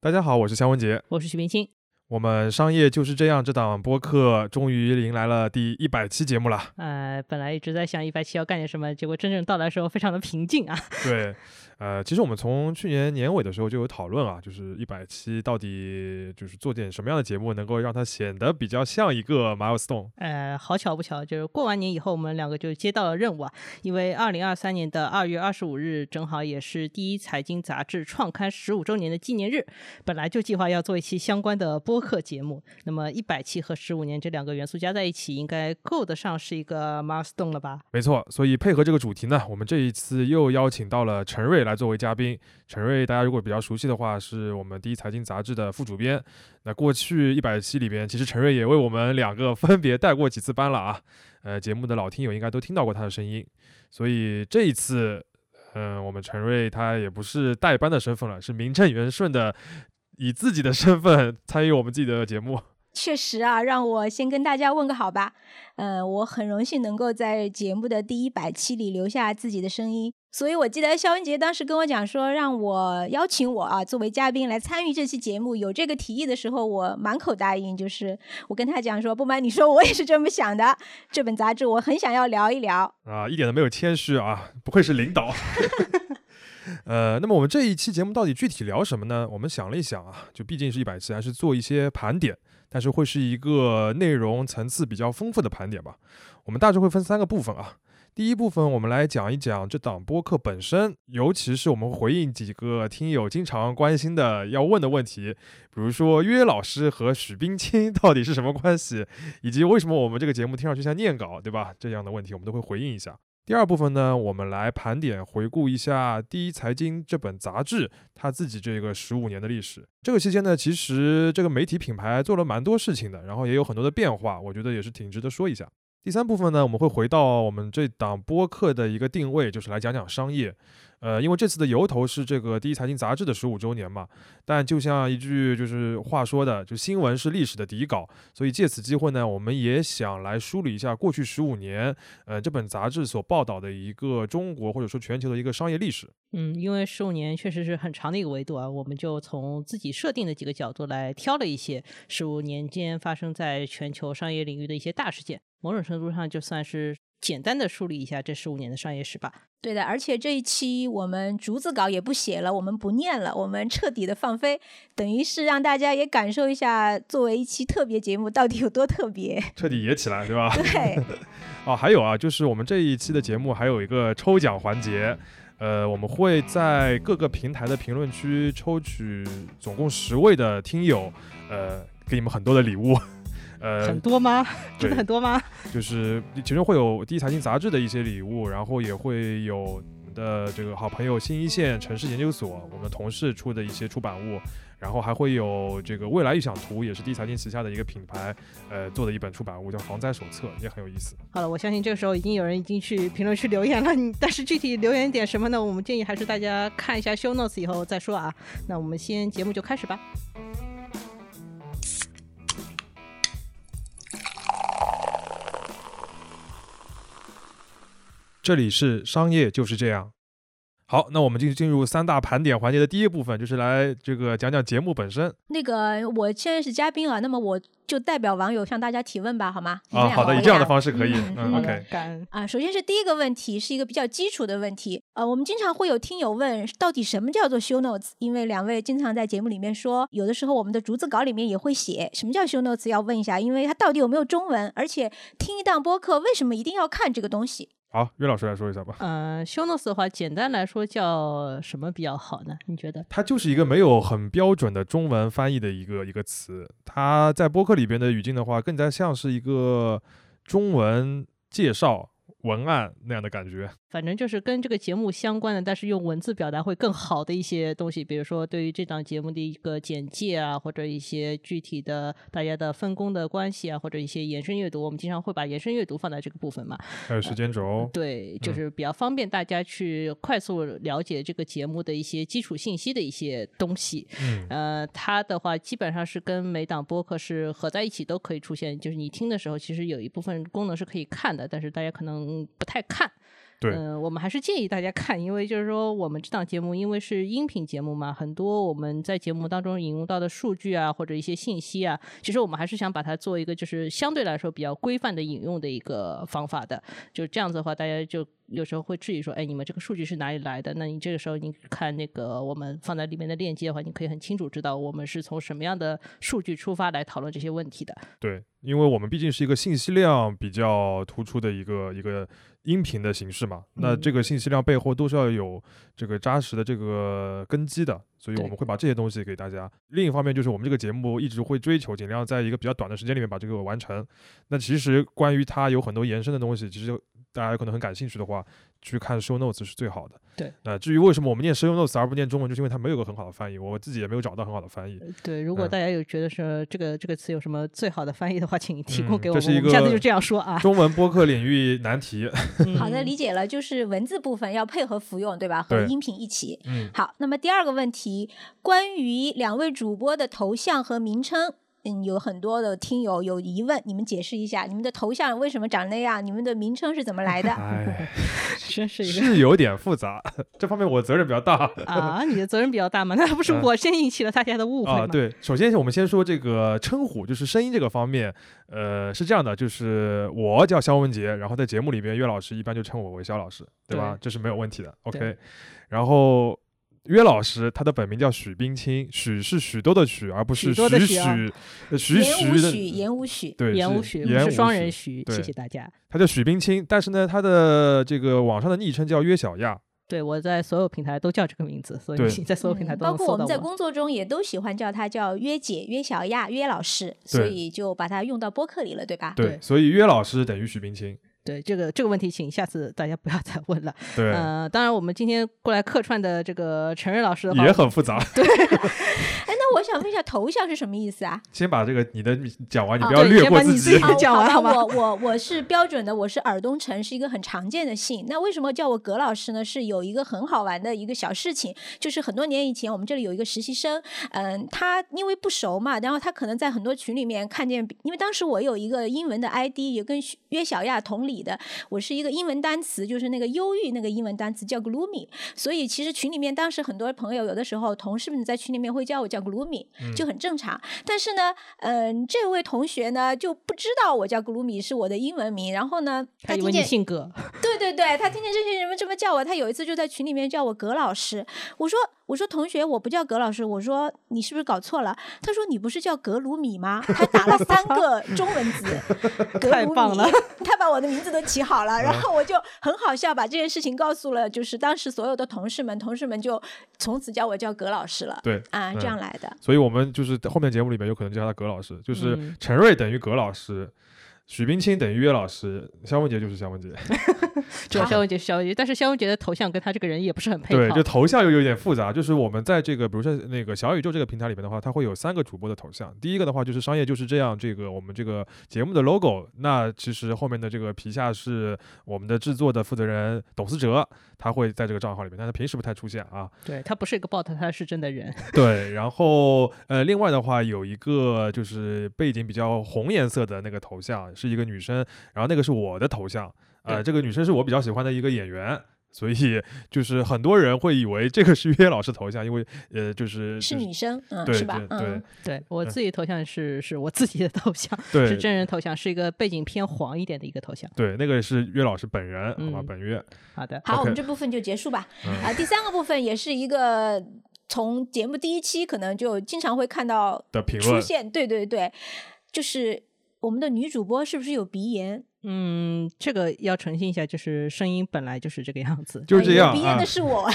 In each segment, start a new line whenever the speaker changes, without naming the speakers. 大家好，我是夏文杰。
我是许冰清。
我们商业就是这样这档播客终于迎来了第一百期节目了。
呃，本来一直在想一百期要干点什么，结果真正到来的时候非常的平静啊。
对，呃，其实我们从去年年尾的时候就有讨论啊，就是一百期到底就是做点什么样的节目，能够让它显得比较像一个 milestone。
呃，好巧不巧，就是过完年以后，我们两个就接到了任务啊，因为二零二三年的二月二十五日正好也是第一财经杂志创刊十五周年的纪念日，本来就计划要做一期相关的播客节目，那么一百期和十五年这两个元素加在一起，应该够得上是一个 milestone 了吧？
没错，所以配合这个主题呢，我们这一次又邀请到了陈瑞来作为嘉宾。陈瑞，大家如果比较熟悉的话，是我们第一财经杂志的副主编。那过去一百期里边，其实陈瑞也为我们两个分别带过几次班了啊。呃，节目的老听友应该都听到过他的声音。所以这一次，嗯、我们陈瑞他也不是代班的身份了，是名正言顺的以自己的身份参与我们自己的节目。
确实啊，让我先跟大家问个好吧。嗯、我很荣幸能够在节目的第一百期里留下自己的声音，所以我记得肖恩杰当时跟我讲说，让我邀请我啊作为嘉宾来参与这期节目，有这个提议的时候，我满口答应。就是我跟他讲说，不瞒你说，我也是这么想的。这本杂志我很想要聊一聊。
啊，一点都没有谦虚啊，不愧是领导。 呃，那么我们这一期节目到底具体聊什么呢？我们想了一想啊，就毕竟是一百期，还是做一些盘点，但是会是一个内容层次比较丰富的盘点吧。我们大致会分三个部分啊。第一部分，我们来讲一讲这档播客本身，尤其是我们回应几个听友经常关心的要问的问题，比如说约老师和许冰清到底是什么关系，以及为什么我们这个节目听上去像念稿，对吧？这样的问题我们都会回应一下。第二部分呢，我们来盘点回顾一下《第一财经》这本杂志它自己这个十五年的历史。这个期间呢，其实这个媒体品牌做了蛮多事情的，然后也有很多的变化，我觉得也是挺值得说一下。第三部分呢，我们会回到我们这档播客的一个定位，就是来讲讲商业。呃，因为这次的由头是这个《第一财经》杂志的十五周年嘛，但就像一句就是话说的，就新闻是历史的底稿，所以借此机会呢，我们也想来梳理一下过去十五年，呃，这本杂志所报道的一个中国或者说全球的一个商业历史。
嗯，因为十五年确实是很长的一个维度啊，我们就从自己设定的几个角度来挑了一些十五年间发生在全球商业领域的一些大事件，某种程度上就算是简单的梳理一下这十五年的商业史吧。
对的，而且这一期我们逐字稿也不写了，我们不念了，我们彻底的放飞，等于是让大家也感受一下作为一期特别节目到底有多特 别。
彻底野起来，对吧？
对，
哦，还有啊，就是我们这一期的节目还有一个抽奖环节，呃，我们会在各个平台的评论区抽取总共十位的听友，呃，给你们很多的礼物， 呃
很，多吗？
对
真的很多吗？
就是其中会有第一财经杂志的一些礼物，然后也会有我们的这个好朋友新一线城市研究所，我们同事出的一些出版物，然后还会有这个未来预想图，也是第一财经旗下的一个品牌，呃，做的一本出版物叫《防灾手册》，也很有意思。
好了，我相信这个时候已经有人已经去评论区留言了，你但是具体留言点什么呢？我们建议还是大家看一下 show notes 以后再说啊。那我们先节目就开始吧。
这里是商业就是这样。好，那我们就进入三大盘点环节的第一部分，就是来这个讲讲节目本身
那个我现在是嘉宾啊，那么我就代表网友向大家提问吧，好吗？你
啊。
们俩
好的，
回
以这样
答
的方式可以。
嗯
嗯
好
，OK，
感
啊，首先是第一个问题，是一个比较基础的问题。呃，我们经常会有听友问，到底什么叫做 show notes？因为两位经常在节目里面说，有的时候我们的逐字稿里面也会写什么叫 show notes，要问一下，因为它到底有没有中文？而且听一档播客为什么一定要看这个东西？
好，岳老师来说一下吧。
呃，show notes 的话，简单来说叫什么比较好呢？你觉得？
它就是一个没有很标准的中文翻译的一个一个词，它在播客里边的语境的话，更加像是一个中文介绍文案那样的感觉。
反正就是跟这个节目相关的，但是用文字表达会更好的一些东西，比如说对于这档节目的一个简介啊，或者一些具体的大家的分工的关系啊，或者一些延伸阅读，我们经常会把延伸阅读放在这个部分嘛。
还有时间
哦
轴，
对，
嗯
就是比较方便大家去快速了解这个节目的一些基础信息的一些东西。
嗯，
呃，它的话基本上是跟每档播客是合在一起都可以出现，就是你听的时候，其实有一部分功能是可以看的，但是大家可能不太看。
对
嗯、我们还是建议大家看，因为就是说我们这档节目因为是音频节目嘛，很多我们在节目当中引用到的数据啊，或者一些信息啊，其实我们还是想把它做一个就是相对来说比较规范的引用的一个方法的。就这样子的话，大家就有时候会质疑说，哎，你们这个数据是哪里来的？那你这个时候你看那个我们放在里面的链接的话，你可以很清楚知道我们是从什么样的数据出发来讨论这些问题的。
对，因为我们毕竟是一个信息量比较突出的一个一个音频的形式嘛，那
嗯
这个信息量背后都是要有这个扎实的这个根基的，所以我
对
们会把这些东西给大家。另一方面就是我们这个节目一直会追求尽量在一个比较短的时间里面把这个完成。那其实关于它有很多延伸的东西，其实大家有可能很感兴趣的话，去看 show notes 是最好的。
对，
那至于为什么我们念 show notes 而不念中文，就是因为它没有个很好的翻译，我自己也没有找到很好的 翻译。
对，如果
嗯
大家有觉得是这个这个词有什么最好的翻译的话，请提供
嗯
给我
这是
们，
一
我们下次
个
就这样说啊。
中文播客领域难 题，
好的，
嗯
理解了，就是文字部分要配合服用，对吧？和
对
音频一起。
嗯，
好，那么第二个问题，关于两位主播的头像和名称，嗯，有很多的听友有疑问，你们解释一下，你们的头像为什么长那样？你们的名称是怎么 来的？
哎。
真 是 一个。
是有点复杂，这方面我责任比较大
啊，你的责任比较大嘛？那不是
嗯
我先引起了大家的误会吗？
啊。对，首先我们先说这个称呼，就是声音这个方面，呃，是这样的，就是我叫肖文杰，然后在节目里边，岳老师一般就称我为肖老师，对吧？
对
这是没有问题的。OK，
对
然后。岳老师，他的本名叫许冰清，许是许多的许，而不是许
许多的许
许
啊
呃许
言无
许的
许，言无许。
对
言
是
无许，我
言
们
无
是双
许
人许，
对
谢谢大家。
他叫许冰清，但是呢，他的这个网上的昵称叫约小亚，
对我在所有平台都叫这个名字，所以
对
你在所有平台
嗯
都
包
能
括我
搜到
们在
我。
工作中也都喜欢叫他叫约姐、约小亚、约老师，所
对
以就把它用到播客里了，对吧？
对，
对
所以约老师等于许冰清，
对这个这个问题，请下次大家不要 再问了。
对，
呃，当然我们今天过来客串的这个陈瑞老师的话，
也很复杂。
哎，那我想问一下，头像是什么意思啊？
先把这个你的讲完，你
啊
不要
哦对
略
先
过
把你
自
自
己
己。的讲完
好
好
吧
吗
我我我是标准的，我是尔东城，是一个很常见的姓。那为什么叫我葛老师呢？是有一个很好玩的一个小事情，就是很多年以前我们这里有一个实习生，嗯，他因为不熟嘛，然后他可能在很多群里面看见，因为当时我有一个英文的 ID，也跟徐约小亚同理的，我是一个英文单词，就是那个忧郁那个英文单词叫 gloomy，所以其实群里面当时很多朋友有的时候同事们在群里面会叫我叫 gloomy，就
嗯
很正常。但是呢，嗯、这位同学呢就不知道我叫 gloomy 是我的英文名，然后呢，
他以
听
为你
见
性格，
对对对，他听见这些人们这么叫我，他有一次就在群里面叫我葛老师。我说我说同学，我不叫葛老师，我说你是不是搞错了？他说你不是叫格鲁米吗？他打了三 个中文字，格
太
鲁
棒
米
了，
他把我的名字都起好
嗯
了，然后我就很好笑，把这件事情告诉了就是当时所有的同事们，同事们就从此叫我叫葛老师了。
对，
啊，
嗯
这样来的。
所以我们就是后面节目里面有可能叫他葛老师，就是
嗯
陈瑞等于葛老师，许冰清等于岳老师，肖文杰就是肖文杰。
就肖文杰，肖文杰，但是肖文杰的头像跟他这个人也不是很配
对，
套
就。头像又有点复杂。就是我们在这个，比如说那个小宇宙这个平台里面的话，它会有三个主播的头像。第一个的话就是商业就是这样，这个我们这个节目的 logo。那其实后面的这个皮下是我们的制作的负责人董思哲，他会在这个账号里面，但他平时不太出现啊。
对他不是一个 bot，他是真的人。
对，然后呃，另外的话有一个就是背景比较红颜色的那个头像，是一个女生，然后那个是我的头像，呃，
对
这个女生是我比较喜欢的一个演员。所以就是很多人会以为这个是岳老师头像，因为呃，就是
是
就是
女生，嗯，
对
是吧
对？
嗯，
对我自己头像是是我自己的头像，
对
是
对
真人头像，是一个背景偏黄一点的一个头像。
对，那个是岳老师本人，好吧，
嗯
本月
好的，
好，我
OK
们这部分就结束吧。
嗯
啊，第三个部分也是一个从节目第一期可能就经常会看到
的评
出
论，
现，对对对，就是我们的女主播是不是有鼻炎？
嗯，这个要澄清一下，就是声音本来就是这个样子，
就是
哎
这
有
样
鼻炎
啊
的，是我，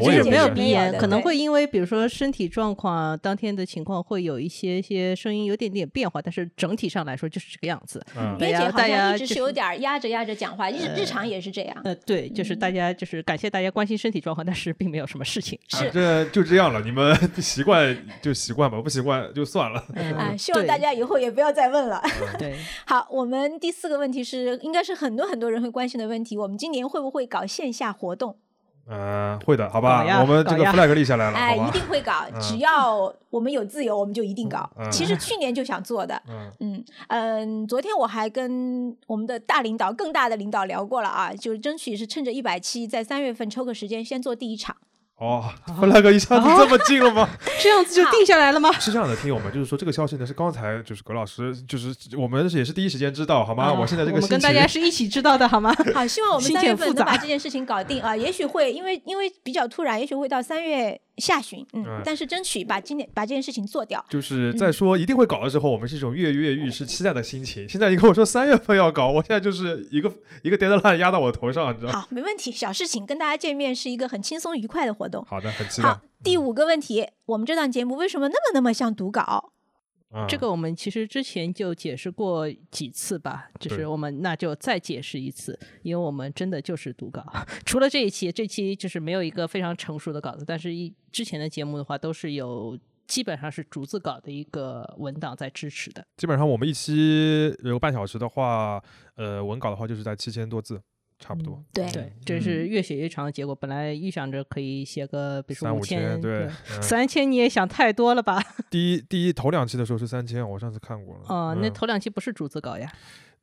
我
就
也
是
不
没有
是
鼻
没有
炎，
的
可能
对
会因为比如说身体状况啊，当天的情况会有一些些声音有点点变化，但是整体上来说就是这个样子。
嗯
对
月姐
呀
好
大
像
家
一直
就是是
有点儿压着压着讲话，日日常也是这样。
呃，对，就是
嗯
大家就是感谢大家关心身体状况，但是并没有什么事情。
啊
是
这就这样了，你们 习惯就习惯吧，不习惯就算了。
啊，
嗯
希望大家以后也不要再问了。
对对
好，我们第四个问题是，应该是很多很多人会关心的问题，我们今年会不会搞线下活动？
呃，会的，好吧
搞呀，
我们这个
搞呀
flag 立下来了，好
哎，一
吧
定，会搞，只要我们有自由，我们就一定搞
嗯。
其实去年就想做的，
嗯
嗯嗯，昨天我还跟我们的大领导、更大的领导聊过了啊，就是争取是趁着一百期，在三月份抽个时间先做第 一场。
哦，flag 一下子
哦
这么近了吗？
这样子就定下来了吗？
是这样的，听友们，就是说这个消息呢是刚才就是葛老师，就是我们也是第一时间知道，好吗？
啊
我现在这
我
个
们
心
跟大
情
家是一起知道的，好吗？
好，希望我们
心
三
情
月份
复
能把
杂
这件事情搞 定啊！也许会，因为因为比较突然，也许会到三月下旬，
嗯
嗯，但是争取把今年把这件事情做掉。
就是
嗯
在说一定会搞的时候，我们是一种跃跃欲试、期待的心情。现在你跟我说三月份要搞，我现在就是一个一个 deadline 压到我头上，你知道吗？
好，没问题，小事情，跟大家见面是一个很轻松愉快的活动。
好的，很期待
好。，第五个问题，我们这档节目为什么那么那么像读稿？
嗯、
这个我们其实之前就解释过几次吧，就
对
是我们那就再解释一次，因为我们真的就是读稿。 除了这一期，这期就是没有一个非常成熟的稿子，但是一之前的节目的话都是有。基本上是逐字稿的一个文档在支持的，
基本上我们一期有个半小时的话，呃，文稿的话就是在七千多字，差不多。
嗯
对
对，这是越写越长的结果。本来预想着可以写个，比如说
三五
千，
对
对，，
嗯
三千你也想太多 了吧？
第一第一头两期的时候是三千，我上次看过了。
哦，那
嗯
头两期不是逐字稿呀？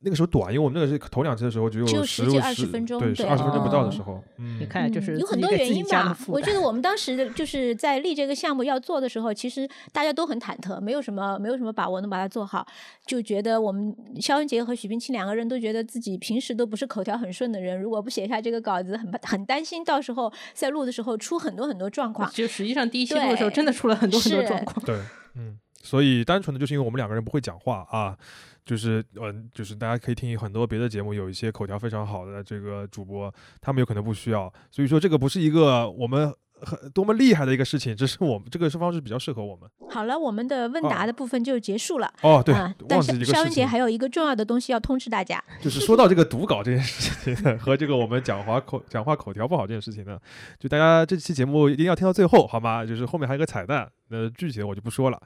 那个时候短，因为我们那个是头两期的时候只有
只有
十
10
几
几20分钟
对，
对
二十分钟不到的
哦
时候。嗯，
你看，就是
嗯、有
自
很
己
多
给
原
自己
因
加了
吧。
负
我
担
觉得我们当时的就是在立这个项目要做的时候，其实大家都很忐忑，没有什么没有什么把握能把它做好，就觉得我们肖恩杰和许冰清两个人都觉得自己平时都不是口条很顺的人，如果不写下这个稿子，很怕很担心到时候在录的时候出很多很多状况。
就实际上第一期录的时候，
对
真的出了很多很多
是
状况。
对，嗯，所以单纯的就是因为我们两个人不会讲话啊，就是嗯，就是大家可以听很多别的节目，有一些口条非常好的这个主播，他们有可能不需要，所以说这个不是一个我们很多么厉害的一个事情，只是我们这个是方式比较适合我们。
嗯
好了，我们的问
哦
答的部分就结束了。
哦，对，
啊，
忘
但
记
是
一个
肖
事
恩杰
情，
还有一个重要的东西要通知大家，
就是说到这个读稿这件事情呢 和这个我们讲话口讲话口条不好这件事情呢，就大家这期节目一定要听到最后，好吗？就是后面还有个彩蛋，那具体的我就不说了。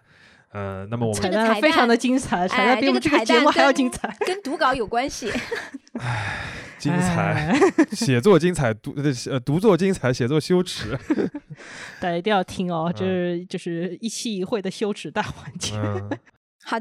嗯、那么我们
彩
这个彩
蛋非常
蛋
的精彩，彩
哎
蛋比
这
我们这
个
个
彩
节
蛋
目还要
跟
精彩，
跟读稿有关系。
精彩。
哎。
写作精彩，读呃写呃读作精彩，写作羞耻。
大家一定要听哦，这、
嗯
是就是一期一会的羞耻大环节。
嗯
好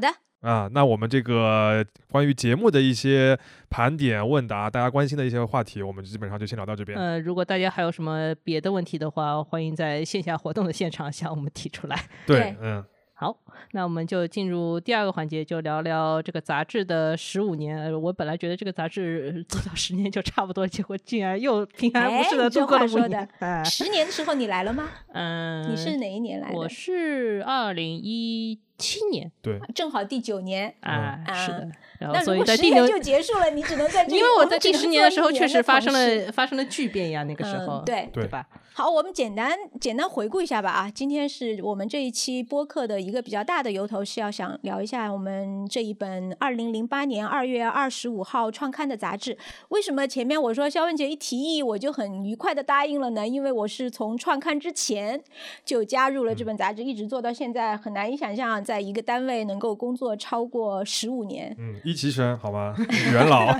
的，
啊，那我们这个关于节目的一些盘点、问答，大家关心的一些话题，我们基本上就先聊到这边。
呃，如果大家还有什么别的问题的话，欢迎在线下活动的现场向我们提出来。
对
对，
嗯，
好，那我们就进入第二个环节，就聊聊这个杂志的十五年。呃我本来觉得这个杂志呃做到十年就差不多，结果竟然又平安无
哎
事的
你这
度过了
话
五
说
年
的。
哎，
十年的时候你来了吗？
嗯，
你是哪一年来的？
我是二零一七年
对，
正好第九年。
啊，是的
嗯，
然
那
后所
如
以
果
在
十
第
年
六，
就结束了，你只能在这里
因为我
我们
在
只
第
能
十
做
年的时候
一
确实
的
发
同
生
事
了发生了巨变呀，那个时
嗯
候，
对
对
吧？
好，我们简单简单回顾一下吧啊，今天是我们这一期播客的一个比较大的由头，是要想聊一下我们这一本二零零八年二月二十五号创刊的杂志。为什么前面我说肖文杰一提议我就很愉快的答应了呢？因为我是从创刊之前就加入了
嗯
这本杂志，一直做到现在，很难以想象在一个单位能够工作超过十五年。
嗯，一级生，好吧，元老，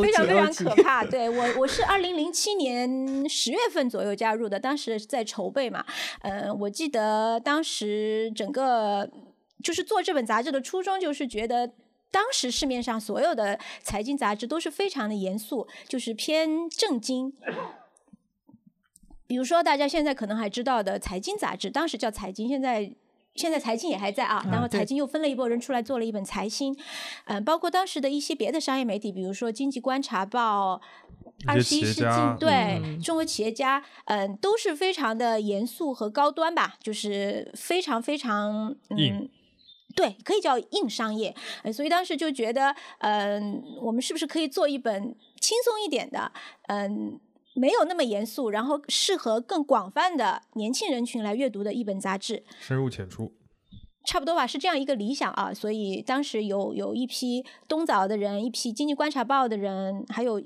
非常非常
级
可怕。对我，我是二零零七年十月份左右加入的，当时在筹备嘛，呃，我记得当时整个就是做这本杂志的初衷，就是觉得。当时市面上所有的财经杂志都是非常的严肃，就是偏正经。比如说，大家现在可能还知道的财经杂志，当时叫财经，现在现在财经也还在啊。然后
对
财经又分了一拨人出来做了一本财新，嗯，包括当时的一些别的商业媒体，比如说《经济观察报》。
一
二十
些
一世
企业家
纪，对、
嗯
中国企业家，嗯、都是非常的严肃和高端吧，就是非常非常
硬
嗯，对，可以叫硬商业。呃所以当时就觉得，嗯、我们是不是可以做一本轻松一点的，嗯、没有那么严肃，然后适合更广泛的年轻人群来阅读的一本杂志？
深入浅出。
差不多吧，是这样一个理想啊，所以当时有有一批东早的人，一批经济观察报的人，还有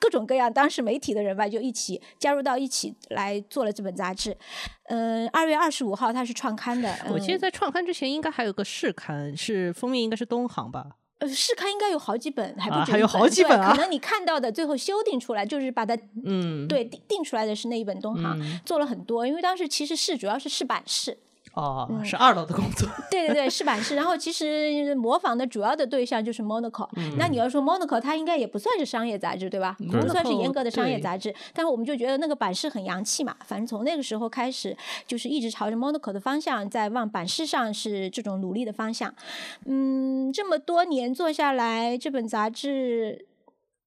各种各样当时媒体的人吧，就一起加入到一起来做了这本杂志。嗯，二月二十五号它是创刊的，
我记得
嗯
在创刊之前应该还有个试刊，是封面应该是东航吧？
呃，试刊应该有好几本，还不
啊
止一、
还有好几
对
本啊
可能你看到的最后修订出来，就是把它
嗯，
对定定出来的是那一本东航。
嗯
做了很多，因为当时其实试主要是试版试，
哦，
嗯
是二楼的工作，
对对对，试版试。然后其实模仿的主要的对象就是 Monaco、那你要说 Monaco，它应该也不算是商业杂志，对吧？
嗯
对
不算是严格的商业
对
杂志。但是我们就觉得那个版式很洋气嘛，反正从那个时候开始，就是一直朝着 Monaco 的方向在往版式上是这种努力的方向。嗯，这么多年做下来，这本杂志。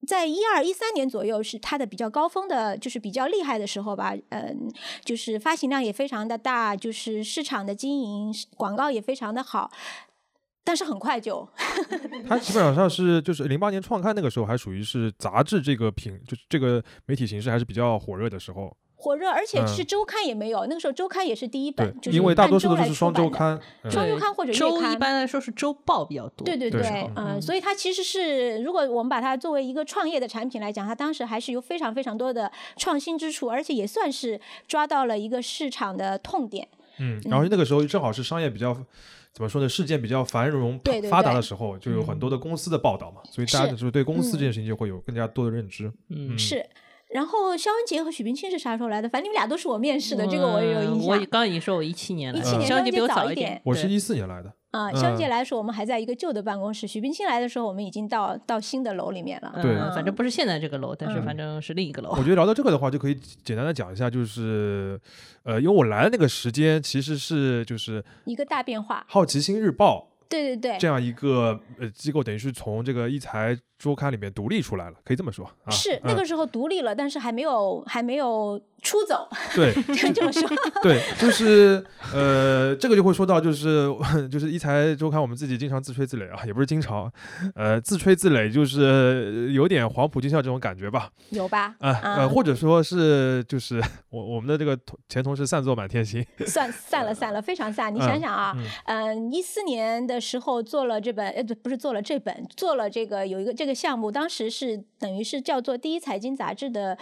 在一二一三年左右是它的比较高峰的，就是比较厉害的时候吧，嗯，就是发行量也非常的大，就是市场的经营广告也非常的好，但是很快就
它基本上是就是零八年创刊那个时候，还属于是杂志这个品，就是这个媒体形式还是比较火热的时候。
火热，而且
嗯
是周刊也没有，那个时候周刊也是第一
对
本，，就是
因为大多数都
按来
是双周
出版的，
刊。嗯
双周
对
刊或者月
周
刊
一般来说是周报比较多，
对对
对
对，
嗯
嗯、所以它其实是，如果我们把它作为一个创业的产品来讲，它当时还是有非常非常多的创新之处，而且也算是抓到了一个市场的痛点。
嗯，然后那个时候正好是商业比较怎么说呢，事件比较繁荣
对对
发达
对嗯
的时候，就有很多的公司的报道嘛，所以大家
是
就是对公司
嗯
这件事情就会有更加多的认知。
嗯，
是。然后肖恩杰和许冰清是啥时候来的？反正你们俩都是我面试的，这个我也有
嗯
印
我
象
刚。刚已经说我一七年来的，
17年
肖恩杰
中
比我
间早
早
一
点
点，
我是
对
一四年来的，
啊，肖恩杰
嗯
来的时候，我们还在一个旧的办公室；许冰清来的时候，我们已经到到新的楼里面了。啊
对
嗯，反正不是现在这个楼，但是
嗯
反正是另一个楼
我，觉得聊到这个的话，就可以简单的讲一下，就是呃，因为我来的那个时间其实是就是《
一个大变化。
好奇心日报》
对对
这
对，
样一个呃机构，等于是从这个一财周刊里面独立出来了，可以这么说啊。
是那
嗯
个时候独立了，但是还没有还没有出走，
对，
这么说。
对，就是呃，这个就会说到，就是 就是一财周刊，我们自己经常自吹自擂啊，也不是经常，呃，自吹自擂就是呃有点黄埔军校这种感觉吧，
有吧？
啊、呃，
啊
或者说是就是我我们的这个同前同事散作满天星，
算散了，散了，非常散。你
嗯
想想啊，嗯，一四年的时候做了这本，呃，不不是做了这本，做了这个有一个这个项目，当时是等于是叫做第一财经杂志的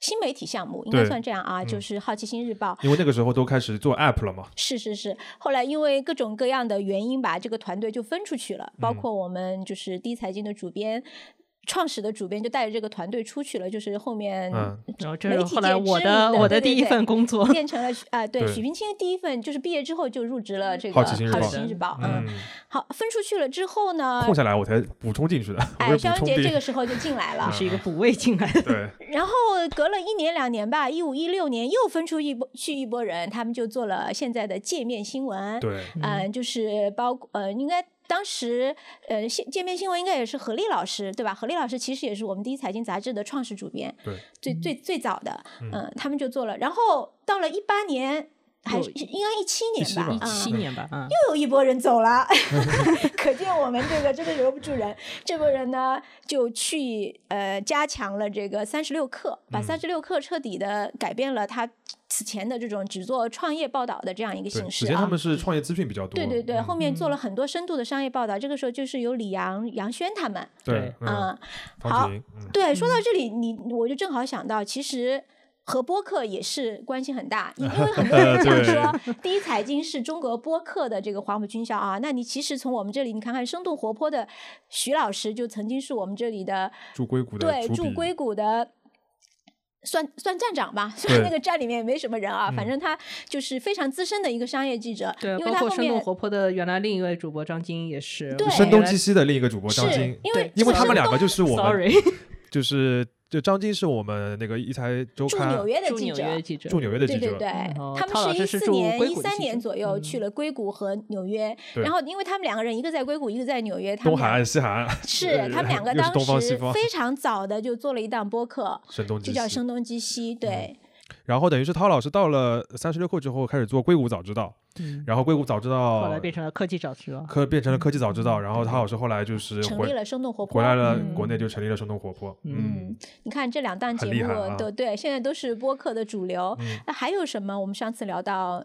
新媒体项目，应该
对
算这样啊，
嗯
就是好奇心日报。
因为那个时候都开始做 app 了嘛，
是是是，后来因为各种各样的原因吧，这个团队就分出去了，包
嗯
括我们就是第一财经的主编。创始的主编就带着这个团队出去了，就是后面
嗯
然后这
媒
是
体
后来
界
我
知
的
名的
我
对
的
对
第一
对
份工作，
变成了啊、对，
对
许冰清第一份就是毕业之后就入职了这个
好奇心日报
日报，嗯，
嗯，
好，分出去了之后呢
空，下来我才补充进去的，我
哎，
是
肖
补充嗯
恩杰
兵，
这个时候就进来了
也，是一个补位进来的，
对，
然后隔了一年两年吧，一五一六年又分出一波去一波人，他们就做了现在的界面新闻，
对，
嗯、就是包括呃，应该当时呃，界界面新闻应该也是何丽老师对吧？何丽老师其实也是我们第一财经杂志的创始主编，
对，
最最最早的，
嗯
嗯、他们就做了，然后到了一八年。还
又
是应该一七年
17
吧，
吧
啊
七年吧，啊，
又有一波人 走了， 可见我们这个真的留不住人。这波人呢，就去呃加强了这个三十六氪，把
嗯
三十六氪彻底的改变了他此前的这种只做创业报道的这样一个
对，
形
此
式
前他
啊
们。是创业资讯比较多，
对对对，
嗯
后面做了很多深度的商业报道。这个时候就是有李阳、杨轩他们，
对，嗯，
嗯，
方
好
婷， 嗯，
对。说到这里，你我就正好想到，其实。和播客也是关系很 大，因因为很多人
对
想说，第一财经是中国播客的这个黄埔军校啊。那你其实从我们这里，你看看生动活泼的徐老师，就曾经是我们这里的
驻硅谷的
对
主
驻
笔
硅谷的算算站长吧，虽然
对嗯
那个站里面也没什么人啊，反正他就是非常资深的一个商业记者，
对，
因为
包
他
括
后
生动
面
活泼的原来另一位主播张晶也是，
对
声东击西的另一个主播张
是
晶，
因
对
为
因为他
生
们两
动
个就是我们，
，sorry，
就是就张晶是我们那个一财周
驻纽
刊
约的
驻
记
纽
者，
约记者，嗯
驻纽约的记
对对
者，
对
后，
他
汤老
们
师
一
是
四
驻
年、
硅
一
谷的
三
记
年
者嗯
左右去了硅谷和纽约，
对
然后因为他们两个人一个在硅谷，一个在纽约，他
东
们
海
俩
岸、西海岸， 呃
是他们 两个
又是
当
东方西
时
方
非常早的就做了一档播客，
声东
就
击
叫《
西。
声东击西》，对，
然后等于是涛老师到了三十六课之后开始做硅谷早知道，
嗯
然后硅谷早知
后
道
来变成了科技早知道，
科变成了科技早知道，然后涛老师后来就是
嗯成立
嗯回
了生动活泼。
回来了
嗯
国内就成立了生动活泼，嗯
嗯，你看这两档
很
节
厉
目
害啊
都对，现在都是播客的主流
嗯。
那还有什么？我们上次聊到，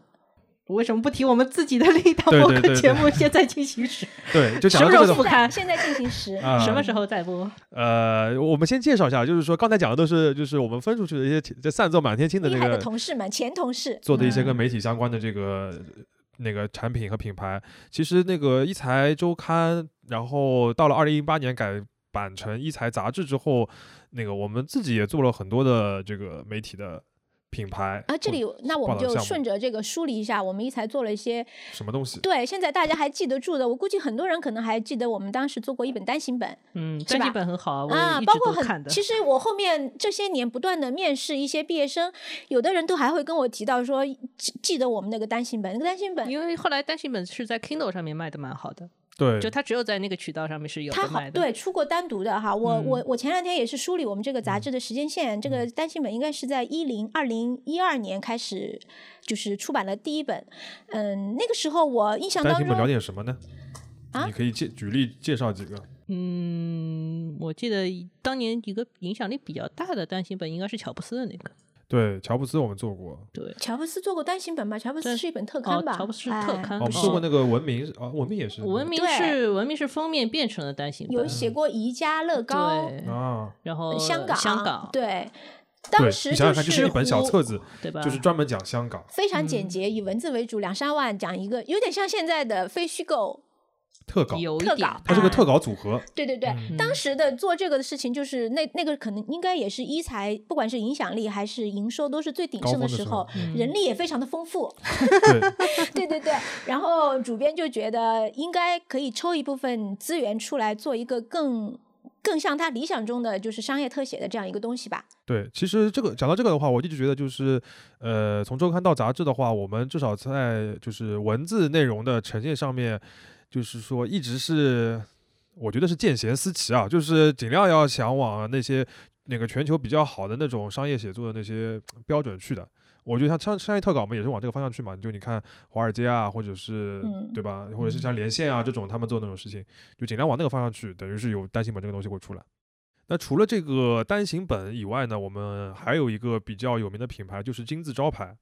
为什么不提我们自己的另一档
对
播
对
客
对
节
对
目现在进行时？
对，就讲到这
什么时
个
候
的
不
话
看
现在进行时，
啊，
什么时候再播？
呃，我们先介绍一下，就是说刚才讲的都是就是我们分出去的一些这散作满天星的
厉
这
害的
个
同事们，前同事嗯
做的一些跟媒体相关的这个那个产品和品牌。其实那个一财周刊，然后到了二零一八年改版成一财杂志之后，那个我们自己也做了很多的这个媒体的品牌
啊，这里
或
那我
报
们
道
就
项目
顺着这个梳理一下，我们一才做了一些
什么东西？
对，现在大家还记得住的，我估计很多人可能还记得我们当时做过一本单行本
嗯，
是
单行
吧
本很好啊，我
啊，
一
包
直
括
都看
很，
的。
其实我后面这些年不断的面试一些毕业生，有的人都还会跟我提到说记记得我们那个单行本，那个单行本
因为后来单行本是在 Kindle 上面卖的蛮好的，
对，
就它只有在那个渠道上面是有
它
的
好
卖的。
对出过单独的哈，我、
嗯
我我前两天也是梳理我们这个杂志的时间线，这个单行本应该是在一零二零一二年开始就是出版了第一本，嗯，那个时候我印象
单
当
行本
中
聊点什么呢？
啊
你可以介举例介绍几个。
嗯，我记得当年一个影响力比较大的单行本应该是乔布斯的那个，
对，乔布斯我们做过，
对，
乔布斯做过单行本吧？乔布斯
但
是一本特
哦
刊吧？
乔布斯是特
哎
刊
啊我们
不是
做过那个文明啊，文明也是
文明
对
是文明是封面变成了单行
有
本，
写过宜家、乐高、呃
对，
啊，
然后
香港、
香港
对，
对，
当
你
时
想想看，就是
是
一本小
胡嗯
册子，
对吧？
就是专门讲香港
非常
嗯
简洁，以文字为主，两三万讲一个，有点像现在的非虚构
特稿，
有一
特
点
稿，
它是个
啊
特稿组合，
对对对，
嗯
当时的做这个的事情，就是那那个可能应该也是一财，不管是影响力还是营收，都是最鼎
高
盛
峰的
时
时候
候，
嗯
人力也非常的丰富。
对，
对对 对，然后主编就觉得应该可以抽一部分资源出来做一个更更像他理想中的就是商业特写的这样一个东西吧。
对，其实这个讲到这个的话，我一直觉得就是，呃，从周刊到杂志的话，我们至少在就是文字内容的呈现上面，就是说一直是，我觉得是见贤思齐啊，就是尽量要想往那些那个全球比较好的那种商业写作的那些呃标准去的。我觉得像商商业特稿，我们也是往这个方向去嘛。就你看华尔街啊，或者是、
嗯
对吧，或者是像连线啊这种，他们做那种事情，就尽量往那个方向去，等于是有单行本这个东西会出来。那除了这个单行本以外呢，我们还有一个比较有名的品牌就是金字招牌。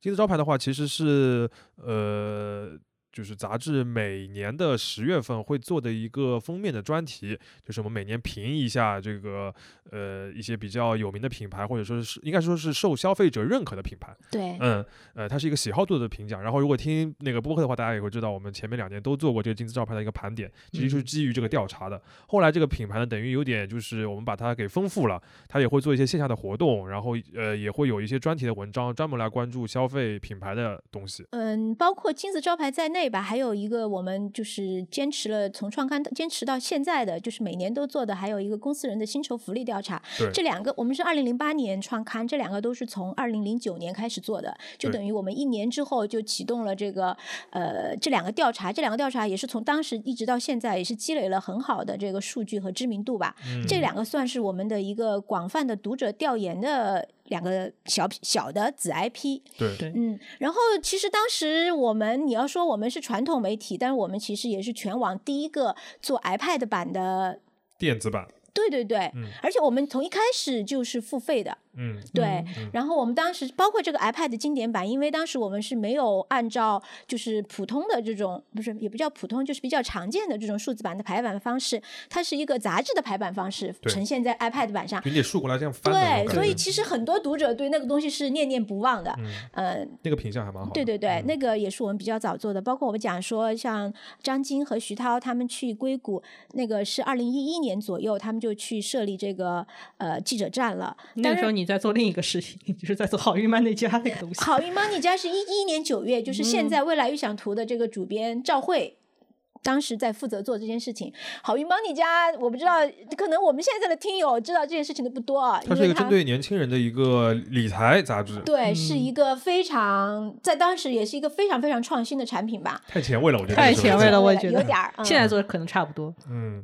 金字招牌的话，其实是呃，就是杂志每年的十月份会做的一个封面的专题，就是我们每年评一下这个呃一些比较有名的品牌，或者说是应该说是受消费者认可的品牌。
对
嗯，呃，它是一个喜好度的评价。然后，如果听那个播客的话，大家也会知道，我们前面两年都做过这个金字招牌的一个盘点，其实就是
嗯
基于这个调查的。后来这个品牌呢，等于有点就是我们把它给丰富了，它也会做一些线下的活动，然后呃也会有一些专题的文章，专门来关注消费品牌的东西。
嗯，包括金字招牌在内吧，还有一个我们就是坚持了从创刊到坚持到现在的，就是每年都做的，还有一个公司人的薪酬福利调查。
对
这两个我们是二零零八年创刊，这两个都是从二零零九年开始做的，就
对
等于我们一年之后就启动了这个呃这两个调查，这两个调查也是从当时一直到现在也是积累了很好的这个数据和知名度吧。
嗯
这两个算是我们的一个广泛的读者调研的两个小小的子 IP。
对
对
嗯，然后其实当时我们，你要说我们是传统媒体，但是我们其实也是全网第一个做 iPad 版的，
电子版，
对对对，
嗯
而且我们从一开始就是付费的，
嗯，
对。
嗯
然后我们当时包括这个 iPad 经典版，因为当时我们是没有按照就是普通的这种，不是也不叫普通，就是比较常见的这种数字版的排版方式，它是一个杂志的排版方式
对
呈现在 iPad 版上。
就你得竖过来这样翻的那种
啊对，
感
所以
觉
其实很多读者对那个东西是念念不忘的。
嗯，
嗯，
那个品相还蛮好的。
对对对，
嗯
那个也是我们比较早做的，包括我们讲说，像张晶和徐涛他们去硅谷，那个是二零一一年左右，他们就去设立这个呃记者 站了。
那
但
个时候
是
你在做另一个事情， 就是在做好运曼那家那个东西。
好运 Money 家是一一年九月，就是
嗯
现在未来预想图的这个主编赵慧。当时在负责做这件事情，好运 Money 家，我不知道，可能我们现在的听友知道这件事情的不多啊，因
它是
为
一个针对嗯年轻人的一个理财杂志，
对，是一个非常在当时也是一个非常非常创新的产品吧，
太前卫了，我觉得
太
这个
前
东
卫
西
了我也觉
有
得
点儿。嗯
现在做可能差不多，
嗯，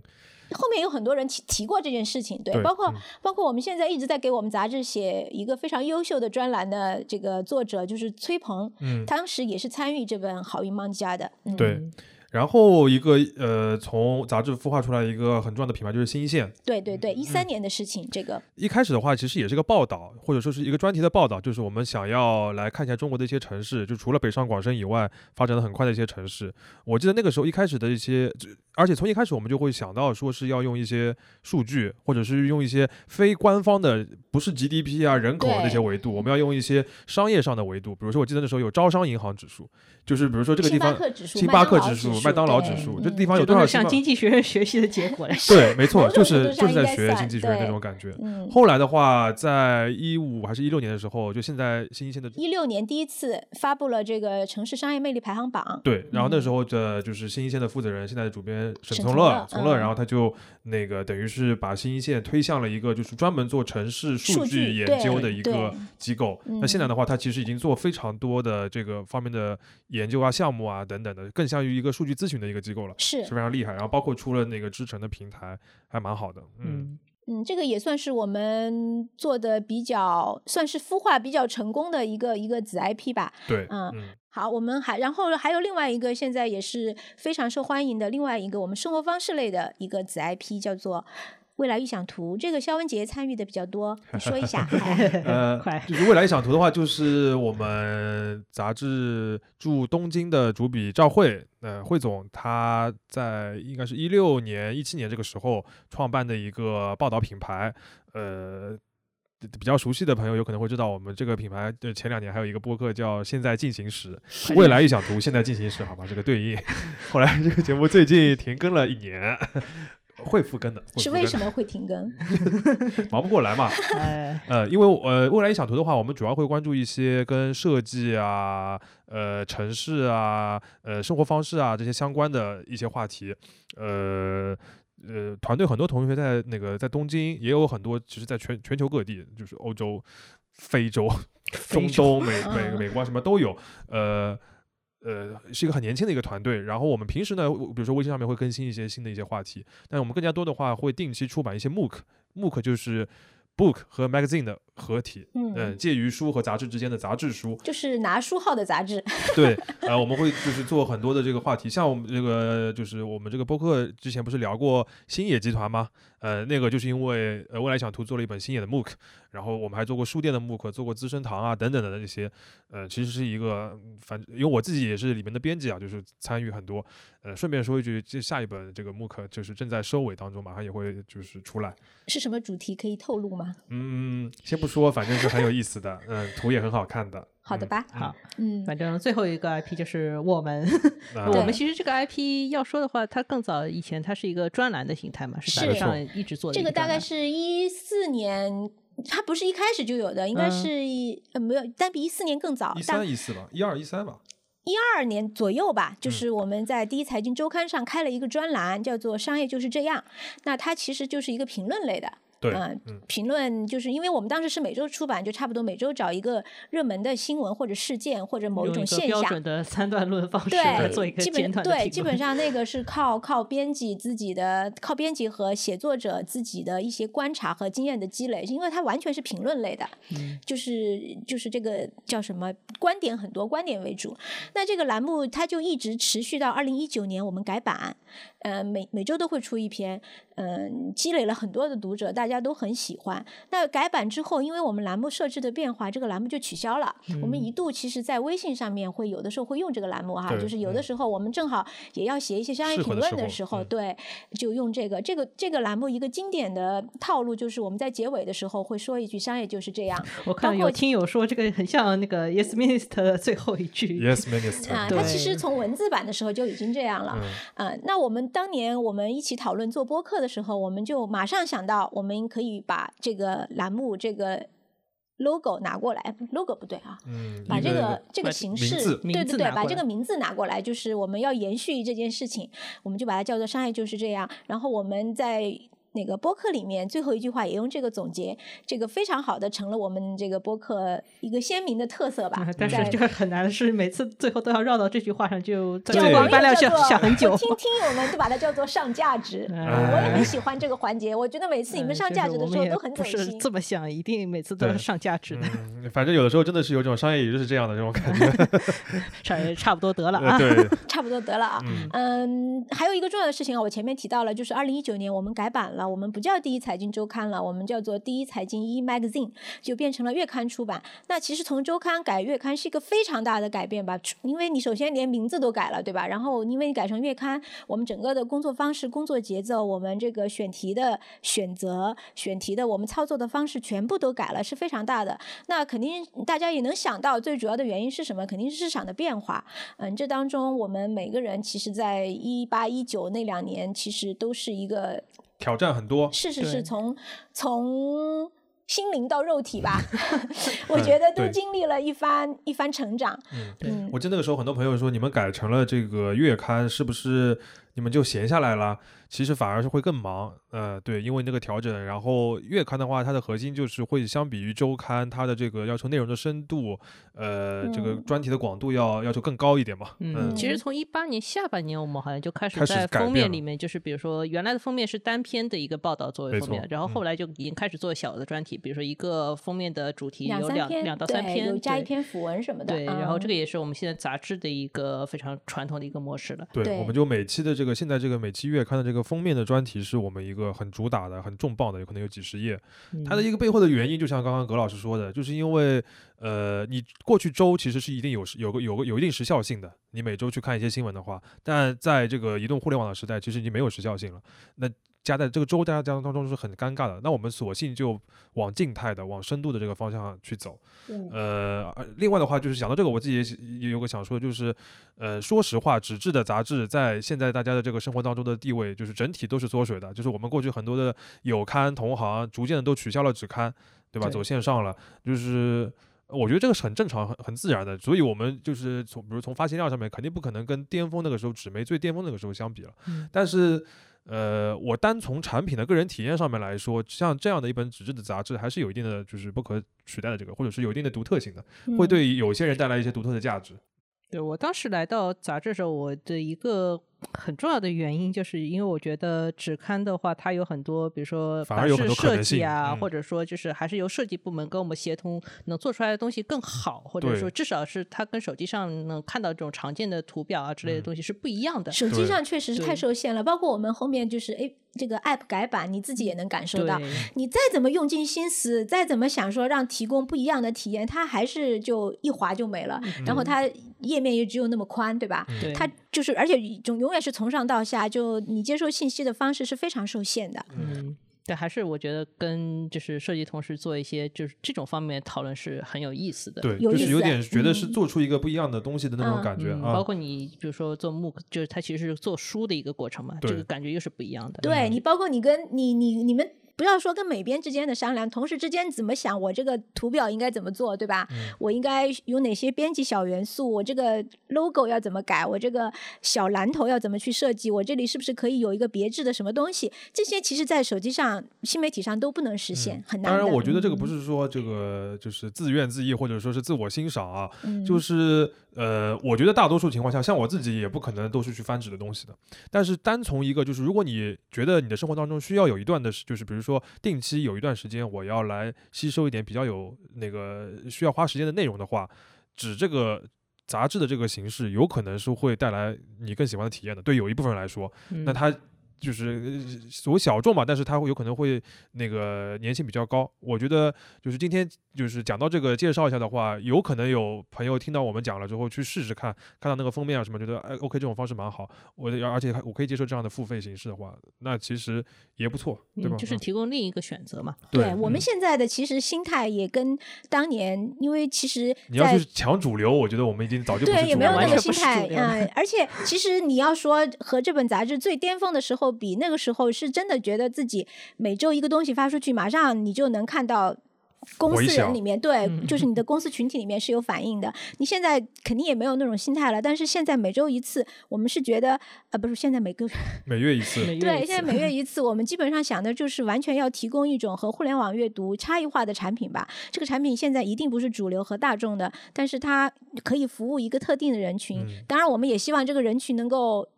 后面有很多人提提过这件事情，对，
对
包括、
嗯
包括我们现在一直在给我们杂志写一个非常优秀的专栏的这个作者就是崔鹏，
嗯
当时也是参与这本《好运邦家》的，嗯，
对
嗯，
然后一个呃，从杂志孵化出来一个很重要的品牌就是新一线。
对对
嗯
对，一三年的事情，这个
一开始的话，其实也是个报道，或者说是一个专题的报道，就是我们想要来看一下中国的一些城市，就除了北上广深以外，发展的很快的一些城市。我记得那个时候一开始的一些，就而且从一开始我们就会想到说是要用一些数据，或者是用一些非官方的，不是 GDP 啊、人口啊那些
对
维度，我们要用一些商业上的维度。比如说，我记得那时候有招商银行指数，就是比如说这个地
星巴
方。
克指数、
星巴克
麦
指
数、
麦当劳
对
指数，
嗯
这地方
这
有
都
多少
是
星
向
巴
经济学 院学习的结果了。
对，没错，
某
就
种程
是
度
就是
上
在
应该
学经
算
济学院那
对
种感觉。
嗯，
后来的话，在一五还是一六年的时候，就现在新一线的
一六年第一次发布了这个城市商业魅力排行榜，
对，然后那
嗯
时候的就是新一线的负责人，现在的主编沈
沈
从
从
乐
乐，
从乐，
嗯
然后他就那个等于是把新一线推向了一个就是专门做城市数
数
据
据
研
对
究的一个
对
机构。那现在的话，他其实已经做非常多的这个方面的研究啊、项目啊等等的，更像于一个数据咨询的一个机构了，
是
是非常厉害。然后包括出了那个知城的平台，还蛮好的。 嗯，
嗯，
嗯，这个也算是我们做的比较，算是孵化比较成功的一个一个子 IP 吧。
对，
嗯
嗯，
好，我们还然后还有另外一个现在也是非常受欢迎的另外一个我们生活方式类的一个子 IP 叫做。未来预想图，这个肖文杰参与的比较多，你说一 下。 哎
呃
嗯快，
就是未来一想图的话，就是我们杂志驻东京的主笔赵慧，呃，汇总他在应该是一六年、一七年这个时候创办的一个报道品牌，呃。比较熟悉的朋友有可能会知道，我们这个品牌呃前两年还有一个播客叫《现在进行时》，未来预想图现在进行时，好吧，这个对应。 后来这个节目最近停更了一年， 会复更的，会
是
复更
为
的
什么会停 更？
忙不过来嘛？
哎，
呃，因为我呃，未来一想图的话，我们主要会关注一些跟设计啊、呃、城市啊、呃、生活方式啊这些相关的一些话题。呃呃，团队很多同学在那个在东京，也有很多其实在全全球各地，就是欧洲、非洲、中东、美美
嗯
美国啊什么都有。呃。呃，是一个很年轻的一个团队。然后我们平时呢，比如说微信上面会更新一些新的一些话题，但我们更加多的话会定期出版一些 MOOC，MOOC 就是 book 和 magazine 的合体，嗯，
嗯，。
介于书和杂志之间的杂志书
就是拿书号的杂志。
对，呃，我们会就是做很多的这个话题，像我们这个就是我们这个播客之前不是聊过星野集团吗？呃，那个就是因为呃未来想图做了一本星野的 MOOC，然后我们还做过书店的 MOOC，做过资生堂啊等等的那些，呃，其实是一个嗯反，因为我自己也是里面的编辑啊，就是参与很多。呃，顺便说一句，这下一本这个 MOOC 就是正在收尾当中，马上也会就是出来。
是什么主题可以透露吗？
嗯，先不说，反正是很有意思的，嗯，图也很好看的。
好的
嗯？
吧，
好，
嗯，
反正最后一个 IP 就是我们。
那
我
对
们其实这个 IP 要说的话，它更早以前它是一个专栏的形态嘛，是杂
是
志上一直做的
这
一
个大
专
概
栏
是一四年，它不是一开始就有的，应该
嗯
是一、呃没有，但比一四年更早
一，
大
三一四吧，一二一三吧。
二年左右吧。
嗯
就是我们在第一财经周刊上开了一个专栏，叫做《商业就是这样》，那它其实就是一个评论类的。
对，
嗯
嗯，
评论就是因为我们当时是每周出版，就差不多每周找一个热门的新闻或者事件或者某
用
种
一个
现
标
象
准，的三段论方式来做一
对，
个
基
简
本
短的
对，
评
基
论
本上那个是靠靠编辑自己的，靠编辑和写作者自己的一些观察和经验的积累，因为它完全是评论类的，
嗯
就是就是这个叫什么观点很多观点为主。那这个栏目它就一直持续到二零一九年我们改版，呃，每每周都会出一篇，嗯、积累了很多的读者，大家都很喜欢。那改版之后，因为我们栏目设置的变化，这个栏目就取消了。
嗯
我
嗯
们一度其实，在微信上面会有的时候会用这个栏目哈，
对
就是有的
嗯
时候我们正好也要写一些商业
适合的
评论
时
的
候
时候，
嗯
对，就用这个这个这个栏目一个经典的套路，就是我们在结尾的时候会说一句“商业就是这样”，
我看
包
有
括嗯
听友说这个很像那个 Yes Minister 的最后一句，
Yes, Minister
啊，
对
它其
对
实从文字版的时候就已经这样了。
嗯，
呃，那我们当年我们一起讨论做播客的时候，我们就马上想到，我们可以把这个栏目这个 logo 拿过来，logo 不对啊。
嗯，
把
一
这个这
把
个形
名
式
字，
名
对
字
对
拿
对，
过
把这
来
个名字拿过来，就是我们要延续这件事情，我们就把它叫做“商业就是这样”。然后我们在那个播客里面最后一句话也用这个总结，这个非常好的成了我们这个播客一个鲜明的特色吧
啊。但是
在
就是很难的是，每次最后都要绕到这句话上，就在
对网
这里
友
一般料想
叫做
想很久
我。 听听友们都把它叫做上价值，
哎
我也很喜欢这个环节。我觉得每次你们上价值的时候都很走
不嗯是
心。
这么想，一定每次都
对
是上价值的，
嗯，反正有的时候真的是有种商业也就是这样的这种感 觉。
差差不多得了
呃
啊。
对，
差不多得了啊。
嗯
嗯，还有一个重要的事情啊，我前面提到了，就是二零一九年我们改版了，我们不叫第一财经周刊了，我们叫做第一财经一 magazine，就变成了月刊出版。那其实从周刊改月刊是一个非常大的改变吧，因为你首先连名字都改了，对吧？然后因为你改成月刊，我们整个的工作方式、工作节奏，我们这个选题的选择、选题的我们操作的方式全部都改了，是非常大的。那肯定大家也能想到，最主要的原因是什么？肯定是市场的变化。嗯，这当中我们每个人其实，在一八一九那两年，其实都是一个
挑战很多。
是是
对
是从从心灵到肉 体吧，我觉得都
对
经历了一番一番成长。
嗯，
对
嗯
我记得那个时候很多朋友说，你们改成了这个月刊，是不是你们就闲下来了？其实反而是会更忙。呃，对，因为那个调整，然后月刊的话，它的核心就是会相比于周刊，它的这个要求内容的深度，呃，这个
嗯
专题的广度要要求更高一点嘛。
嗯，
嗯，
其实从一八年下半年，我们好像就开始
开始
在
改
封
变
面
了
里面，就是比如说原来的封面是单篇的一个报道作为
没
封面
错，
然后
嗯
后来就已经开始做小的专题，比如说一个封面的主题有
三
两
篇，
两到三
对
篇，
有加一
对
篇符文什么的。啊嗯
对，然后这
个
个也是我们现在杂志的一个非常传统的一个模式了。
对，我
对
们就每期的这个现在这个每期月刊的这个封面的专题，是我们一个很主打的、很重磅的，有可能有几十页。它的一个背后的原因，就像刚刚葛老师说的，就是因为呃，你过去周其实是一定有时有个有个有一定时效性的，你每周去看一些新闻的话，但在这个移动互联网的时代，其实已经没有时效性了。那加在这个周加加当中是很尴尬的，那我们索性就往静态的、往深度的这个方向去走。
嗯
呃，而另外的话就是想到这个，我自己也想也有个想说的，就是呃，说实话，纸质的杂志在现在大家的这个生活当中的地位，就是整体都是缩水的。就是我们过去很多的有刊同行，逐渐地都取消了纸刊，对吧？
对
走线上了，就是。呃我觉得这个是很正常、很很自然的，所以我们就是从，比如从发行量上面，肯定不可能跟巅峰那个时候纸媒最巅峰那个时候相比了。
嗯
但是，呃，我单从产品的个人体验上面来说，像这样的一本纸质的杂志，还是有一定的就是不可取代的这个，或者是有一定的独特性的。
嗯
嗯
会对有些人带来一些独特的价值。
对我当时来到杂志的时候，我的一个很重要的原因，就是因为我觉得纸刊的话，它有很多，比如说
反而
版
有很
式
多可
设
能
计
性
啊，
嗯
或者说就是还是由设计部门跟我们协同，能做出来的东西更好，或者
对
说至少是它跟手机上能看到这种常见的图表啊之类的
嗯
东西是不一样的。
手机
对
上确实是太
对
受限了，包括我们后面就是哎这个 app 改版，你自己也能感受
对
到。你再怎么用尽心思，再怎么想说让提供不一样的体验，它还是就一划就没了。然后它页面也只有那么宽，对吧？
对，
它就是，而且总永远是从上到下，就你接受信息的方式是非常受限的。
嗯，但还是我觉得跟就是设计同事做一些就是这种方面的讨论是很有意思的。
对，
嗯有
就
意
是有
思
点觉得是
嗯
做出一个不一样的东西的那种
嗯
感觉
嗯，
啊
包。括你比如说做 MOOC，就是它其实是做书的一个过程嘛，这
对
个感觉又是不一样的。嗯
对
嗯
你，包括你跟你你你们。不要说跟美编之间的商量，同事之间怎么想，我这个图表应该怎么做，对吧？
嗯
我应该有哪些编辑小元素？我这个 logo 要怎么改？我这个小蓝头要怎么去设计？我这里是不是可以有一个别致的什么东西？这些其实，在手机上、新媒体上都不能实现，
嗯
很难
当
的。
然，我觉得这个不
嗯，
是说这个就是自怨自艾，或者说是自我欣赏啊，
嗯
就是呃，我觉得大多数情况下，像我自己也不可能都是去翻纸的东西的。但是单从一个就是，如果你觉得你的生活当中需要有一段的时，就是比如说定期有一段时间，我要来吸收一点比较有那个需要花时间的内容的话，纸这个。杂志的这个形式有可能是会带来你更喜欢的体验的，对有一部分人来说，
嗯、
那它就是呃所谓小众吧，但是它会有可能会那个粘性比较高。我觉得就是今天就是讲到这个介绍一下的话，有可能有朋友听到我们讲了之后去试试看，看到那个封面啊什么，觉得哎 OK 这种方式蛮好，我而且还我可以接受这样的付费形式的话，那其实也不错，对吧？
嗯，就是
嗯
提供另一个选择嘛。
对
对
我们
嗯
现在的其实心态也跟当年，因为其实
你要
在
去抢主流，我觉得我们已经早就不
对，
是
也
主
没有
流
那
完
个
了
全。
心
不是主
态，
流了
嗯，而且其实你要说和这本杂志最巅峰的时候比，那个时候是真的觉得自己每周一个东西发出去，马上你就能看到公
回
司
响
人里面，对，
嗯
就是你的公司群体里面是有反应的。你现在肯定也没有那种心态了，但是现在每周一次，我们是觉得，呃，不是现在每个
每月一次，
每月
对，
一
现在
次
每月一次，我们基本上想的就是完全要提供一种和互联网阅读差异化的产品吧。这个产品现在一定不是主流和大众的，但是它可以服务一个特定的人群。
嗯
当然，我们也希望这个人群能够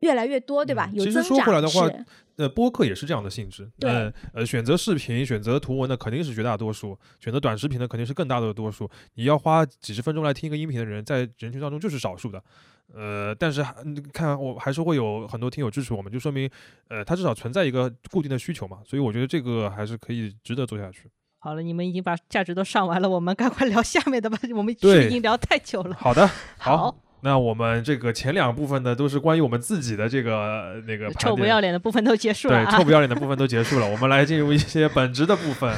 越来越多，对吧？
嗯
有
其
增
实
长。
说回来的话
是
呃，播客也是这样的性质。
对
呃，呃，选择视频、选择图文的肯定是绝大多数，选择短视频的肯定是更大的多数。你要花几十分钟来听一个音频的人，在人群当中就是少数的。呃，但是还嗯看我还是会有很多听友支持我们，就说明，呃，它至少存在一个固定的需求嘛，所以我觉得这个还是可以值得做下去。
好了，你们已经把价值都上完了，我们赶快聊下面的吧。我们是
对
已经聊太久了。
好 的，
好
那我们这个前两部分呢，都是关于我们自己的这个呃那个盘
臭不
点
要脸的部分都结束了
对，
啊！
臭不要脸的部分都结束了，我们来进入一些本职的部分。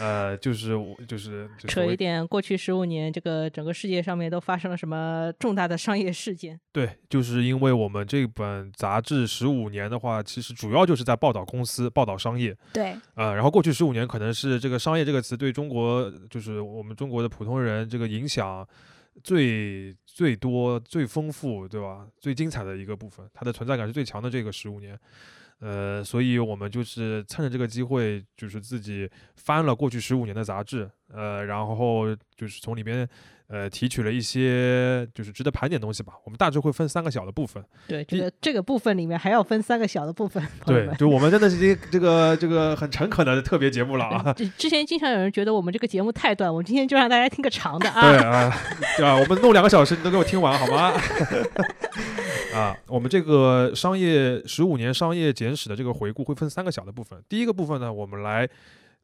呃，就是我就是就是
扯
我
一点，过去十五年，这个整个世界上面都发生了什么重大的商业事件？
对，就是因为我们这本杂志十五年的话，其实主要就是在报道公司、报道商业。
对，
呃，然后过去十五年可能是这个商业这个词对中国，就是我们中国的普通人这个影响最最多、最丰富，对吧？最精彩的一个部分，它的存在感是最强的这个十五年。呃，所以我们就是趁着这个机会，就是自己翻了过去十五年的杂志，呃，然后就是从里边呃提取了一些就是值得盘点的东西吧。我们大致会分三个小的部分。
对，这个这个部分里面还要分三个小的部分。朋友
对
们，
就我们真的是一个这个这个很诚恳的特别节目了 啊。
之之前经常有人觉得我们这个节目太短，我们今天就让大家听个长的
对
啊。
啊， 对啊，我们弄两个小时，你都给我听完好吗？ 啊，我们这个商业十五年商业简史的这个回顾会分三个小的部分。第一个部分呢，我们来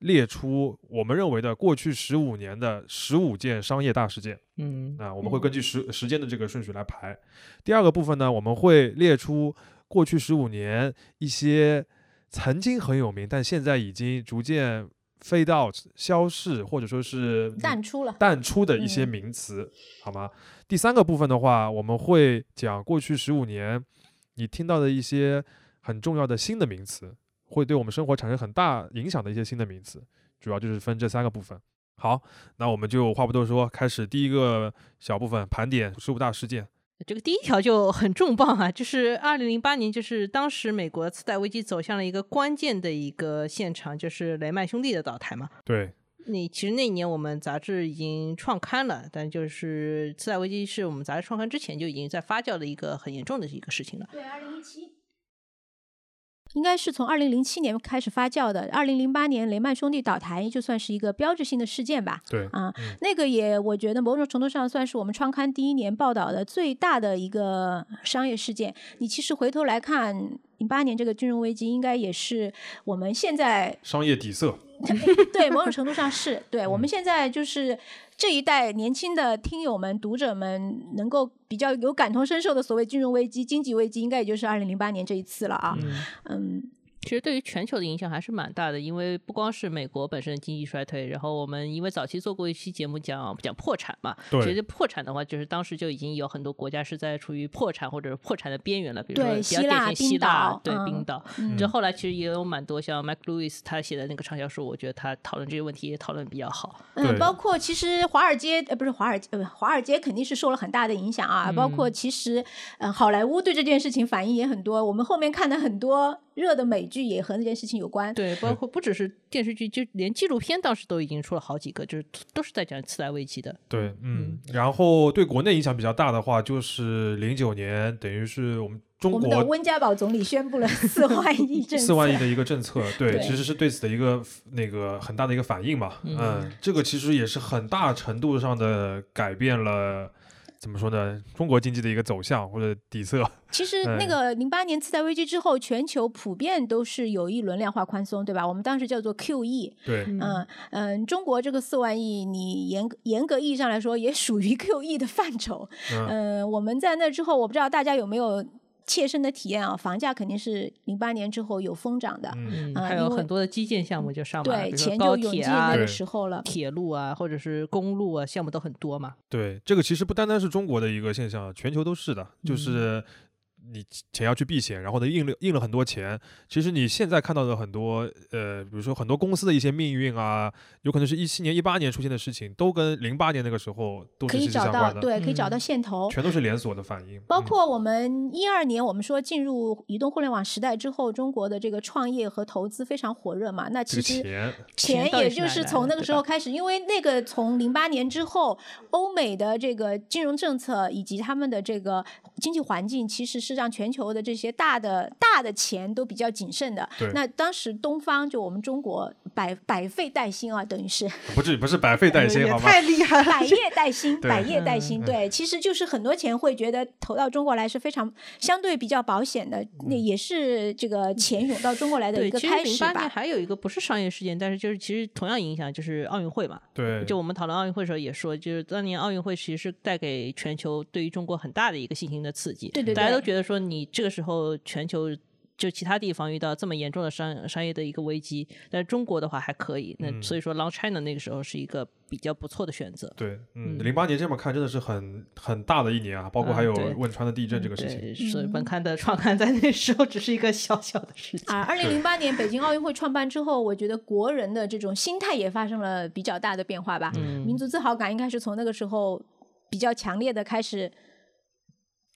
列出我们认为的过去十五年的十五件商业大事件。
嗯，
啊，我们会根据时时间的这个顺序来排。第二个部分呢，我们会列出过去十五年一些曾经很有名，但现在已经逐渐 fade out 消逝，或者说是嗯
淡出了。
淡出的一些
嗯
名词，好吗？第三个部分的话，我们会讲过去十五年你听到的一些很重要的新的名词，会对我们生活产生很大影响的一些新的名词，主要就是分这三个部分。好，那我们就话不多说，开始第一个小部分盘点十五大事件。
这个第一条就很重磅啊，就是二零零八年，就是当时美国次贷危机走向了一个关键的一个现场，就是雷曼兄弟的倒台嘛。
对，
那其实那一年我们杂志已经创刊了，但就是次贷危机是我们杂志创刊之前就已经在发酵的一个很严重的一个事情了。
对，二零一七。应该是从二零零七年开始发酵的，二零零八年雷曼兄弟倒台就算是一个标志性的事件吧。
对，
啊
嗯，
那个也我觉得某种程度上算是我们创刊第一年报道的最大的一个商业事件。你其实回头来看。零八年这个金融危机应该也是我们现在
商业底色，
对某种程度上是对我
嗯
们现在就是这一代年轻的听友们、读者们能够比较有感同身受的所谓金融危机、经济危机，应该也就是二零零八年这一次了啊。
嗯，
嗯，
其实对于全球的影响还是蛮大的，因为不光是美国本身经济衰退，然后我们因为早期做过一期节目讲讲破产嘛，
对
其实破产的话，就是当时就已经有很多国家是在处于破产或者是破产的边缘了，比如说
对
比较
希
典
腊
型希
冰
腊
岛，
对
嗯
冰岛。
嗯
这、后来其实也有蛮多像 Mike Lewis 他写的那个畅销书，我觉得他讨论这些问题也讨论得比较好。
对
嗯，包括其实华尔街呃不是华尔街呃华尔街肯定是受了很大的影响啊，包
嗯
括其实呃好莱坞对这件事情反应也很多，我们后面看的很多热的美剧也和这件事情有关。
对，包括不只是电视剧，就连纪录片当时都已经出了好几个，就是都是在讲次贷危机的。
对，嗯，然后对国内影响比较大的话，就是零九年，等于是我们中
我
国
们的温家宝总理宣 布了四万亿政策，
四万亿的一个政 策，对，
对
其实是对此的一个那个很大的一个反应嘛，嗯
嗯
这个其实也是很大程度上的改变了。怎么说呢？中国经济的一个走向或者底色，
其实
哎
那个零八年次贷危机之后，全球普遍都是有一轮量化宽松，对吧？我们当时叫做 QE，
对
嗯嗯，中国这个四万亿，你严格严格意义上来说，也 属于 QE 的范畴。
嗯
嗯、我们在那之后，我不知道大家有没有切身的体验啊？房价肯定是零八年之后有疯涨的，
嗯，
嗯，
啊
还
因
有
为
很多的基建项目就上马了，
对，
比如说
钱
高
就涌
铁
进
啊
那
对
个时候了。
铁路啊，或者是公路啊，项目都很多嘛。
嗯
对，这个其实不单单是中国的一个现象，全球都是的，就是你钱要去避险，然后呢印了印了很多钱。其实你现在看到的很多呃，比如说很多公司的一些命运啊，有可能是一七年、一八年出现的事情，都跟零八年那个时候都
可
是息
以
息
找
相
到
关的，
对，可以找到
嗯
线头。
全都是连锁的反应。
包
嗯
括我们一二年，我们说进入移动互联网时代之后，中国的这个创业和投资非常火热嘛。那
这个
其实
钱，
钱
钱到
也
底是
就
哪
是
来
从
的
那个
对
时候
吧
开始，因为那个从零八年之后，欧美的这个金融政策以及他们的这个经济环境，其实是让全球的这些大的大的钱都比较谨慎的
对。
那当时东方就我们中国百百废待兴啊，等于是
不至于不是百废待兴，
也
哎好吧？
太厉害了，
百业待兴，
对
百业待兴。
嗯
对，其实就是很多钱会觉得投到中国来是非常相对比较保险的，那也是这个钱涌到中国来 的
嗯对，
一个
其实
开
零
始
八
吧
年。还有一个不是商业事件，但是就是其实同样影响就是奥运会嘛。
对，
就我们讨论奥运会的时候也说，就是当年奥运会其实是带给全球对于中国很大的一个信心的刺激。
对对
大家
对
都觉得说你这个时候全球。就其他地方遇到这么严重的商商业的一个危机，但是中国的话还可以。那
嗯
所以说，Long China 那个时候是一个比较不错的选择。
对，嗯，
嗯
零八年这么看真的是很很大的一年啊，包括
嗯
还有
对
汶川的地震这个事情。
对，所以
嗯
本刊的创刊在那时候只是一个小小的事情。
啊，二零零八年北京奥运会创办之后，我觉得国人的这种心态也发生了比较大的变化吧。
嗯
民族自豪感应该是从那个时候比较强烈的开始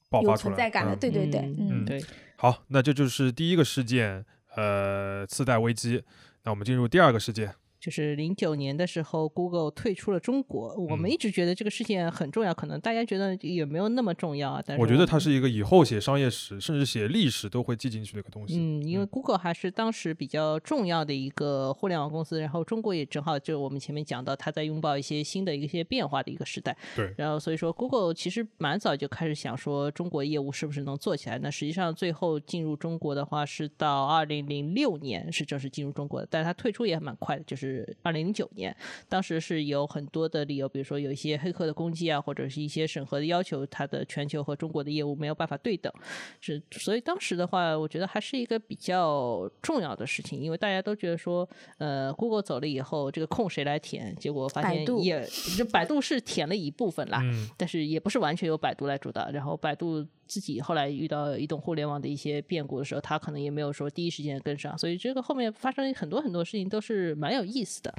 爆
有
发出
存
来，
在感了。
嗯
对对对，
嗯，
嗯，
对，
好，那这就是第一个事件，呃，次贷危机。那我们进入第二个事件，
就是零九年的时候，Google 退出了中国。我们
嗯
一直觉得这个事件很重要，可能大家觉得也没有那么重要啊。但是
我觉得
们
它是一个以后写商业史，甚至写历史都会记进去的一个东西。
嗯，因为
嗯
Google 还是当时比较重要的一个互联网公司，然后中国也正好就我们前面讲到，它在拥抱一些新的一些变化的一个时代。
对
然后所以说 Google 其实蛮早就开始想说中国业务是不是能做起来。那实际上最后进入中国的话是到二零零六年是正式进入中国的，但是它退出也蛮快的，就是二零零九年。当时是有很多的理由，比如说有一些黑客的攻击啊，或者是一些审核的要求，它的全球和中国的业务没有办法对等。是，所以当时的话，我觉得还是一个比较重要的事情，因为大家都觉得说，呃，Google 走了以后，这个空谁来填？结果发
百
现
度
也，就百度是填了一部分啦，
嗯
但是也不是完全由百度来主导。然后百度自己后来遇到移动互联网的一些变故的时候，它可能也没有说第一时间跟上，所以这个后面发生很多很多事情都是蛮有意思的。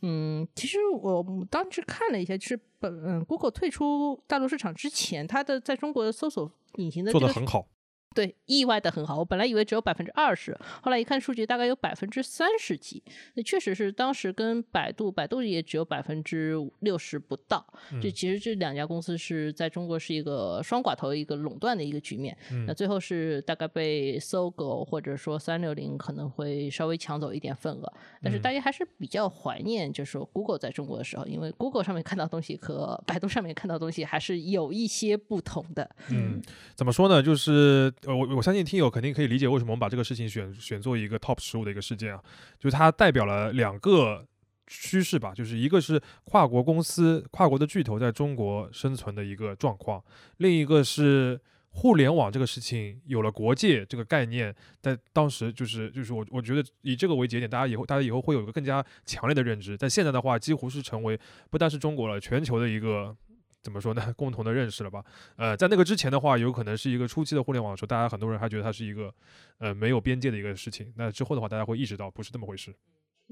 嗯，其实我当时看了一下，就是本嗯，Google 退出大陆市场之前，它的在中国的搜索引擎的
做
这
得
个
很好，
对，意外的很好。我本来以为只有百分之二十，后来一看数据，大概有百分之三十几。那确实是当时跟百度，百度也只有百分之六十不到。就其实这两家公司是在中国是一个双寡头、一个垄断的一个局面。那最后是大概被搜狗或者说三六零可能会稍微抢走一点份额，但是大家还是比较怀念，就是说 Google 在中国的时候，因为 Google 上面看到东西和百度上面看到东西还是有一些不同的。
嗯，怎么说呢？就是呃，我我相信听友肯定可以理解为什么我们把这个事情选选做一个 top 十五的一个事件啊，就是它代表了两个趋势吧，就是一个是跨国公司、跨国的巨头在中国生存的一个状况，另一个是。互联网这个事情有了国界这个概念，在当时就是就是我我觉得以这个为节点，大家以后大家以后会有一个更加强烈的认知。但现在的话，几乎是成为不单是中国了，全球的一个怎么说呢，共同的认识了吧？呃，在那个之前的话，有可能是一个初期的互联网的时候，大家很多人还觉得它是一个呃没有边界的一个事情。那之后的话，大家会意识到不是这么回事。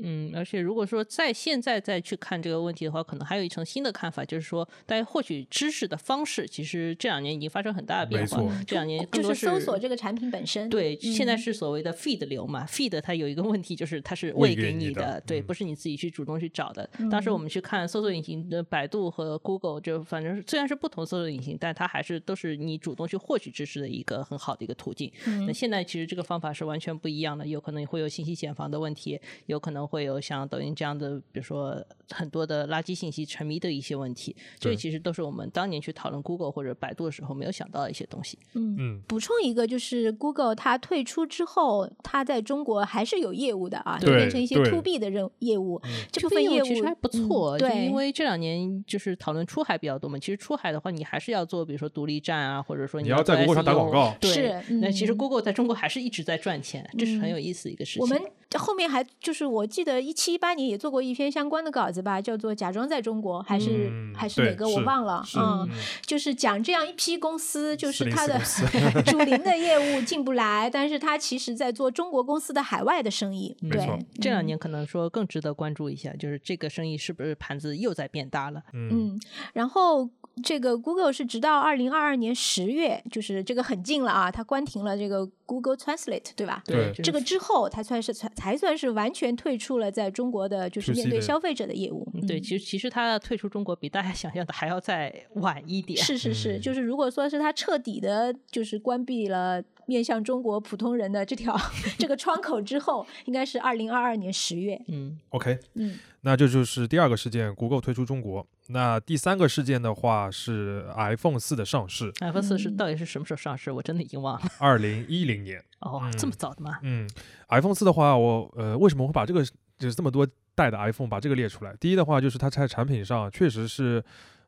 嗯，而且如果说在现在再去看这个问题的话，可能还有一层新的看法，就是说大家获取知识的方式，其实这两年已经发生很大的变
没
化
错。
哦这两年更
就
多
是搜索
是
这个产品本身。
对，现在
嗯
是所谓的 feed 流嘛、f e e d 它有一个问题就是它是
喂
喂
给
给
你
你
的
对，
嗯
不是你自己去主动去找的。当时
嗯
我们去看搜索引擎的百度和 Google，就反正是虽然是不同搜索引擎，但它还是都是你主动去获取知识的一个很好的一个途径。
嗯
那现在其实这个方法是完全不一样的，有可能会有信息茧房的问题，有可能会有像抖音这样的，比如说很多的垃圾信息沉迷的一些问题，这
对
其实都是我们当年去讨论 Google 或者百度的时候没有想到的一些东西。
嗯，
补充一个，就是 Google 它退出之后，它在中国还是有业务的啊，就
对
变成一些
对
to B 的任业务
嗯。
这部
份
分
业
业务
其实还不错，
嗯
就
对，
因为这两年就是讨论出海比较多嘛。其实出海的话，你还是要做，比如说独立站啊，或者说
你
要
要在
做
Google 上打广
SEO
告
对，
是
那其实
嗯
Google 在中国还是一直在赚钱，这是很有意思的一个事情。
我们这后面还就是我记得一七一八年也做过一篇相关的稿子吧，叫做《假装在中国》，还是、
嗯
还是
对
哪个我
是
忘了，
是
嗯，
嗯
就是讲这样一批公司，就是
404
它的
公司
主营的业务进不来，但是它其实在做中国公司的海外的生意。
没
对
错，
这两
嗯
年可能说更值得关注一下，就是这个生意是不是盘子又在变大了？
嗯
嗯，然后这个 Google 是直到二零二二年十月，就是这个很近了啊，它关停了这个 Google Translate，对吧？
对
就是嗯
这个之后，它算是才才算是完全退出了在中国的，就是
2C
面对
的
消费者的业务。
嗯对，
嗯
其实其实它退出中国比大家想象的还要再晚一点。
是是是，
嗯
就是如果说是它彻底的，就是关闭了面向中国普通人的 这条这个窗口之后，应该是二零二二年十月。
嗯，
，OK，
嗯，
那这就是第二个事件，Google 退出中国。那第三个事件的话是 iPhone 四的上市，
iPhone 四是
嗯
到底是什么时候上市？我真的已经忘了。
二零一零年。
哦，这么早的吗？
嗯，iPhone 四的话，我呃为什么会把这个就是这么多代的 iPhone 把这个列出来？第一的话就是它在产品上确实是，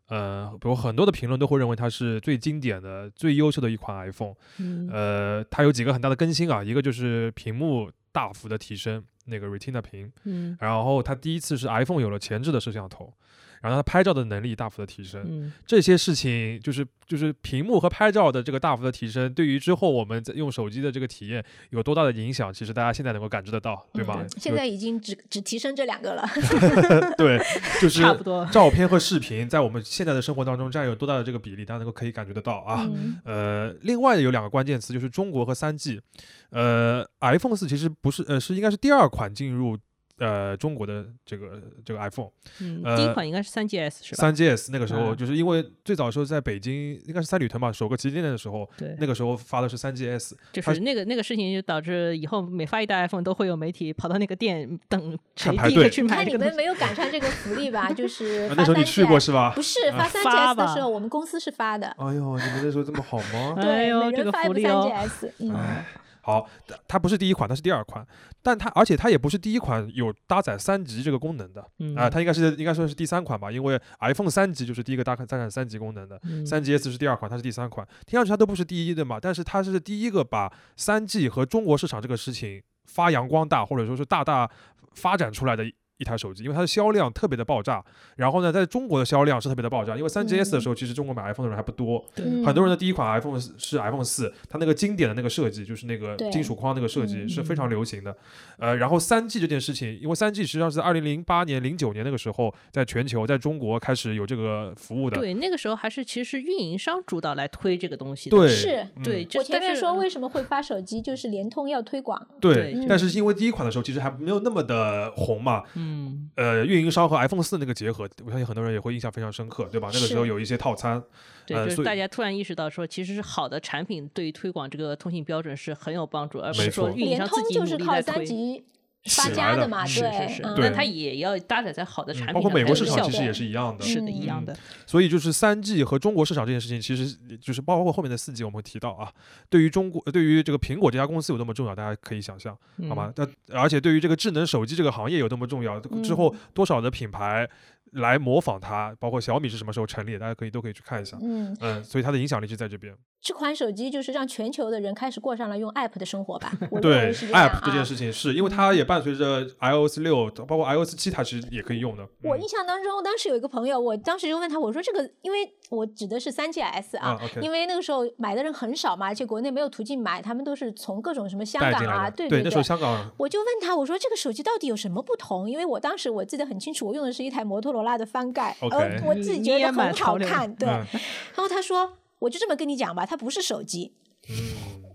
呃，有很多的评论都会认为它是最经典的、最优秀的一款 iPhone。
嗯，
呃，它有几个很大的更新啊，一个就是屏幕大幅的提升，那个 Retina 屏，
嗯
然后它第一次是 iPhone 有了前置的摄像头，然后它拍照的能力大幅的提升。
嗯
这些事情就是就是屏幕和拍照的这个大幅的提升，对于之后我们在用手机的这个体验有多大的影响，其实大家现在能够感知得到，
嗯
对吧？就
现在已经只只提升这两个了。
对，就是
差不多
照片和视频在我们现在的生活当中占有多大的这个比例，大家能够可以感觉得到啊。
嗯
呃，另外有两个关键词就是中国和三 G，呃，iPhone 四其实不是，呃，是应该是第二款进入呃中国的这个这个 iPhone，
嗯，
呃
第一款应该是三 GS 是吧？
三 GS 那个时候，
嗯
就是因为最早的时候在北京，应该是在旅团吧，首个旗舰店的时候，
对
那个时候发的是三 GS，
就
它
是那个那个事情，就导致以后每发一代 iPhone 都会有媒体跑到那个店等谁
看排
第一个
队
去买
看
这
你
个东
们
西。
没有赶上这个福利吧？就是
啊
发
那时候你
3GS
去过是吧啊
不？是发三
发
GS
吧
的时候，我们公司是发的。
哎呦，你们那时候这么好吗？
哎
对，
呦，
每
这
人
个
发一
福
部
利
三
哦！
GS。嗯，
哎， 好，它它不是第一款，它是第二款，但它而且它也不是第一款有搭载三级这个功能的啊、
嗯
它应该是应该说是第三款吧，因为 iPhone 三级就是第一个搭搭载三级功能的。
嗯
三 GS 是第二款，它是第三款，听上去它都不是第一的嘛，但是它是第一个把三 G 和中国市场这个事情发扬光大，或者说是大大发展出来的一一台手机，因为它的销量特别的爆炸，然后呢，在中国的销量是特别的爆炸，因为三 GS 的时
嗯
候，其实中国买 iPhone 的人还不多，
对
很多人的第一款 iPhone 是是 iPhone 四，它那个经典的那个设计，就是那个
对
金属框那个设计
嗯
是非常流行的。呃，然后三 G 这件事情，因为三 G 实际上是在二零零八年、零九年那个时候，在全球在中国开始有这个服务的。
对，那个时候还是其实是运营商主导来推这个东西的。
对，
是
嗯
对，就
我前
但
面
是
说为什么会发手机，就是联通要推广。
对
对嗯就
但是因为第一款的时候其实还没有那么的红嘛，
嗯
呃，运营商和 iPhone 四那个结合，我相信很多人也会印象非常深刻，对吧？那个时候
是
有一些套餐，
对，
呃
就
所
是
以
大家突然意识到说，其实是好的产品对于推广这个通信标准是很有帮助，而不
没
是说
错
运营
联
商
通
自己
就
努
是
力
靠
来
三
推。
级
起
发
来
家
的
的嘛，
是是
对，
是，
嗯
对
那它也要搭载在好的产
嗯
品，
包括美国市
有
场
效
其实
果
也是一样的。
是的一样
嗯
的。
所以就是三 G 和中国市场这件事情，其实就是包括后面的四 G，我们会提到啊。对于中国，呃对于这个苹果这家公司有多么重要，大家可以想象，
嗯
好
嗯
吗？那、而且对于这个智能手机这个行业有多么重要，之
嗯
后多少的品牌来模仿它，包括小米是什么时候成立的，大家可以都可以去看一下。
嗯，
嗯，所以它的影响力是在这边。
这款手机就是让全球的人开始过上了用 App 的生活 吧。我认
对
为是这样啊。嗯
App 这件事情是，因为它也伴随着 iOS 六，包括 iOS 七，它其实也可以用的。
我
嗯
印象当中，当时有一个朋友，我当时就问他，我说这个，因为我指的是三 GS 啊，
啊，OK
因为那个时候买的人很少嘛，而且国内没有途径买，他们都是从各种什么香
带
港
进来
啊，
的，
对
那时候香港
我就问他，我说这个手机到底有什么不同？因为我当时我记得很清楚，我用的是一台摩托罗拉的翻盖
OK
呃，我自己
你
觉
也
得
蛮
很
潮
好
流的
看，对。
嗯
然后他说，我就这么跟你讲吧，它不是手机，
嗯，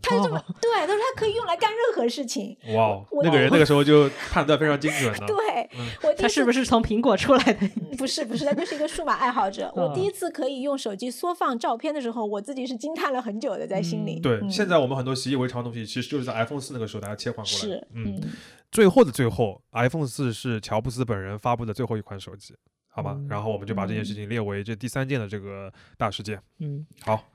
他就
哦
这么、对，他说它可以用来干任何事情。
哇哦，
我
那个人那个时候就判断非常精 准的。
对，我第
它
一
是
次
不是从苹果出来的？
不是不是，他就是一个数码爱好者。
嗯
我第一次可以用手机缩放照片的时候，我自己是惊叹了很久的，在心里。
对，
嗯
现在我们很多习以为常的东西，其实就是在 iPhone 四那个时候大家切换过来的。
是，
嗯，最后的最后，iPhone 四是乔布斯本人发布的最后一款手机，好吧？然后我们就把这件事情列为这第三件的这个大事件。
嗯，
好，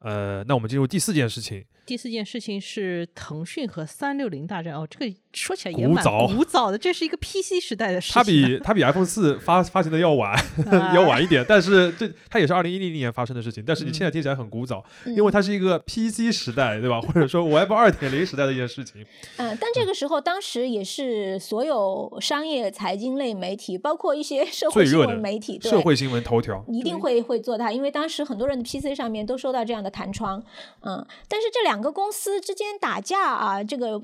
呃，那我们进入第四件事情。
第四件事情是腾讯和三六零大战哦，这个说起来也蛮
古早
古早的，这是一个 PC 时代的事情
它
啊。
比它比 iPhone 四发发行的要晚，
啊
要晚一点，但是这它也是二零一零年发生的事情，但是你
嗯
现在听起来很古早，
嗯
因为它是一个 PC 时代，对吧？或者说 Web 二点零时代的一件事情。
嗯，但这个时候，当时也是所有商业财经类媒体，包括一些社
最
会新
热
闻
的
媒体，对
社会新闻头条，
一定会会做它，因为当时很多人的 PC 上面都收到这样的弹窗，嗯，但是这两个公司之间打架啊，这个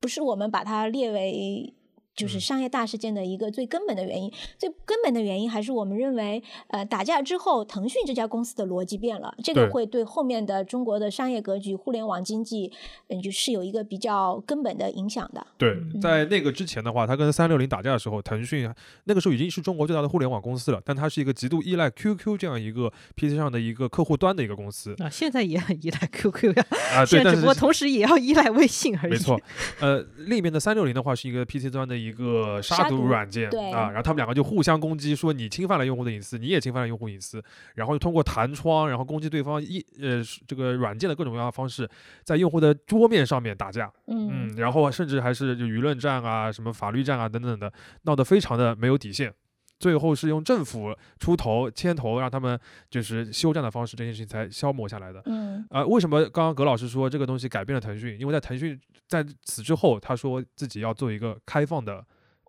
不是我们把它列为。就是
嗯
商业大事件的一个最根本的原因，最根本的原因还是我们认为，呃，打架之后，腾讯这家公司的逻辑变了，这个
对
会对后面的中国的商业格局、互联网经济，嗯，就是有一个比较根本的影响的。
对，在那个之前的话，它跟三六零打架的时候，腾讯啊那个时候已经是中国最大的互联网公司了，但它是一个极度依赖 QQ 这样一个 PC 上的一个客户端的一个公司
啊，现在也很依赖 QQ 呀、
啊。对，
现在
但是
只不过同时也要依赖微信而已。
没错，呃，另一边的三六零的话是一个 PC 端的一个
嗯杀
杀
毒
毒软件
对
啊，然后他们两个就互相攻击，说你侵犯了用户的隐私，你也侵犯了用户隐私，然后通过弹窗，然后攻击对方一呃这个软件的各种各样的方式，在用户的桌面上面打架，
嗯
嗯，然后甚至还是就舆论战啊、什么法律战啊等等的，闹得非常的没有底线。最后是用政府出头牵头，让他们就是休战的方式，这件事情才消磨下来的。
嗯
呃，为什么刚刚葛老师说这个东西改变了腾讯？因为在腾讯在此之后，他说自己要做一个开放的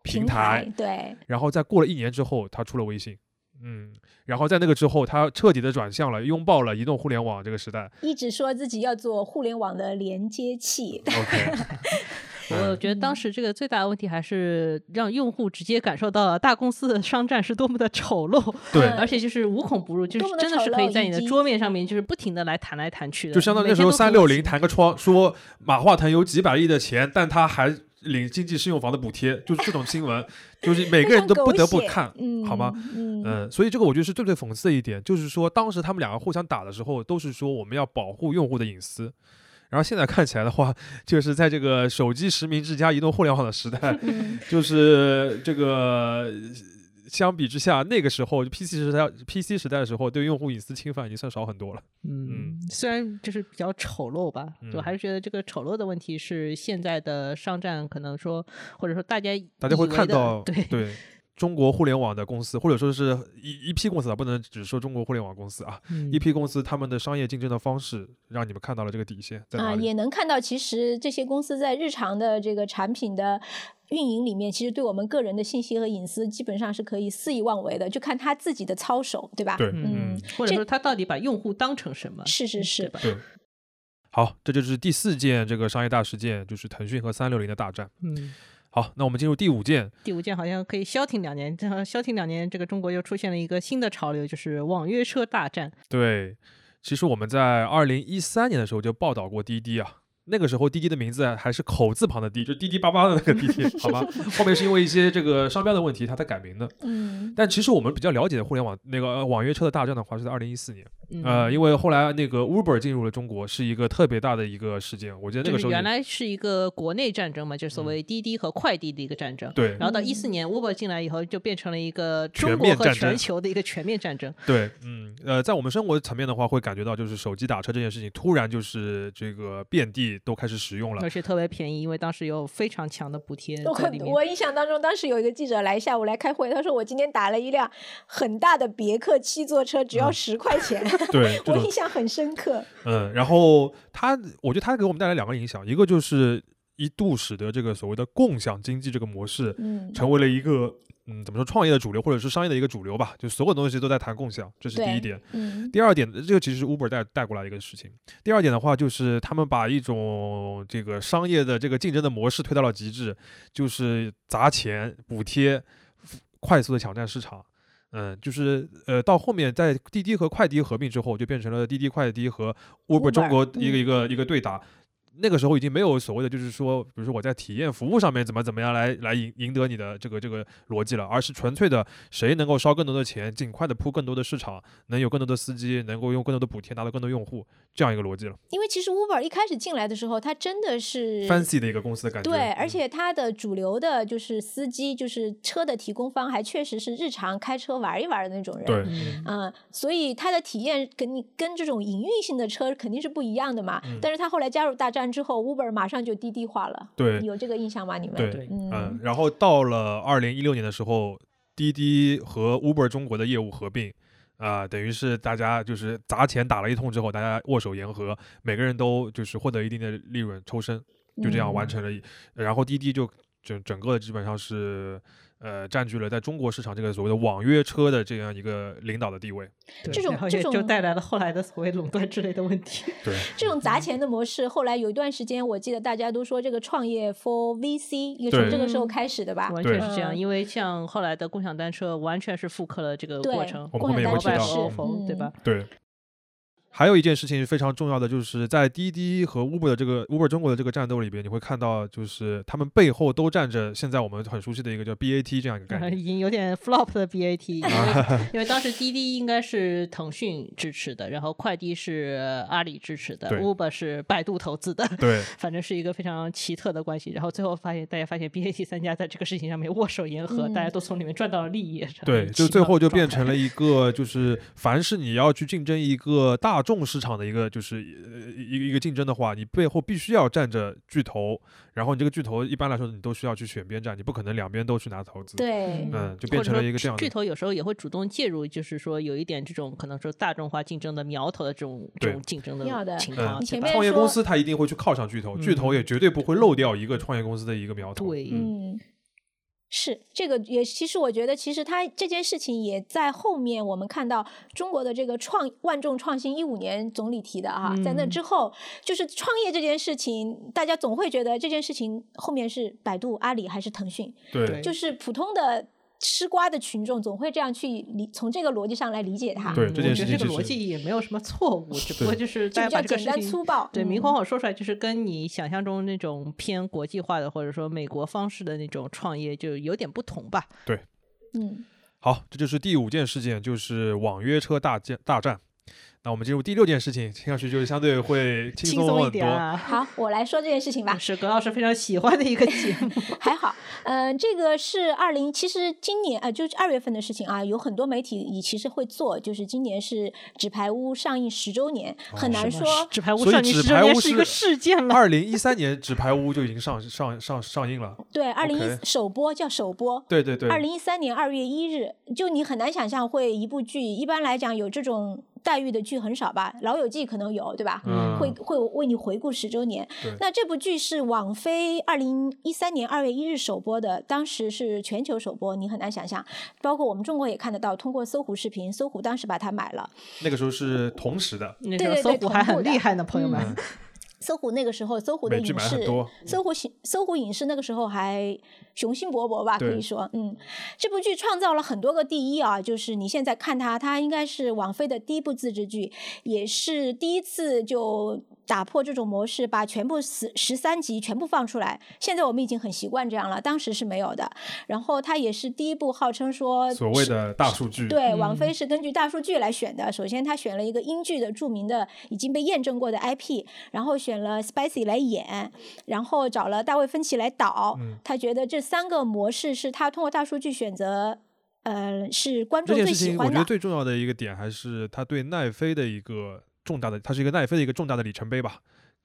平台，
台对，
然后在过了一年之后，他出了微信。嗯，然后在那个之后，他彻底的转向了，拥抱了移动互联网这个时 代。
一直说自己要做互联网的连接 器，
OK，
我觉得当时这个最大的问题还是让用户直接感受到了大公司的商战是多么的丑 陋，
对，
而且就是无孔不入，就
多么
是
的
真的是
丑
可以
陋
在
以
你的
及
桌面上面就是不停的来弹来弹去的，
就相当于
每
那时
天
候
都可
三
以
六零弹个窗，说马化腾有几百亿的钱，但他还领经济适用房的补贴，就是这种新闻，就是每个人都不得不看，
嗯，
好吗？？
嗯
嗯，所以这个我觉得是最最讽刺的一点，就是说当时他们两个互相打的时候，都是说我们要保护用户的隐私。然后现在看起来的话，就是在这个手机实名制加移动互联网的时 代，
嗯
就是这个相比之下，那个时候 PC 时代 PC 时代的时候，对用户隐私侵犯已经算少很多了。
嗯，虽然就是比较丑陋吧，我
嗯
还是觉得这个丑陋的问题是现在的商战可能说，或者说大家
大家会
以为
看
的
到
对
中国互联网的公司，或者说是一一批公司啊，不能只说中国互联网公司啊，一
嗯
批公司他们的商业竞争的方式，让你们看到了这个底线在
啊，
哪里。
也能看到，其实这些公司在日常的这个产品的运营里面，其实对我们个人的信息和隐私基本上是可以肆意妄为的，就看他自己的操守，对吧？
对，
嗯，
或者
这
说他到底把用户当成什么？嗯
是是
对
是
吧？
对。好，这就是第四件这个商业大事件，就是腾讯和三六零的大战。
嗯，
好，那我们进入第五件，
第五件好像可以消停两年，这样消停两年，这个中国又出现了一个新的潮流，就是网约车大战。
对，其实我们在二零一三年的时候就报道过滴滴啊。那个时候滴滴的名字还是口字旁的滴，就滴滴叭叭的那个滴滴， 好吧？后面是因为一些这个商标的问题，它才改名的。
嗯
但其实我们比较了解的互联网那个呃网约车的大战的话，是在二零一四年，
嗯、
呃，因为后来那个 Uber 进入了中国，是一个特别大的一个事件。我觉得那
就
个
是
时候也
原来是一个国内战争嘛，就是
嗯
所谓滴滴和快滴的一个战争。
对
然后到
嗯
一四年 Uber 进来以后，就变成了一个
全
中国
面
和
战
全
争
球的一个全面战争。
对，嗯，呃，在我们生活层面的话，会感觉到就是手机打车这件事情突然就是这个遍地都开始使用了
而。且特别便宜，因为当时有非常强的补贴嗯在里
我
面。
我印象当中，当时有一个记者来下午来开会，他说我今天打了一辆很大的别克七座车，只要
嗯
十块钱，
对， 这
我
种
印象很深刻。
嗯，然后它，我觉得它给我们带来两个影响，一个就是一度使得这个所谓的共享经济这个模式
嗯，
成为了一个嗯怎么说创业的主流，或者是商业的一个主流吧，就所有东西都在谈共享，这是第
对
一点。
嗯
第二点，这个其实是 Uber 带带过来一个事情。第二点的话，就是他们把一种这个商业的这个竞争的模式推到了极致，就是砸钱补贴，快速的抢占市场。嗯，就是呃，到后面在滴滴和快滴合并之后，就变成了滴滴、快滴和 Uber
Uber，
中国一个
嗯
一个一个对打。那个时候已经没有所谓的，就是说，比如说我在体验服务上面怎么怎么样来来赢赢得你的这个这个逻辑了，而是纯粹的谁能够烧更多的钱，尽快的铺更多的市场，能有更多的司机，能够用更多的补贴拿到更多用户，这样一个逻辑了。
因为其实 Uber 一开始进来的时候，它真的是
Fancy 的一个公司的感觉。
嗯对，而
嗯
且它的主流的就是司机，就是车的提供方，还确实是日常开车玩一玩的那种人。
对
嗯
嗯，所
嗯
以它的体验跟你跟这种营运性的车肯定是不一样的嘛。但是它后来加入大战班之后，Uber 马上就滴滴化了，
对
有这个印象吗？你们？
对，
对
嗯，
嗯，然后到了二零一六年的时候，滴滴和 Uber 中国的业务合并，啊、等于是大家就是砸钱打了一通之后，大家握手言和，每个人都就是获得一定的利润抽身，就这样完成了一。然后滴滴就整整个基本上是呃占据了在中国市场这个所谓的网约车的这样一个领导的地位。
对
这种
然后
这
也就
种
带来了后来的所谓垄断之类的问 题。
对，
这种砸钱的模式，后来有一段时间，我记得大家都说这个创业 for VC 也
对
从这个时候开始的吧？
完全
对
是这样，
嗯
因为像后来的共享单车，完全是复刻了这个
对
过程，
我们后面也会
摩
提
拜
到
是
嗯
ofo，对吧？
对。还有一件事情是非常重要的，就是在滴滴和 Uber 的这个 Uber 中国的这个战斗里边，你会看到，就是他们背后都站着现在我们很熟悉的一个叫 BAT 这样一个概
啊
念。
已经有点 flop 的 BAT，因 为因为当时滴滴应该是腾讯支持的，然后快滴是阿里支持的
对
，Uber 是百度投资的，
对，
反正是一个非常奇特的关系。然后最后发现，大家发现 BAT 三家在这个事情上面握手言和，
嗯
大家都从里面赚到了利益。
对，
很奇
就最
妙的
后就变
状态
成了一个，就是凡是你要去竞争一个大众市场的一个，就是呃一个一个竞争的话，你背后必须要站着巨头，然后你这个巨头一般来说你都需要去选边站，你不可能两边都去拿投资。，
对，
嗯，就
或
变
者
成了
说
一个这
巨
样的
巨头有时候也会主动介入，就是说有一点这种可能说大众化竞争的苗头的这种这
对
种竞争
要
的
的
情
嗯
况。
你
对
前
吧
面
创业
说
公司它一定会去靠上巨头，巨头也绝对不会漏掉一个创业公司的一个苗头。
嗯对，
嗯，是这个也，其实我觉得，其实它这件事情也在后面我们看到中国的这个创万众创新一五年总理提的啊，在那
嗯
之后，就是创业这件事情，大家总会觉得这件事情后面是百度、阿里还是腾讯，
对
对
就是普通的。吃瓜的群众总会这样去理，从这个逻辑上来理解它，
对
嗯
这件
我
事
觉得
情
这个
其实
逻辑也没有什么错 误，只不过
对
就是
就
大
比
家把
较
这个
简
事
单
情
粗暴。
对，
嗯
明晃晃说出来就是跟你想象中那种偏国际化的，或者说美国方式的那种创业就有点不同吧。
嗯，
好，这就是第五件事件，就是网约车大战大战。那我们进入第六件事情，听上去就是相对会轻
轻
松
松一
很多。
点啊，
好，我来说这件事
嗯
情吧。
嗯是葛老师非常喜欢的一个节目。
还好，嗯、这个是二零，其实今年啊、呃就是二月份的事情啊，有很多媒体以其实会做，就是今年是《纸牌屋》上映哦十周年，很难 说。
纸牌屋
所以
少女
纸
十周
牌
年
屋
是一
是
个事件了，
二零一三年《纸牌屋》就已经上上上上映了。
对，二零一
OK
首播叫首播。
对对对，
二零一三年二月一日，就你很难想象会一部剧，一般来讲有这种待遇的剧很少吧，《老友记》可能有，对吧？
嗯
会会为你回顾十周年
对。
那这部剧是网飞二零一三年二月一日首播的，当时是全球首播，你很难想象，包括我们中国也看得到，通过搜狐视频，搜狐当时把它买了。
那个时候是同时的，
那
对
时候
对
搜
对
狐
同
还
步
很
的
厉害呢，朋友们。
嗯
搜狐那个时候，搜狐的
美剧
影
买很
视
多，
搜狐影搜狐影视那个时候还雄心勃勃吧，可
对
以说，嗯，这部剧创造了很多个第一啊，就是你现在看它，它应该是网飞的第一部自制剧，也是第一次就打破这种模式，把全部十十三集全部放出来。现在我们已经很习惯这样了，当时是没有的。然后它也是第一部号称
呃
说
所谓的大数据。嗯
对，王菲是根据大数据来选的。首先，她选了一个英剧的著名的、已经被验证过的 IP，然后选了 Spicy 来演，然后找了大卫芬奇来导
嗯。
她觉得这三个模式是她通过大数据选择，呃，是观
这
众
件
最
事
喜
情，我
欢
觉得
的。
最重要的一个点还是他对奈飞的一个重大的，它是一个奈飞的一个重大的里程碑吧。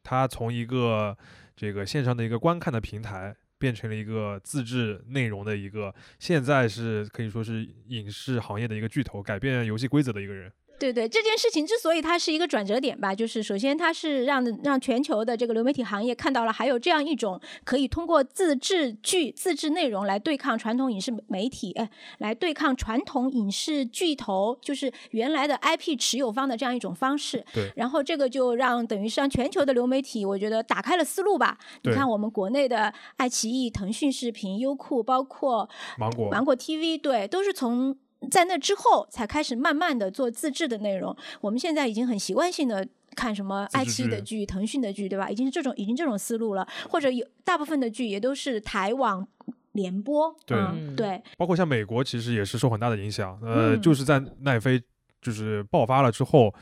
它从一个这个线上的一个观看的平台，变成了一个自制内容的一个，现在是可以说是影视行业的一个巨头，改变游戏规则的一个人。
对对，这件事情之所以它是一个转折点吧，就是首先它是让让全球的这个流媒体行业看到了还有这样一种可以通过自制剧、自制内容来对抗传统影视媒体，哎，来对抗传统影视巨头，就是原来的 IP 持有方的这样一种方式。
对
然后这个就让等于是让全球的流媒体，我觉得打开了思路吧。你
对
看我们国内的爱奇艺、腾讯视频、优酷，包括
芒果，
芒果 TV 对，都是从在那之后才开始慢慢的做自制的内容。我们现在已经很习惯性的看什么
自制
爱奇艺的剧、腾讯的剧，对吧？已经是这种已经这种思路了，或者有大部分的剧也都是台网联播，
对
嗯、对，
包括像美国，其实也是受很大的影响。呃，
嗯
就是在奈飞就是爆发了之后，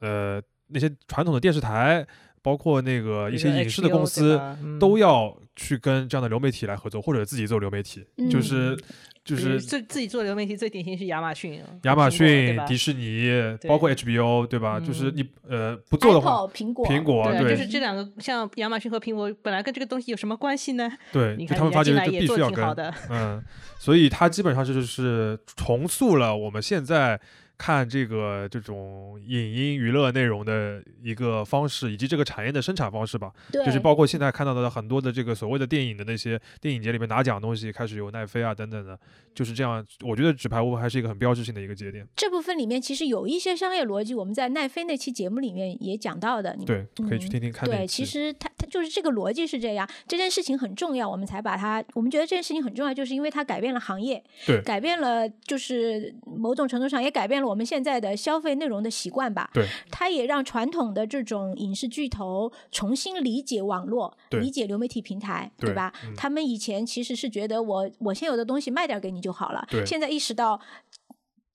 呃，那些传统的电视台包括那个一些
比如
影视的
HBO
公
对
司
吧嗯
都要去跟这样的流媒体来合作，或者自己做流媒体，就
嗯
是就
比如
是
自自己做流媒体最典型是亚马逊，
亚马
苹
逊、
果对吧
迪士尼，包括 HBO，对吧？就是
嗯
你呃不做的话，
Apple 苹果
苹果
啊
对
就是这两个，像亚马逊和苹果本来跟这个东西有什么关系呢？
对，
你
就
看
他们
人家
发
进
觉
来
这
也
必
做
须
得
要
挺好
跟，
的，
嗯，所以它基本上是就是重塑了我们现在看这个这种影音娱乐内容的一个方式，以及这个产业的生产方式吧。
对，
就是包括现在看到的很多的这个所谓的电影的那些电影节里面拿奖的东西，开始有奈飞啊等等的，就是这样。我觉得《纸牌屋》还是一个很标志性的一个节点。
这部分里面其实有一些商业逻辑，我们在奈飞那期节目里面也讲到的。你
对，可以去
嗯
听听看那一期。
对，其实它它就是这个逻辑是这样，这件事情很重要，我们才把它，我们觉得这件事情很重要，就是因为它改变了行业，
对
改变了就是某种程度上也改变了我们现在的消费内容的习惯吧。
对，
它也让传统的这种影视巨头重新理解网络，
对
理解流媒体平台，
对
吧？
嗯
他们以前其实是觉得我我现有的东西卖点儿给你就好了，
对
现在意识到。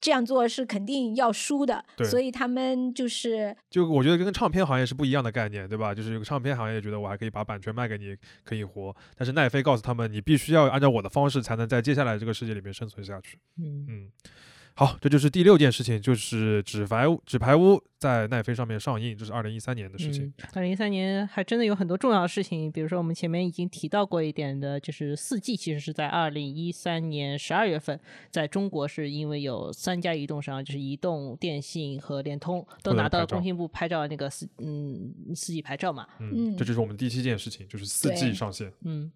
这样做是肯定要输的，
对
所以他们就是
就我觉得跟唱片行业是不一样的概念，对吧？就是有个唱片行业觉得我还可以把版权卖给你，可以活，但是奈飞告诉他们，你必须要按照我的方式才能在接下来这个世界里面生存下去。
嗯，
嗯，好，这就是第六件事情，就是《纸牌屋》《纸牌屋》在奈飞上面上映，这是二零一三年的事情。
嗯二零一三年还真的有很多重要的事情，比如说我们前面已经提到过一点的，就是四季其实是在二零一三年十二月份，在中国是因为有三家移动商，就是移动、电信和联通都
都能
拿到了
拍照
工信部拍照的那个四嗯四 G 牌照嘛，
嗯，
嗯
这就是我们第七件事情，就是四
对
G 上线。
嗯，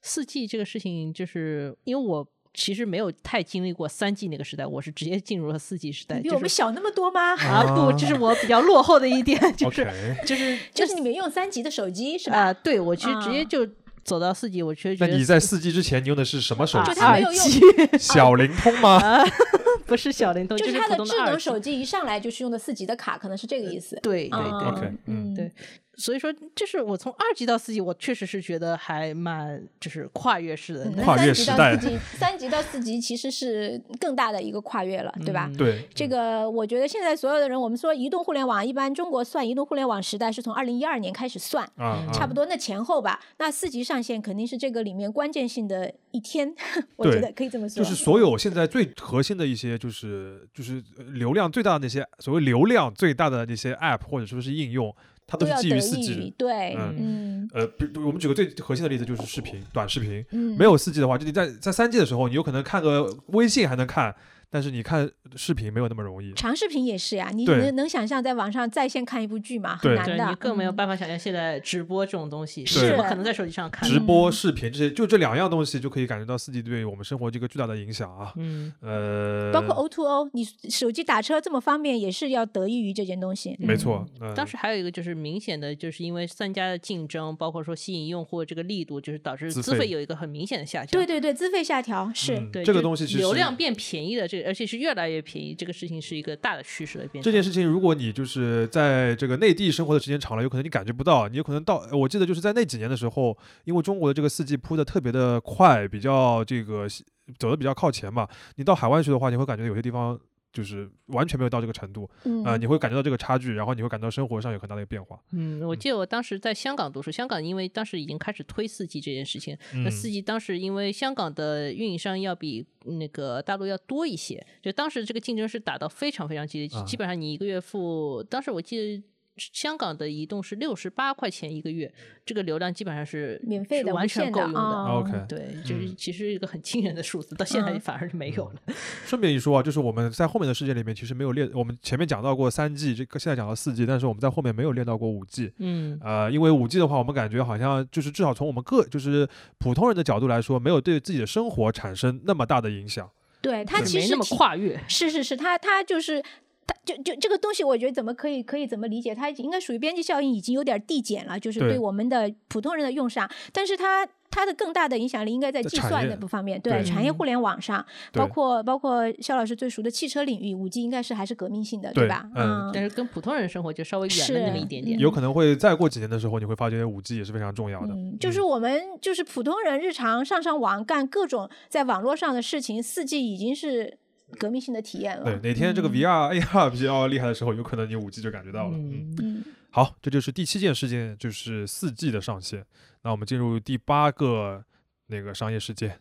四 G 这个事情，就是因为我其实没有太经历过三 G 那个时代，我是直接进入了四 G 时代。
你比
哎就
我们
是
小那么多 吗？
啊，不，这是我比较落后的一点， 就是、
哦 OK，
就是
就是你们用三级的手机是吧？
啊，对我其实直接
啊
就走到四 G，我其实觉
那
得
你在四 G 之前你用的是什么手
啊
机
就？它没有
二
用
G
小灵通吗？
不呃是小灵通，
就是是它
普
的
通
智
二
能
G
手机一上来就是用的四级的卡，可能是这个意思。
对对对。
啊
OK，嗯
对所以说，就是我从二 G 到四 G，我确实是觉得还蛮就是跨越式的，
那
跨越
三级
时
到
代
四级，三级到四级其实是更大的一个跨越了，对吧？
嗯
对，
这个我觉得现在所有的人，我们说移动互联网，一般中国算移动互联网时代是从二零一二年开始算，
啊，
嗯
差不
多。
多那前后吧。那四级上线肯定是这个里面关键性的一天， 我
对
觉得可以这么
就
说。
是所有现在最核心的一些，就是就是呃流量最大的那些所谓流量最大的那些 App 或者说是应用，它
都
是
要
基
得
于四
益于
G。
对，
嗯
嗯
呃，比如我们举个最核心的例子就是视频，短视频。
嗯，
没有四 G 的话，就你在在三 G 的时候，你有可能看个微信还能看，但是你看视频没有那么容易。
长视频也是呀，你
对
能能想象在网上在线看一部剧吗？很
对
难
对
的，
你更没有
嗯
办法想象现在直播这种东西，
是
我可能在手机上看
直
的。
播、
嗯
视频这些，就这两样东西就可以感觉到四 G 对我们生活这个巨大的影响啊。
嗯，
呃，
包括 O to O，你手机打车这么方便，也是要得益于这件东西。
没错，嗯
当时还有一个就是明显的，就是因为三家的竞争，包括说吸引用户的这个力度，就是导致
资
资
费
费有一个很明显的下降。
对对对，资费下调是、
嗯
对，
这个
就
东西其实
流量变便宜的这个，而且是越来越便宜，这个事情是一个大的趋势的变化。
这件事情，如果你就是在这个内地生活的时间长了，有可能你感觉不到，你有可能到，呃我记得就是在那几年的时候，因为中国的这个四 G 铺的特别的快，比较这个西走的比较靠前嘛，你到海外去的话，你会感觉有些地方就是完全没有到这个程度，
嗯
啊，你会感觉到这个差距，然后你会感到生活上有很大的一个变化。
嗯，我记得我当时在香港读书，香港因为当时已经开始推四 G 这件事情，那
嗯
四 G 当时因为香港的运营商要比那个大陆要多一些，就当时这个竞争是打到非常非常激烈，
啊
基本上你一个月付，当时我记得。香港的移动是六十八块钱一个月，这个流量基本上是
免费
是
的、
完
无
全
限
够
的
用的。嗯
啊
哦
嗯
OK 嗯
对，就是其实一个很惊人的数字，到现在反而是没有了。
顺便一说啊，就是我们在后面的世界里面，其实没有列，我们前面讲到过三 G，这个现在讲到四 G，但是我们在后面没有列到过五 G。
嗯
呃，因为五 G 的话，我们感觉好像就是至少从我们个就是普通人的角度来说，没有对自己的生活产生那么大的影响。
对它
就
其
没
实
那么
提
跨越。
是是是，它它就是。它就就这个东西，我觉得怎么可以可以怎么理解？它应该属于边际效应，已经有点递减了，就是
对
对我们的普通人的用上。但是它它的更大的影响力应该在
在
计
产
算
业
那部方面，
对
产业
嗯
互联网上，
对
包括包括肖老师最熟的汽车领域，五 G 应该是还是革命性的，
对
吧？
嗯
但是跟普通人生活就稍微远了那么一
是
点点。
有可能会再过几年的时候，你会发觉五 G 也是非常重要的。
嗯，就是我们就是普通人日常上上网干各种在网络上的事情，四 G 已经是革命性的体验了。
对，哪天这个 VR、AR 比较厉害的时候，有可能你五 G 就感觉到了。嗯
嗯，
嗯，
好，这就是第七件事件，就是四 G 的上线。那我们进入第八个那个商业事件，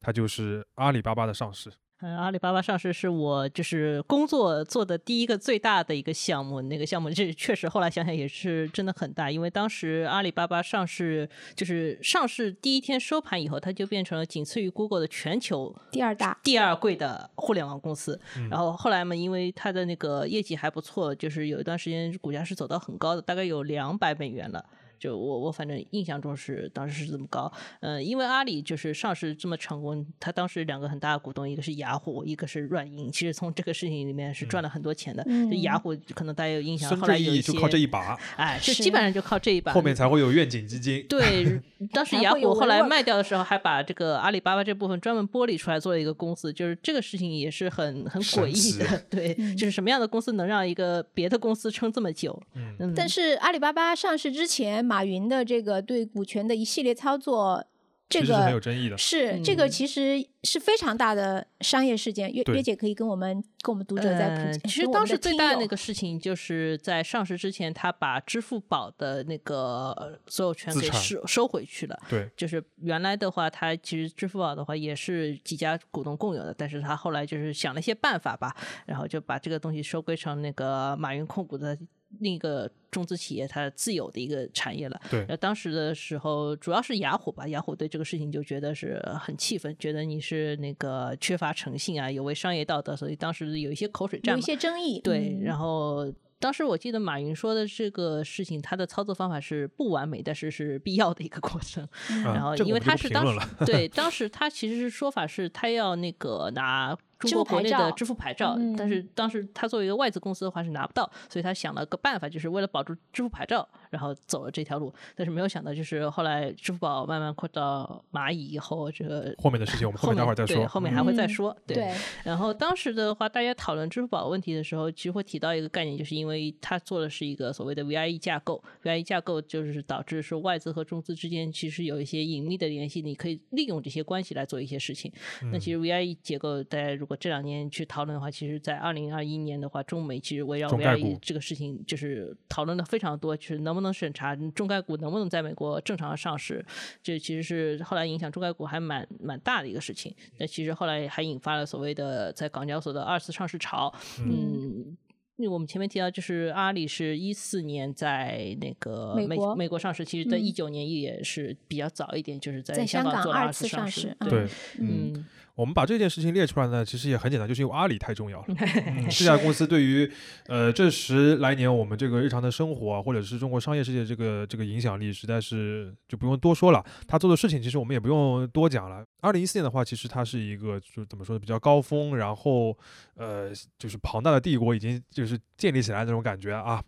它就是阿里巴巴的上市。
嗯，阿里巴巴上市是我就是工作做的第一个最大的一个项目，那个项目这确实后来想想也是真的很大，因为当时阿里巴巴上市就是上市第一天收盘以后，它就变成了仅次于 Google 的全球
第二大，
第二贵的互联网公司。
嗯
然后后来嘛，因为它的那个业绩还不错，就是有一段时间股价是走到很高的，大概有两百美元了。就我我反正印象中是当时是这么高，呃，因为阿里就是上市这么成功，它当时两个很大的股东，一个是雅虎，一个是软银，其实从这个事情里面是赚了很多钱的。
嗯
就雅虎可能大家有印象，
孙
后来
正
有一
义
些
就靠这一把，
哎，就是基本上就靠这一把，
后面才会有愿景基金。
对，当时
还
雅
会有
虎后来
WeWork
卖掉的时候，还把这个阿里巴巴这部分专门剥离出来做了一个公司，就是这个事情也是很很诡异的
神。
对，
嗯
就是什么样的公司能让一个别的公司撑这么久？
嗯
嗯，
但是阿里巴巴上市之前，马云的这个对股权的一系列操作，这
其实是很有
个
争议的。
是这个
嗯
其实是非常大的商业事件。月
对
月姐可以跟我们跟我们读者再
呃
普及。
其实
跟我们
当
的
时最
听
大的
友
那个事情就是在上市之前，他把支付宝的那个呃所有权
资
给
产
收收回去了。
对，
就是原来的话，它其实支付宝的话也是几家股东共有的，但是他后来就是想了一些办法吧，然后就把这个东西收归成那个马云控股的另一个中资企业它自有的一个产业了。
对
那当时的时候，主要是雅虎吧，雅虎对这个事情就觉得是呃很气愤，觉得你是那个缺乏诚信啊，有违商业道德，所以当时有一些口水战
有一
嘛。
些争议，
对，
嗯
然后当时我记得马云说的这个事情，他的操作方法是不完美，但是是必要的一个过程。
嗯
然
啊
后，
这个
因
我们就
为他
不
是
评
当
论
时
了。
对当时他其实是说法是他要那个拿中
支
国
付
国
牌
内
照嗯
的支付牌照，但是当时他作为一个外资公司的话是拿不到，所以他想了个办法，就是为了保住支付牌照，然后走了这条路。但是没有想到，就是后来支付宝慢慢扩到蚂蚁以后，这个
后面的事情我们后
后
面待
面
会儿再
对
说
后面还会再
嗯
说。
对，
然后当时的话，大家讨论支付宝问题的时候，其实会提到一个概念，就是因为它做的是一个所谓的 VIE 架构，VIE 架构就是导致说外资和中资之间其实有一些隐秘的联系，你可以利用这些关系来做一些事情。
嗯
那其实 VIE 结构，大家如果这两年去讨论的话，其实，在二零二一年的话，中美其实围绕
中概股
VIE 这个事情就是讨论的非常多，就是能不能审查中概股能不能在美国正常上市，这其实是后来影响中概股还蛮蛮大的一个事情。那其实后来还引发了所谓的在港交所的二次上市潮，
嗯
嗯。因为我们前面提到，就是阿里是一四年在那个
美
美
国
美国上市，其实在
嗯
一九年也是比较早一点，就是
在
在
香港
做了
二
二
次上
上
市嗯
对，
嗯，
我们把这件事情列出来呢，其实也很简单，就是因为阿里太重要了。嗯、这家公司对于呃这十来年我们这个日常的生活啊，或者是中国商业世界这个这个影响力，实在是就不用多说了。他做的事情其实我们也不用多讲了。二零一四年的话，其实它是一个就怎么说比较高峰，然后呃就是庞大的帝国已经就是建立起来的那种感觉啊。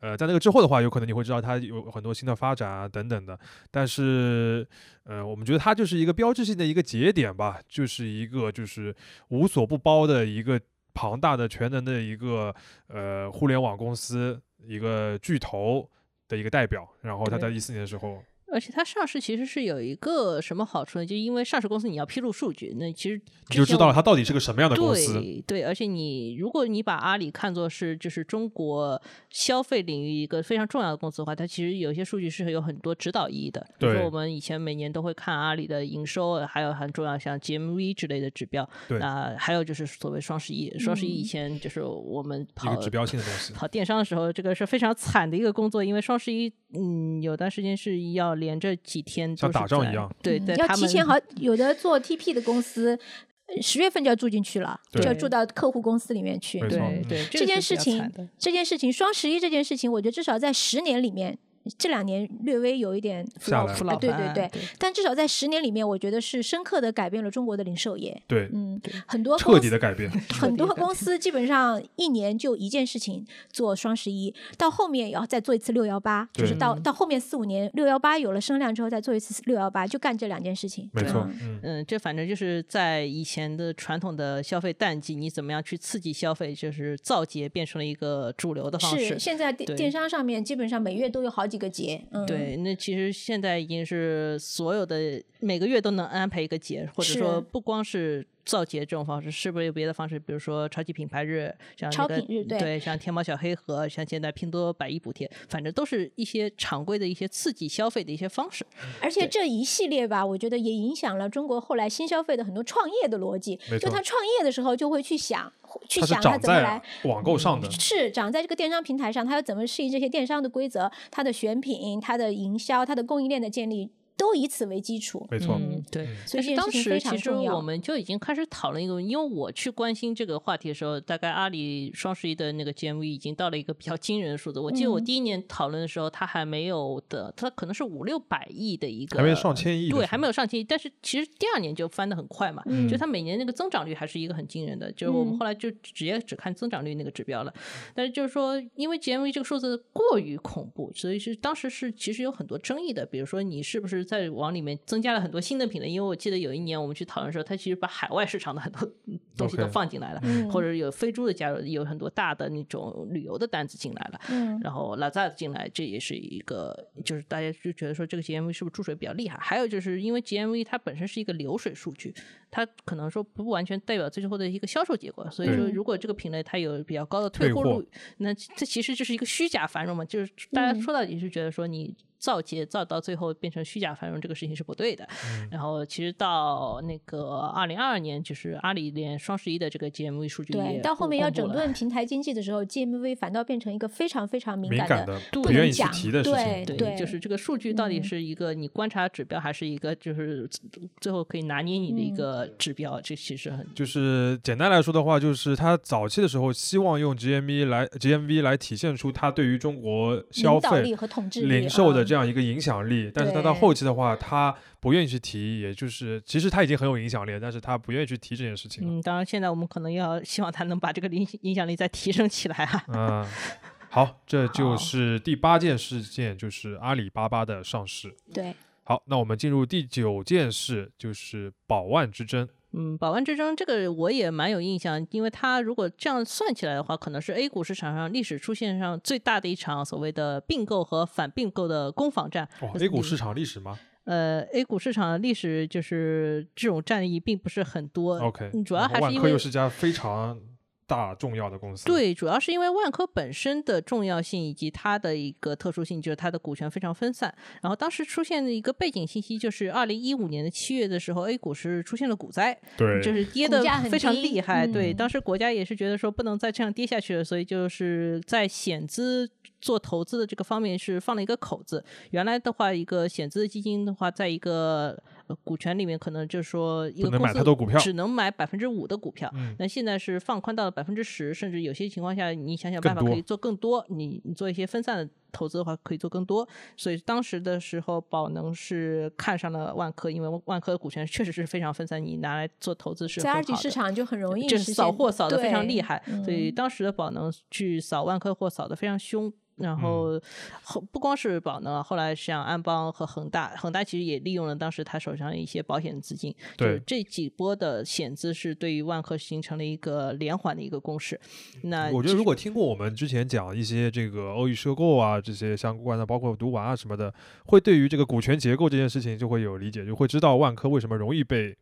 呃，在那个之后的话，有可能你会知道它有很多新的发展啊等等的，但是呃，我们觉得它就是一个标志性的一个节点吧，就是一个就是无所不包的一个庞大的全能的一个呃互联网公司，一个巨头的一个代表。然后他在
对
一四年的时候，
而且它上市其实是有一个什么好处呢？就因为上市公司你要披露数据，那其实
你就
之前
知道
我
了它到底是个什么样的公司。
对对，而且你如果你把阿里看作是就是中国消费领域一个非常重要的公司的话，它其实有一些数据是有很多指导意义的。比如
对
说我们以前每年都会看阿里的营收，还有很重要像 GMV 之类的指标。
对
那还有就是所谓双十一，双十一以
嗯
前就是我们
一
跑
个指标性的东西，
跑电商的时候，这个是非常惨的一个工作，因为双十一，嗯，有段时间是要连着几天都
像
是
打仗
在
一样，
对，
嗯
在
要
他
提
们
前好，有的做 TP 的公司，呃十月份就要住进去了，
对
就要住到客户公司里面去
没。错
对
嗯
对，
这件
是
事
比较
情
惨的，
这件事情，双十一这件事情，我觉得至少在十年里面，这两年略微有一点
下
flop
来
扶
啊
老
对
板
对
啊
对，
对
但至少在十年里面，我觉得是深刻的改变了中国的零售业。
对，
嗯，很多公
彻
司
底的改变。
很多
彻底地
公司基本上一年就一件事情做双十一，到后面也要再做一次六幺八，
对嗯
就是到到后面四五年六幺八有了声量之后再做一次六幺八，就干这两件事情。
没错
嗯，
嗯，
嗯，这反正就是在以前的传统的消费淡季，你怎么样去刺激消费，就是造节变成了一个主流的方式
是，。现在电
对
电商上面基本上每月都有好几个节，嗯，
对，那其实现在已经是所有的每个月都能安排一个节，或者说
是
不光是造节这种方式，是不是有别的方式？比如说超级品牌日，像
超
那个
品日对
像天猫小黑盒，像现在拼多多百亿补贴，反正都是一些常规的一些刺激消费的一些方式。
而且这一系列吧，我觉得也影响了中国后来新消费的很多创业的逻辑
没。
就
错
他创业的时候就会去想，去
它是
想他
长
怎么来嗯
在啊网购上的，
是长在这个电商平台上，它要怎么适应这些电商的规则，它的选品、它的营销、它的供应链的建立，都以此为基础。
没错，
嗯，对。但
所
是
以这件
当
事情
时
非
其
常
实
重要。
我们就已经开始讨论一个问题，因为我去关心这个话题的时候，大概阿里双十一的那个 GMV 已经到了一个比较惊人的数字。我记得我
嗯
第一年讨论的时候，它还没有的，它可能是五六百亿的一个，
还没上千亿的
对，
时候
还没有上千亿。但是其实第二年就翻得很快嘛，
嗯
就它每年那个增长率还是一个很惊人的，就是我们
嗯
后来就直接只看增长率那个指标了。但是就是说，因为 GMV 这个数字过于恐怖，所以是当时是其实有很多争议的。比如说，你是不是在往里面增加了很多新的品类？因为我记得有一年我们去讨论的时候，它其实把海外市场的很多东西都
OK
放进来了
嗯
或者有飞猪的加入，有很多大的那种旅游的单子进来了。
嗯
然后 Lazada 进来，这也是一个，就是大家就觉得说这个 GMV 是不是注水比较厉害？还有就是因为 GMV 它本身是一个流水数据，它可能说不完全代表最后的一个销售结果，所以
对
说如果这个品类它有比较高的退货
退货
率，那这其实就是一个虚假繁荣嘛，就是大家
嗯
说到底是觉得说你。造节造到最后变成虚假繁荣，这个事情是不对的。
嗯
然后其实到那个二零二二年，就是阿里连双十一的这个 GMV 数据
对，
也
到后面
公
要
布
整
了
顿平台经济的时候，GMV 反倒变成一个非常非常敏
敏
感
感
的。
的，
不
不
能
愿意去
讲
提的事情。
对
就是这个数据到底
嗯
是一个你观察指标，还是一个就是最后可以拿捏你
嗯
的一个指标？这其实很
就是简单来说的话，就是他早期的时候希望用 GMV 来 GMV 来体现出他对于中国消
领导
费
力、和统治力，
零售的
嗯
这样一个影响力，但是他到
对
后期的话，他不愿意去提，也就是其实他已经很有影响力了，但是他不愿意去提这件事情了。
嗯，当然现在我们可能要希望它能把这个影影响力再提升起来啊。
嗯，好，这就
好
是第八件事件，就是阿里巴巴的上市。
对，
好，那我们进入第九件事，就是宝万之争。
嗯，宝万之争这个我也蛮有印象，因为它如果这样算起来的话，可能是 A 股市场上历史出现上最大的一场所谓的并购和反并购的攻防战。
哇，A 股市场历史吗
呃，A 股市场历史就是这种战役并不是很多
？OK，
嗯主要
然后
还是
万
因
科
为
又是家非常大重要的公司。，
对，主要是因为万科本身的重要性以及它的一个特殊性，就是它的股权非常分散。然后当时出现的一个背景信息就是，二零一五年的七月的时候，A 股是出现了股灾，
对
就是跌
股
的
价很
非常
低
厉害。对，
嗯
当时国家也是觉得说不能再这样跌下去了，所以就是在险资做投资的这个方面是放了一个口子。原来的话，一个险资基金的话，在一个呃股权里面，可能就是说一
不
个
能
公
买
司
太多股票
只能买百分之五的股票。
嗯，
那现在是放宽到了百分之十，甚至有些情况下，你想想
更
办法可以
多
做更多。你你做一些分散的投资的话，可以做更多。所以当时的时候，宝能是看上了万科，因为万科的股权确实是非常分散，你拿来做投资是
在二
很
级
好
市
的。
场就很容易
就
实
是扫
现
货扫的非常
对
厉害，所以
嗯
当时的宝能去扫万科货扫的非常凶。
嗯
然后后不光是宝能啊，后来像安邦和恒大，恒大其实也利用了当时他手上一些保险资金，就是
对
这几波的险资是对于万科形成了一个连环的一个攻势。那
嗯我觉得如果听过我们之前讲一些这个欧玉收购啊这些相关的，包括毒丸啊什么的，会对于这个股权结构这件事情就会有理解，就会知道万科为什么容易被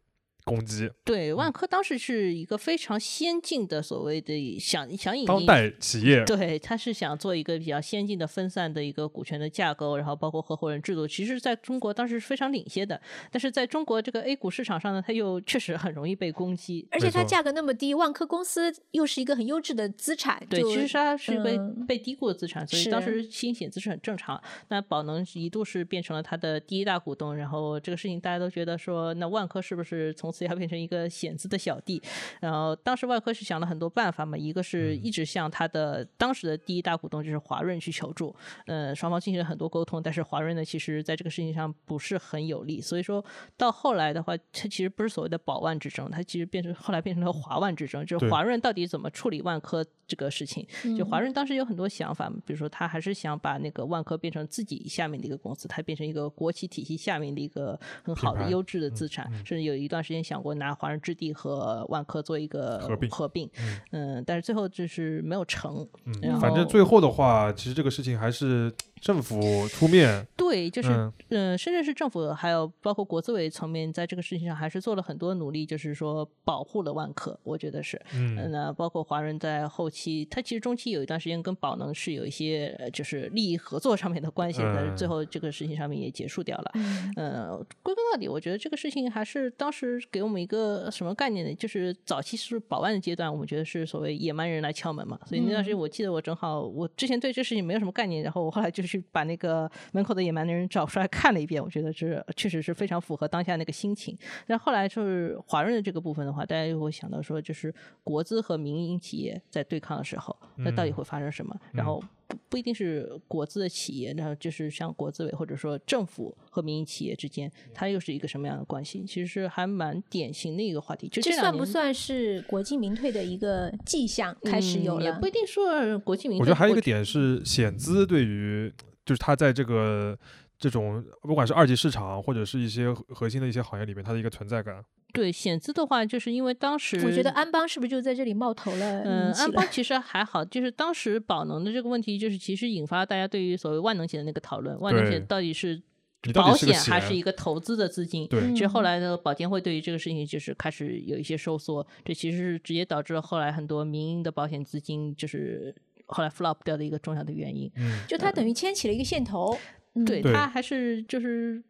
攻击。
对万科当时是一个非常先进的所谓的想想引
当
进
代企业
对，他是想做一个比较先进的分散的一个股权的架构，然后包括合伙人制度，其实在中国当时是非常领先的。但是在中国这个 A 股市场上呢，它又确实很容易被攻击。
而
没
且它
错
价格那么低，万科公司又是一个很优质的资产，
对，
就
其实它是被、
嗯
被低估的资产，所以当
是
时新险资是很正常。那宝能一度是变成了它的第一大股东，然后这个事情大家都觉得说，那万科是不是从此要变成一个险资的小弟？然后当时万科是想了很多办法嘛，一个是一直向它的当时的第一大股东就是华润去求助，呃，双方进行了很多沟通，但是华润呢，其实在这个事情上不是很有利，所以说到后来的话，它其实不是所谓的宝万之争，它其实变成后来变成了华万之争，就是
对
华润到底怎么处理万科这个事情。
嗯
就华润当时有很多想法，比如说他还是想把那个万科变成自己下面的一个公司，它变成一个国企体系下面的一个很好
品
的
牌嗯
优质的资产，甚至有一段时间前想过拿华润置地和万科做一个
合并
合并，嗯，但是最后就是没有成。然
嗯，反正
后
最后的话，其实这个事情还是政府出 面，
对，就是
嗯
嗯、深圳市政府还有包括国资委层面，在这个事情上还是做了很多努力，就是说保护了万科，我觉得是。嗯，
嗯
那包括华润在后期，它其实中期有一段时间跟宝能是有一些呃就是利益合作上面的关系，但是最
嗯
后这个事情上面也结束掉了。
嗯
呃，归根到底，我觉得这个事情还是当时给我们一个什么概念呢？就是早期是保万的阶段，我们觉得是所谓野蛮人来敲门嘛。所以那段时间，我记得我正好我之前对这事情没有什么概念，然后我后来就去把那个门口的野蛮人找出来看了一遍，我觉得这确实是非常符合当下那个心情。但后来就是华润的这个部分的话，大家又会想到说，就是国资和民营企业在对抗的时候，那到底
嗯
会发生什么？然后不不一定是国资的企业，然后就是像国资委或者说政府和民营企业之间，它又是一个什么样的关系？其实是还蛮典型的一个话题。就
这
两
算
年
不算是国进民退的一个迹象？开始
嗯
有
也
了
不，一定说国际民
我
退。
觉得还有一个点是险资对于就是它在这个这种不管是二级市场或者是一些核核心的一些行业里面，它的一个存在感。
对险资的话，就是因为当时
我觉得安邦是不是就在这里冒头了？
嗯，
引起
安
了
邦其实还好，就是当时宝能的这个问题，就是其实引发大家对于所谓万能险的那个讨论，万能
对
险到底是
你到
保
底是个
险还
险
是一个投资的资金？
对
其实后
嗯
来呢，保监会对于这个事情就是开始有一些收缩，这其实是直接导致了后来很多民营的保险资金就是后来 flop 掉的一个重要的原因。
嗯，
就它等于牵起了一个线头。嗯
对，
对
它还是就是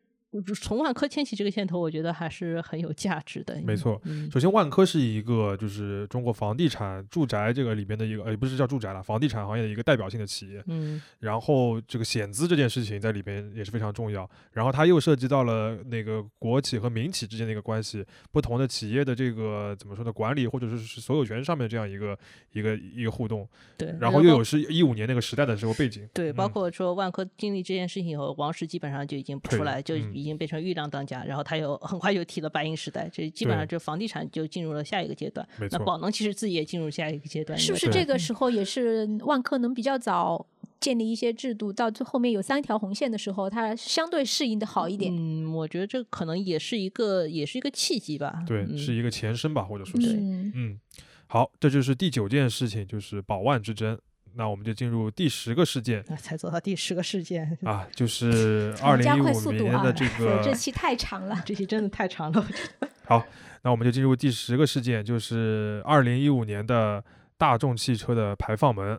从万科牵起这个线头，我觉得还是很有价值的。
没错。
嗯，
首先，万科是一个就是中国房地产住宅这个里面的一个，呃，不是叫住宅了，房地产行业的一个代表性的企业。
嗯
然后这个险资这件事情在里边也是非常重要。然后它又涉及到了那个国企和民企之间的一个关系，不同的企业的这个怎么说呢，管理或者是是所有权上面这样一个一个一个互
嗯
动。
对。
然后又
包
有是一五年那个时代的时候背景，
对，包
嗯
括说万科经历这件事情以后，王石基本上就已经不出
退了
来，就
嗯
已经变成郁亮当家，然后他又很快又提了白银时代，这基本上
对
就房地产就进入了下一个阶段。
没
那
错
宝能其实自己也进入下一个阶段，
是不是
对
这个时候也是万科能比较早建立一些制度，到最后面有三条红线的时候，它相对适应的好一点？
嗯，我觉得这可能也是一个也是一个契机吧。
对，
嗯、
是一个前身吧，或者说是，
嗯，
嗯，好，这就是第九件事情，就是保万之争。那我们就进入第十个事件
啊才走到第十个事件，
啊， 就是二零
你嗯加
一
快
五
速度
年
啊！
的这个
这期太长了。
这期真的太长了。我觉得
好，那我们就进入第十个事件，就是二零一五年的大众汽车的排放门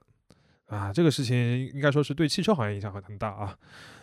啊，这个事情应该说是对汽车行业影响很很大啊。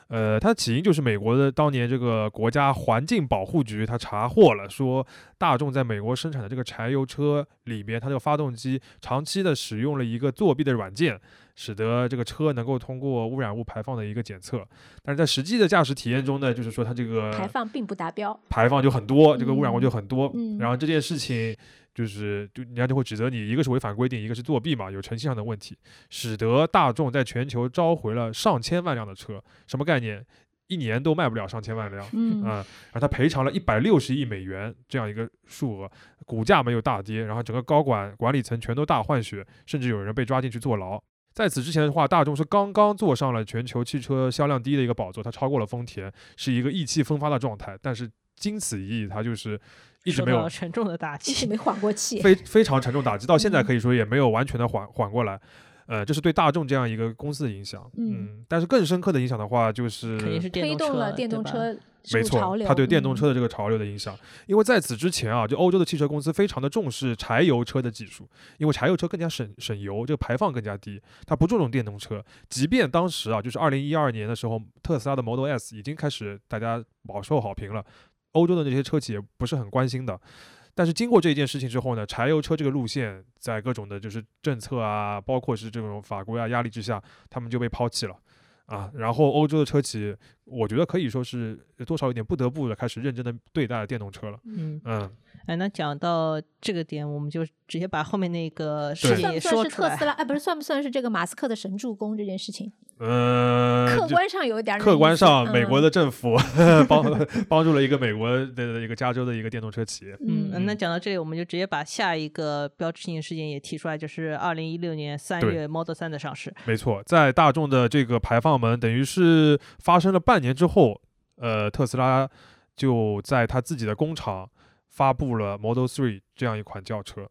呃，它起因就是美国的当年这个国家环境保护局，它查获了说大众在美国生产的这个柴油车里边，它这个发动机长期的使用了一个作弊的软件，使得这个车能够通过污染物排放的一个检测。但是在实际的驾驶体验中呢，就是说它这个
排放并不达标，
排放就很多，这个污染物就很多。
嗯
然后这件事情就是，就人家就会指责你，一个是违反规定，一个是作弊嘛，有诚信上的问题，使得大众在全球召回了上千万辆的车，什么概念？一年都卖不了上千万辆。
嗯
啊、然后他赔偿了一百六十亿美元这样一个数额，股价没有大跌，然后整个高管管理层全都大换血，甚至有人被抓进去坐牢。在此之前的话，大众是刚刚坐上了全球汽车销量第一的一个宝座，它超过了丰田，是一个意气风发的状态。但是经此一役，它就是一直
受
没
到
有
了沉重的打
一直
击。
没缓过气。
非非常沉重打击，到
嗯
现在可以说也没有完全的缓缓过来。呃，这是对大众这样一个公司的影响。
嗯，
但是更深刻的影响的话，就是
肯定是电
推
动
动了电
对
动
吧
车
没
这种潮
错，
流，
它对电动
嗯
车的这个潮流的影响，因为在此之前啊，就欧洲的汽车公司非常的重视柴油车的技术，因为柴油车更加省省油，这个排放更加低，它不注重电动车。即便当时啊，就是二零一二年的时候，特斯拉的 Model S 已经开始大家饱受好评了，欧洲的那些车企也不是很关心的。但是经过这件事情之后呢，柴油车这个路线在各种的就是政策啊，包括是这种法规啊压力之下，他们就被抛弃了。啊，然后欧洲的车企，我觉得可以说是多少有点不得不的开始认真的对待电动车了。
嗯，
嗯，
哎，那讲到这个点，我们就直接把后面那个
对
事
算
件也
不算
说
是
出
特
来
斯。拉？哎，不是，算不算是这个马斯克的神助攻这件事情？
呃，
客
就
观上有一点儿那意思，
客观上，美国
嗯
的政府 帮帮助了一个美国的一个加州的一个电动车企业。
嗯，
嗯
那讲到这里，我们就直接把下一个标志性事件也提出来，就是二零一六年三
对
月 Model 三的上市。
没错，在大众的这个排放门等于是发生了半年之后，呃，特斯拉就在他自己的工厂发布了 Model 3这样一款轿车。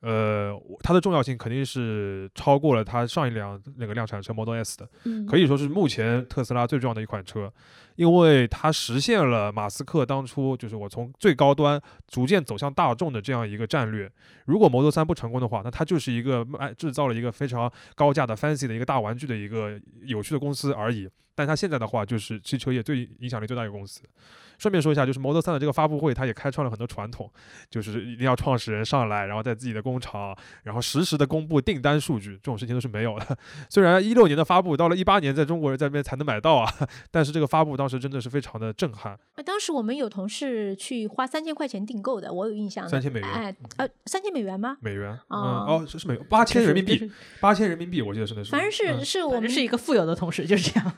呃，我它的重要性肯定是超过了它上一辆那个量产车 Model S 的，
嗯
可以说是目前特斯拉最重要的一款车，因为它实现了马斯克当初就是我从最高端逐渐走向大众的这样一个战略。如果 Model 3不成功的话，那它就是一个卖制造了一个非常高价的 fancy 的一个大玩具的一个有趣的公司而已。但它现在的话，就是汽车业最影响力最大的一个公司。顺便说一下，就是 Model 3的这个发布会，它也开创了很多传统，就是一定要创始人上来，然后在自己的工厂，然后实时的公布订单数据，这种事情都是没有的。虽然一六年的发布，到了一八年在中国人在那边才能买到啊， 但是这个发布当时真的是非常的震撼。
啊当时我们有同事去花三千块钱订购的，我有印象的。
3000美元嗯
哎，呃，三千美元吗？
美元，嗯，
哦
哦，是是美八千人民
就是
币，八千人民币，我记得是那时候，
反正是、是我
我
们
们是一个富有的同事，就是这样。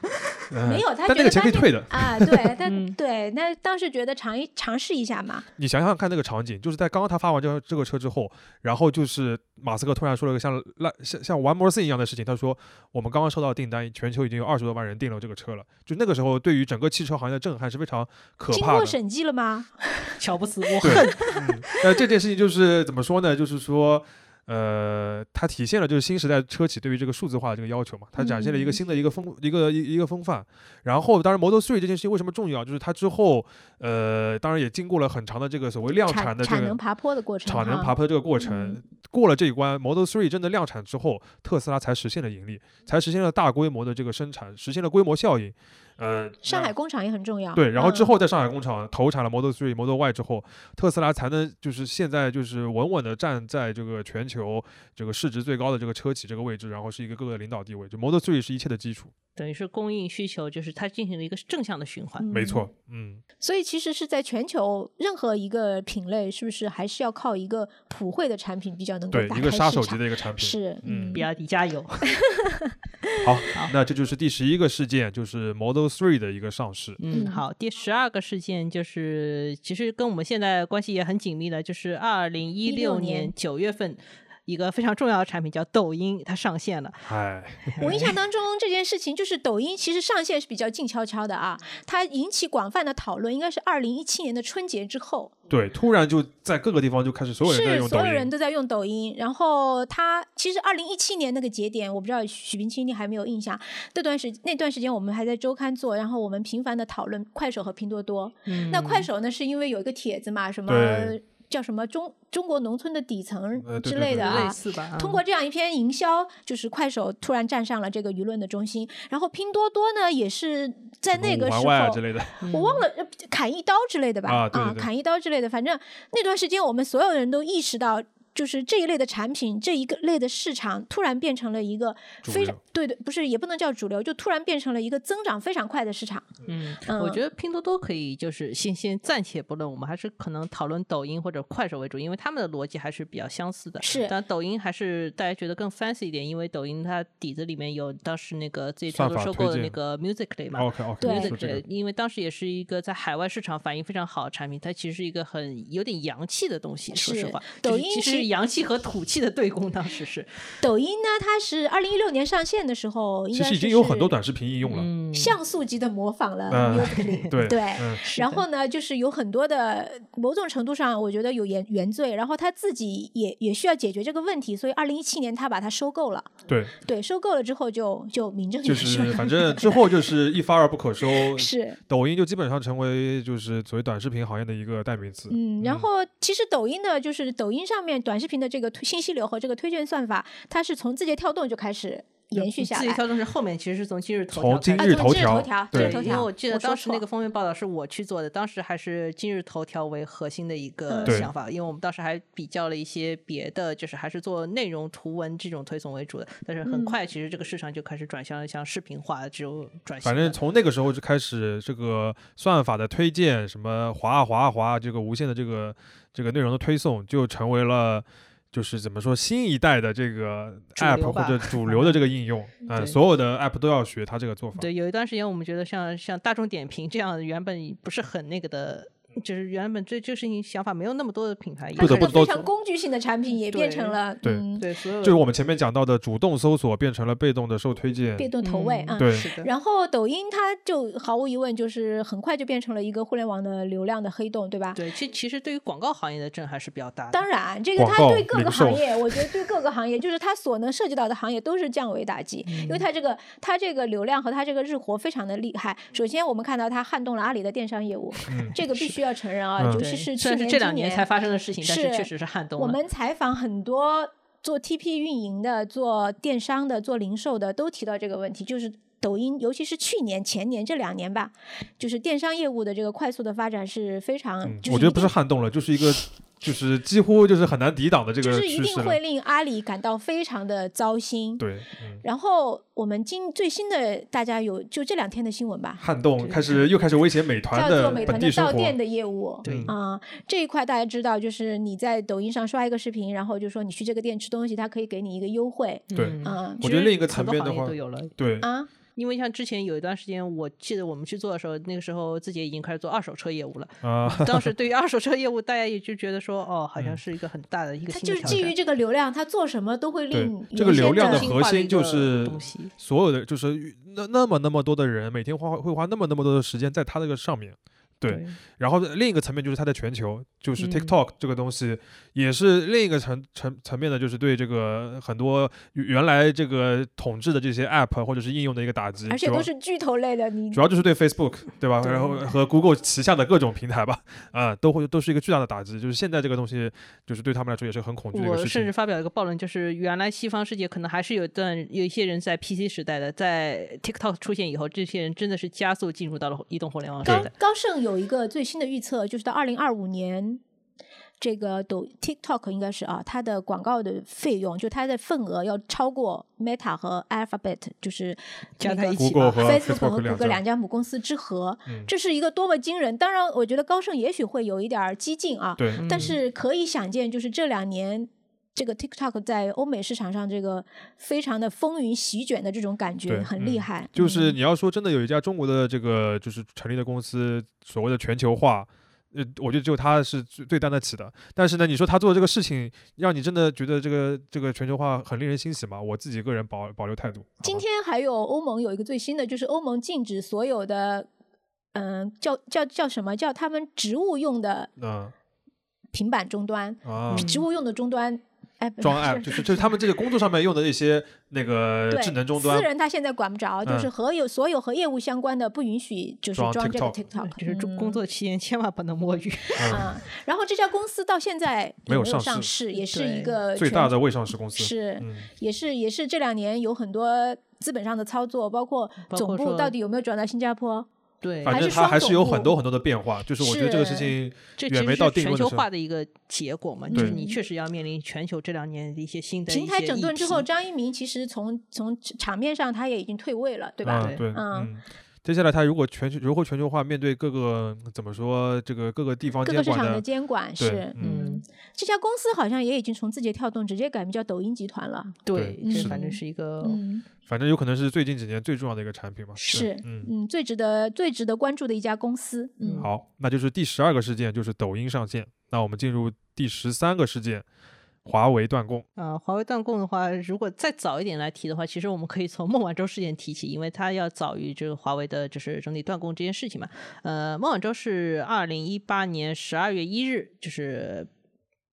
嗯
没有他
但
觉
那
得
个钱可以
他
退的。
啊，对，但
嗯
对，那当时觉得尝一尝试一下嘛，
你想想看那个场景，就是在刚刚他发完这这个车之后，然后就是马斯克突然说了个像烂像像 One More Thing 一样的事情，他说我们刚刚收到订单，全球已经有二十多万人订了这个车了。就那个时候，对于整个汽车行业的震撼是非常可
经
怕
过
的。
审计了吗？
乔布斯， 我
对
恨，
嗯，那这件事情就是怎么说呢？就是说，呃，它体现了就是新时代车企对于这个数字化的这个要求嘛，它展现了一个
嗯
新的一个风、一个一一个风范。然后，当然 Model 3这件事情为什么重要？就是它之后，呃，当然也经过了很长的这个所谓量产
产
的这
产能
个。
爬坡的过程哈，
产能爬坡的这个过程、
嗯
过了这一关，Model 3真的量产之后，特斯拉才实现了盈利，才实现了大规模的这个生产，实现了规模效应。呃，
上
那
海工厂也很重要。
对，然后之
嗯
后在上海工厂投产了 Model 3、Model Y 之后，特斯拉才能就是现在就是稳稳的站在这个全球这个市值最高的这个车企这个位置，然后是一个各个领导地位。就 Model 3是一切的基础，
等于是供应需求，就是它进行了一个正向的循环。
没错。嗯，
所以其实是在全球任何一个品类，是不是还是要靠一个普惠的产品比较能够
对，
打
一
开
个杀手
市
级
场
的一个产品。
是
嗯
比亚迪加 油！
好，那这就是第十一个事件，就是 Model 3的一个上市。
嗯，
嗯
好，第十二个事件就是，其实跟我们现在关系也很紧密的，就是二零一
16
六年
年
九月份。一个非常重要的产品叫抖音，它上线了。
哎，
我印象当中这件事情，就是抖音其实上线是比较静悄悄的啊，它引起广泛的讨论，应该是二零一七年的春节之后，
对，突然就在各个地方就开始所有人在
是
用
所
抖
有人
音。
都在用抖音。然后它其实二零一七年那个节点，我不知道许冰清你还没有印象，那段时那段时间我们还在周刊做，然后我们频繁的讨论快手和拼多多。
嗯
嗯
那快手呢，是因为有一个帖子嘛，什么
对
叫什么中中国农村的底层
呃对
之
对
类
对
的
对
啊，
类似吧，
通过这样一篇营销，就是快手突然站上了这个舆论的中心，然后拼多多呢也是在那个时
环
候，
外啊之类的，
我忘了呃砍一刀之类的吧，
啊对对对
砍一刀之类的，反正那段时间我们所有人都意识到。就是这一类的产品，这一个类的市场突然变成了一个
主
非
流
常对对，不是也不能叫主流，就突然变成了一个增长非常快的市场。
嗯，
嗯
我觉得拼多多可以，就是先先暂且不论，我们还是可能讨论抖音或者快手为主，因为他们的逻辑还是比较相似的。
是
但抖音还是大家觉得更 fancy 一点，因为抖音它底子里面有当时那个自己
算
推
法
收
推
购的那
荐哦
个 Musically 嘛。
OK OK，
对
说这个
Music.ly，因为当时也是一个在海外市场反应非常好的产品，它其实是一个很有点洋气的东西。说
是
实话，
抖
就是
音
其实
是
是洋气和土气的对攻，当时是。
抖音呢，它是二零一六年上线的时候，应
其
该
实已
说
经有很
是
多短视频应用了。
嗯
像素级的模仿了
嗯
Musical.ly，、
对
对，
嗯，
然后呢，就是有很多的某种程度上，我觉得有原原罪，然后他自己也也需要解决这个问题，所以二零一七年他把它收购了，
对，
对，收购了之后就就民 政
就
也收
是
了，
反正之后就是一发而不可收，
是。
抖音就基本上成为就是所谓短视频行业的一个代名词。
嗯，然后其实抖音呢，就是抖音上面短视频的这个推信息流和这个推荐算法，它是从字节跳动就开始延续下
字节
来。
跳动是后面其实是从今日头
从
条
今
开
啊
始
日
从
头
今日
条
头条，
对
对
今日，头
因为
条，
我记得
说
当时
错
那
了
个封面报道是我去做的，当时还是今日头条为核心的一个
嗯
对
想法，因为我们当时还比较了一些别的，就是还是做内容图文这种推送为主的，但是很
嗯
快其实这个市场就开始转向了像视频化这种转型
反
了。
正从那个时候就开始，这个算法的推荐，什么滑啊滑啊滑啊，这个无限的这个这个内容的推送，就成为了就是怎么说新一代的这个
主
app
流吧
或者主流的这个应用。嗯，
对
所有的 app 都要学它这个做法。
对，有一段时间我们觉得像像大众点评这样原本不是很那个的就是原本对这个事情想法没有那么多的品牌，
不得
它
不
是个
都
非常工具性的产品也
对
变成了
对
嗯
对所有
就是我们前面讲到的主动搜索变成了被动的受推荐，
被动投喂啊。
嗯
对
是的，
然后抖音它就毫无疑问就是很快就变成了一个互联网的流量的黑洞，对吧？
对，其其实对于广告行业的震撼是比较大的。
当然，这个
广
它
告
对各
零
个行
售
业，我觉得对各个行业，就是它所能涉及到的行业都是降维打击，因
嗯
为它这个它这个流量和它这个日活非常的厉害。首先，我们看到它撼动了阿里的电商业务，
嗯
这个必须要承认啊，
嗯
尤
对，
其是去
虽然是
年
这两
今
年才发生的事情，但是
是
确实是撼动了。
我们采访很多做 TP 运营的、做电商的、做零售的，都提到这个问题，就是抖音，尤其是去年、前年这两年吧，就是电商业务的这个快速的发展是非常，
嗯
就是
我觉得
一
不是
定。
撼动了，就是一个就是几乎就是很难抵挡的这
就
个
是一
趋势
定
了
会。令阿里感到非常的糟心。
对，嗯，
然后我们今最新的大家有就这两天的新闻吧，
撼动开始又开始威胁美团
叫
的
做美
本
团
地
的
生
到
活。
店的业务。
对
嗯
啊、这一块大家知道，就是你在抖音上刷一个视频，然后就说你去这个店吃东西，它可以给你一个优惠。
对
嗯
嗯
我
其
觉得
实
另一个
很
层
多
面
行
的
业
话
都有了，
对，
啊，
因为像之前有一段时间，我记得我们去做的时候，那个时候自己已经开始做二手车业务 了。
啊，
当时对于二手车业务，大家也就觉得说，哦，好
嗯
像是一个很大的一个
它
新
就
的
是
挑
基于
战。
这个流量，它做什么都会
对
令，
这个
原
流
先
量
的
的
新
核
化的
心
一
就
个
是
东西
所有的就是那那么那么多的人每天花会花那么那么多的时间在它这个上面。对，然后另一个层面就是它在全球，就是
嗯
TikTok 这个东西，也是另一个层层层面的，就是对这个很多原来这个统治的这些 App 或者是应用的一个打击，
而且
主要
都是巨头类的，你
主要就是对 Facebook 对吧？
对
然后和 Google 旗下的各种平台吧，啊、都会都是一个巨大的打击。就是现在这个东西，就是对他们来说也是很恐惧的一个
我
事
甚至
情。
发表一个暴论，就是原来西方世界可能还是有一段有一些人在 PC 时代的，在 TikTok 出现以后，这些人真的是加速进入到了移动互联网时
对
高
代。
高盛有一个最新的预测，就是到二零二五年。这个抖 TikTok 应该是啊，它的广告的费用，就它的份额要超过 Meta 和 Alphabet，就是
加
那
在
个
一起
Google 和
Facebook 和
两
Google 两家母公司之和，
嗯
这是一个多么惊人！当然，我觉得高盛也许会有一点儿激进啊，
对，
但
嗯
是可以想见，就是这两年这个 TikTok 在欧美市场上这个非常的风云席卷的这种感觉
对
很
嗯
厉害。
就是
嗯
你要说真的有一家中国的这个就是成立的公司，所谓的全球化。呃，我觉得只有他是最最担得起的。但是呢，你说他做的这个事情，让你真的觉得这个这个全球化很令人欣喜吗？我自己个人保保留态度。好
今
吗
天还有欧盟有一个最新的，就是欧盟禁止所有的，嗯、叫叫叫什么叫他们植物用的
嗯
平板终端，
啊，
嗯
植物用的终端。哎，不是
装 app 就是就是他们这个工作上面用的一些那个
对
智能终端
私，人他现在管不着，就
嗯
是和有所有和业务相关的不允许，就是
装
装这个
TikTok
TikTok，
就是中
嗯
工作期间千万不能摸鱼。
嗯，
啊，然后这家公司到现在
没
也
有
有
上
上市，也是一个
最
呃全
大的未上市公司。
是
嗯，
也是也是这两年有很多资本上的操作，包括
包
总
括
部
说
到底有没有转到新加坡？
对，
反
还
正
是
它还
双
是
总
有很
部
多很多的变化，就是我觉得这个事
是
情
这其
远没
实
到
是
定
全
论的
球
时候
化。的一个结果嘛，就是
对
你确实要面临全球这两年的一些新的
平
一
台
些
整
议
顿之
题
后，张一鸣其实从从场面上他也已经退位了，对吧？
啊、对，
嗯
嗯。接下来，它如果全球如何全球化，面对各个怎么说这个各个
嗯
地方
各
监
个市
管
场
的
的，监管
对
是，
嗯
嗯，这家公司好像也已经从字节跳动直接改名叫抖音集团了，
对，
对
这
是
反正
的
是一个
嗯，
反正有可能是最近几年最重要的一个产品嘛。
是，
嗯，
嗯，最值得最值得关注的一家公司，嗯，
好，那就是第十二个事件，就是抖音上线。那我们进入第十三个事件，华为断供。
呃，华为断供的话，如果再早一点来提的话，其实我们可以从孟晚舟事件提起，因为它要早于这个华为的就是整体断供这件事情嘛。呃，孟晚舟是二零一八年十二月一日，就是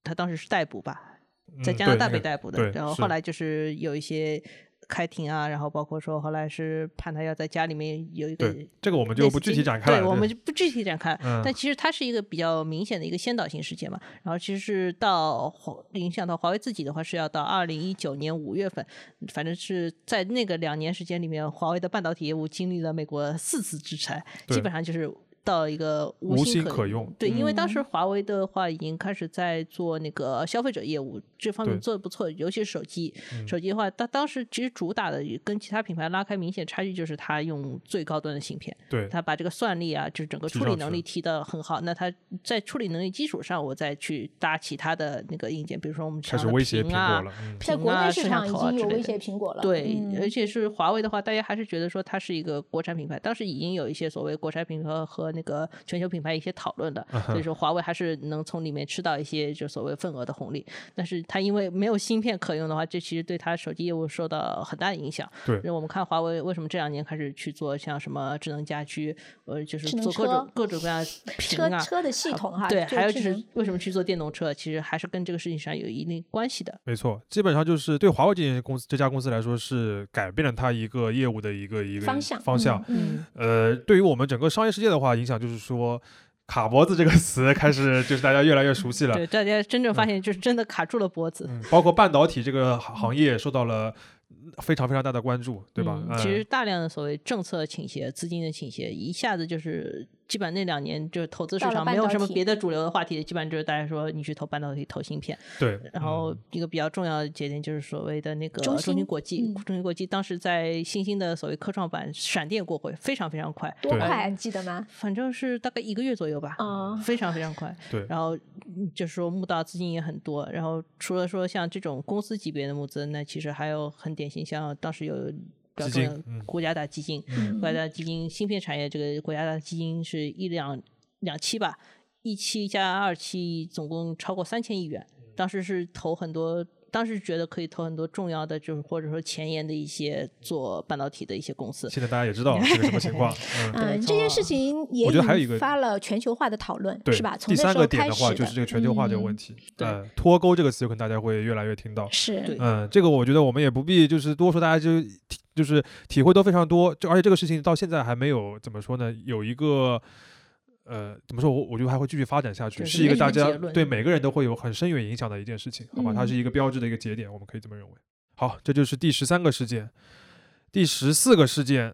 他当时是逮捕吧，在
嗯
加拿
对
大
那
被
个
逮捕的，
对
然后
是
后来就是有一些开庭啊，然后包括说后来是判他要在家里面有一个
对，这个我们
类
就
似
不具
经
体展开了。
对，我
对
们就不具体展开。
嗯
但其实它是一个比较明显的一个先导性事件嘛。然后其实是到华影响到华为自己的话，是要到二零一九年五月份，反正是在那个两年时间里面，华为的半导体业务经历了美国四次制裁，
对
基本上就是。到一个
无
无
心
心
可
可
用嗯
对，因为当时华为的话已经开始在做那个消费者业务，这方面
对嗯
做的不错，尤其是手机。手机的话，它当时其实主打的跟其他品牌拉开明显差距，就是它用最高端的芯片，
对
它把这个算力啊，就是整个
提
处理
上
能
去
力提的很好。那它在处理能力基础上，我再去搭其他的那个硬件，比如说我们
开
讲
始
的
威胁苹
屏啊
果了。嗯
在
屏
国
啊
内
摄
市
像
场已
头啊
经有
之类
威
的
胁苹果了，
对，
嗯
而且是华为的话，大家还是觉得说它是一个国产品牌。当时已经有一些所谓国产品牌和那个全球品牌一些讨论
嗯
的，所以说华为还是能从里面吃到一些就所谓份额的红利。但是它因为没有芯片可用的话，这其实对它手机业务受到很大的影响。
对
那我们看华为为什么这两年开始去做像什么智能家居，呃，就是
智能
做各种
车
各种各样的屏
车
啊，
车的系统哈，
对，还有就
智能嗯
是为什么去做电动车，其实还是跟这个事情上有一定关系的。
没错，基本上就是对华为这间公司这家公司来说，是改变了它一个业务的一个一个
方向
方向。
嗯，
呃，对于我们整个商业世界的话，影响就是说，卡脖子这个词开始就是大家越来越熟悉
嗯
了。
对，大家真正发现就是真的卡住了脖子。
嗯，包括半导体这个行行业受到了非常非常大的关注，对吧？哎呃
嗯、其实大量的所谓政策倾斜、资金的倾斜，一下子就是基本那两年就是投资市
到了
场
半
没有
导
什么
体
别的主流的话题，基本上就是大家说你去投半导体、投芯片。
嗯对，
然后一个比较重要的节点就是所谓的那个
中
中
兴
芯国际，
嗯
中芯国际当时在新兴的所谓科创板闪电过会，非常非常快，
多
对
快，啊你记得吗？
反正是大概一个月左右吧。
啊、
非常非常快，
对
然后嗯就是说募到资金也很多，然后除了说像这种公司级别的募资，那其实还有很典型，像当时有标
基金
准
嗯
国家大基金，
嗯
国家大基金芯片产业这个国家大基金是一两两期吧，一期加二期总共超过三千亿元，
嗯
当时是投很多。当时觉得可以投很多重要的，就是或者说前沿的一些做半导体的一些公司，
现在大家也知道了是个什么情况。嗯，
嗯，
对
这
从
件事情也
我觉得还有一个
引发了全球化的讨论，
对，
是吧？从
第
那
三
时候
个点
开
的
始嗯
话，就是这个全球化这个问
题，
题。
对
呃，脱钩这个词，可能大家会越来越听到
嗯、。是
对
嗯，这个我觉得我们也不必就是多说，大家就体就是体会都非常多。就而且这个事情到现在还没有怎么说呢，有一个呃怎么说，我我觉得还会继续发展下去，
对
是一个
没什
大
么
家
结论
对每个人都会有很深远影响的一件事情，好吧？它
嗯
是一个标志的一个节点，我们可以这么认为。好，这就是第十三个事件，第十四个事件，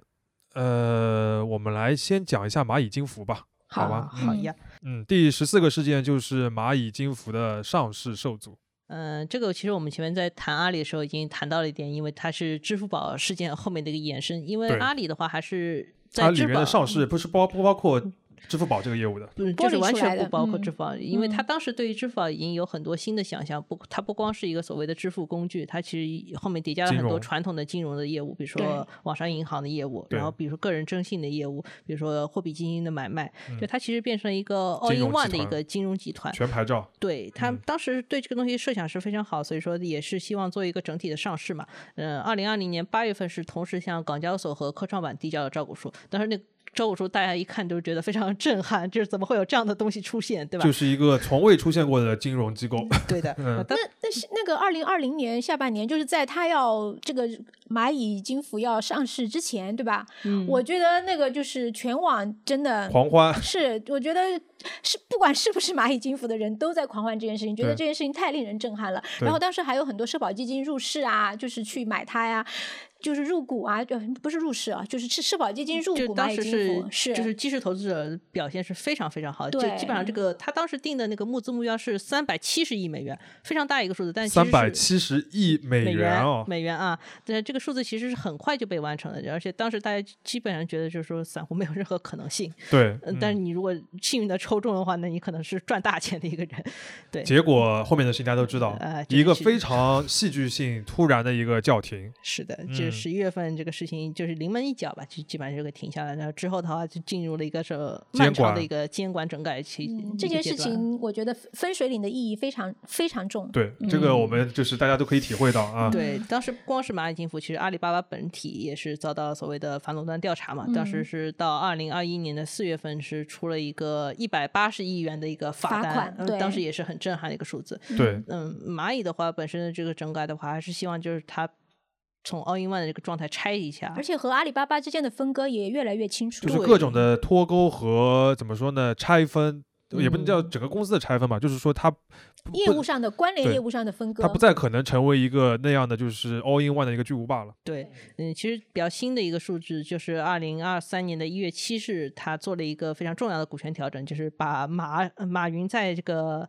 呃，我们来先讲一下蚂蚁金服吧。好吧
啊好
嗯
呀，
嗯，第十四个事件就是蚂蚁金服的上市受阻。
嗯，这个其实我们前面在谈阿里的时候已经谈到了一点，因为它是支付宝事件后面的一个延伸。因为
对
阿里的话还是
它
在嗯
里
支付
面
宝
的，上市不是包不包括支付宝这个业务的？
嗯
剥
就是
离
完
出来
全
的
不包括
嗯
支付宝，因为它
嗯
当时对于支付宝已经有很多新的想象，不，它不光是一个所谓的支付工具，它其实后面叠加了
金
很多
融
传统的金融的业务，比如说
对
网上银行的业务，
对
然后比如说个人征信的业务，比如说货币基金的买卖，
嗯
就它其实变成了一个 all
金
in
融集
one 的一
团
个金融集团。
全牌照，
对他
嗯
当时对这个东西设想是非常好，所以说也是希望做一个整体的上市嘛。呃，二零二零年八月份是同时向港交所和科创板递交了招股书，当时那个招股书大家一看就觉得非常震撼，就是怎么会有这样的东西出现，对吧？
就是一个从未出现过的金融机构。
对的，
嗯
但
那是那个二零二零年下半年，就是在它要这个蚂蚁金服要上市之前，对吧？
嗯
我觉得那个就是全网真的
狂欢，
是，我觉得是不管是不是蚂蚁金服的人都在狂欢这件事情，觉得
对
这件事情太令人震撼了。
对
然后当时还有很多社保基金入市啊，就是去买它呀，就是入股啊，呃，不是入市啊，就是是社保基金入
就
股
当
蚂蚁
时
金
是
服，是
就是基石投资者表现是非常非常好，就
对
基本上这个他当时定的那个募资目标是三百七十亿美元，非常大一个数字，但其实
三
是
百七十亿美
美
元哦，
美元啊，但这个数字其实是很快就被完成了，而且当时大家基本上觉得就是说散户没有任何可能性，
对
嗯，但是你如果幸运的抽中的话，那你可能是赚大钱的一个人， 对，
结果后面的事情大家都知道
呃，这
一个
是
非常戏剧性、突然的一个叫停，
是的，
嗯
就是十一月份这个事情就是临门一脚吧，就基本上就给停下来，然后之后的话就进入了一个是漫
监
长
管
的一个监管整改期，
嗯
一
这
个
件
阶
事
段
情，我觉得分水岭的意义非常非常重。
对
嗯
这个我们就是大家都可以体会到啊。
对，当时不光是蚂蚁金服，其实阿里巴巴本体也是遭到所谓的反垄断调查嘛。当时
嗯
是到二零二一年的四月份，是出了一个一百八十亿元的一个罚
罚
单，
款
嗯
对
当时也是很震撼的一个数字。
对，
嗯，蚂蚁的话，本身的这个整改的话，还是希望就是它从 all in one 的这个状态拆一下
而。且和阿里巴巴之间的分割也越来越清楚。
就是
对
各种的脱钩和怎么说呢，拆分，也不能叫
嗯
整个公司的拆分吧，就是说它不
业务上的关联
对
业务上的分割，
它不再可能成为一个那样的就是 all in one 的一个巨无霸了。
对，嗯，其实比较新的一个数字就是二零二三年的一月七呃日，它做了一个非常重要的股权调整，就是把马马云在这个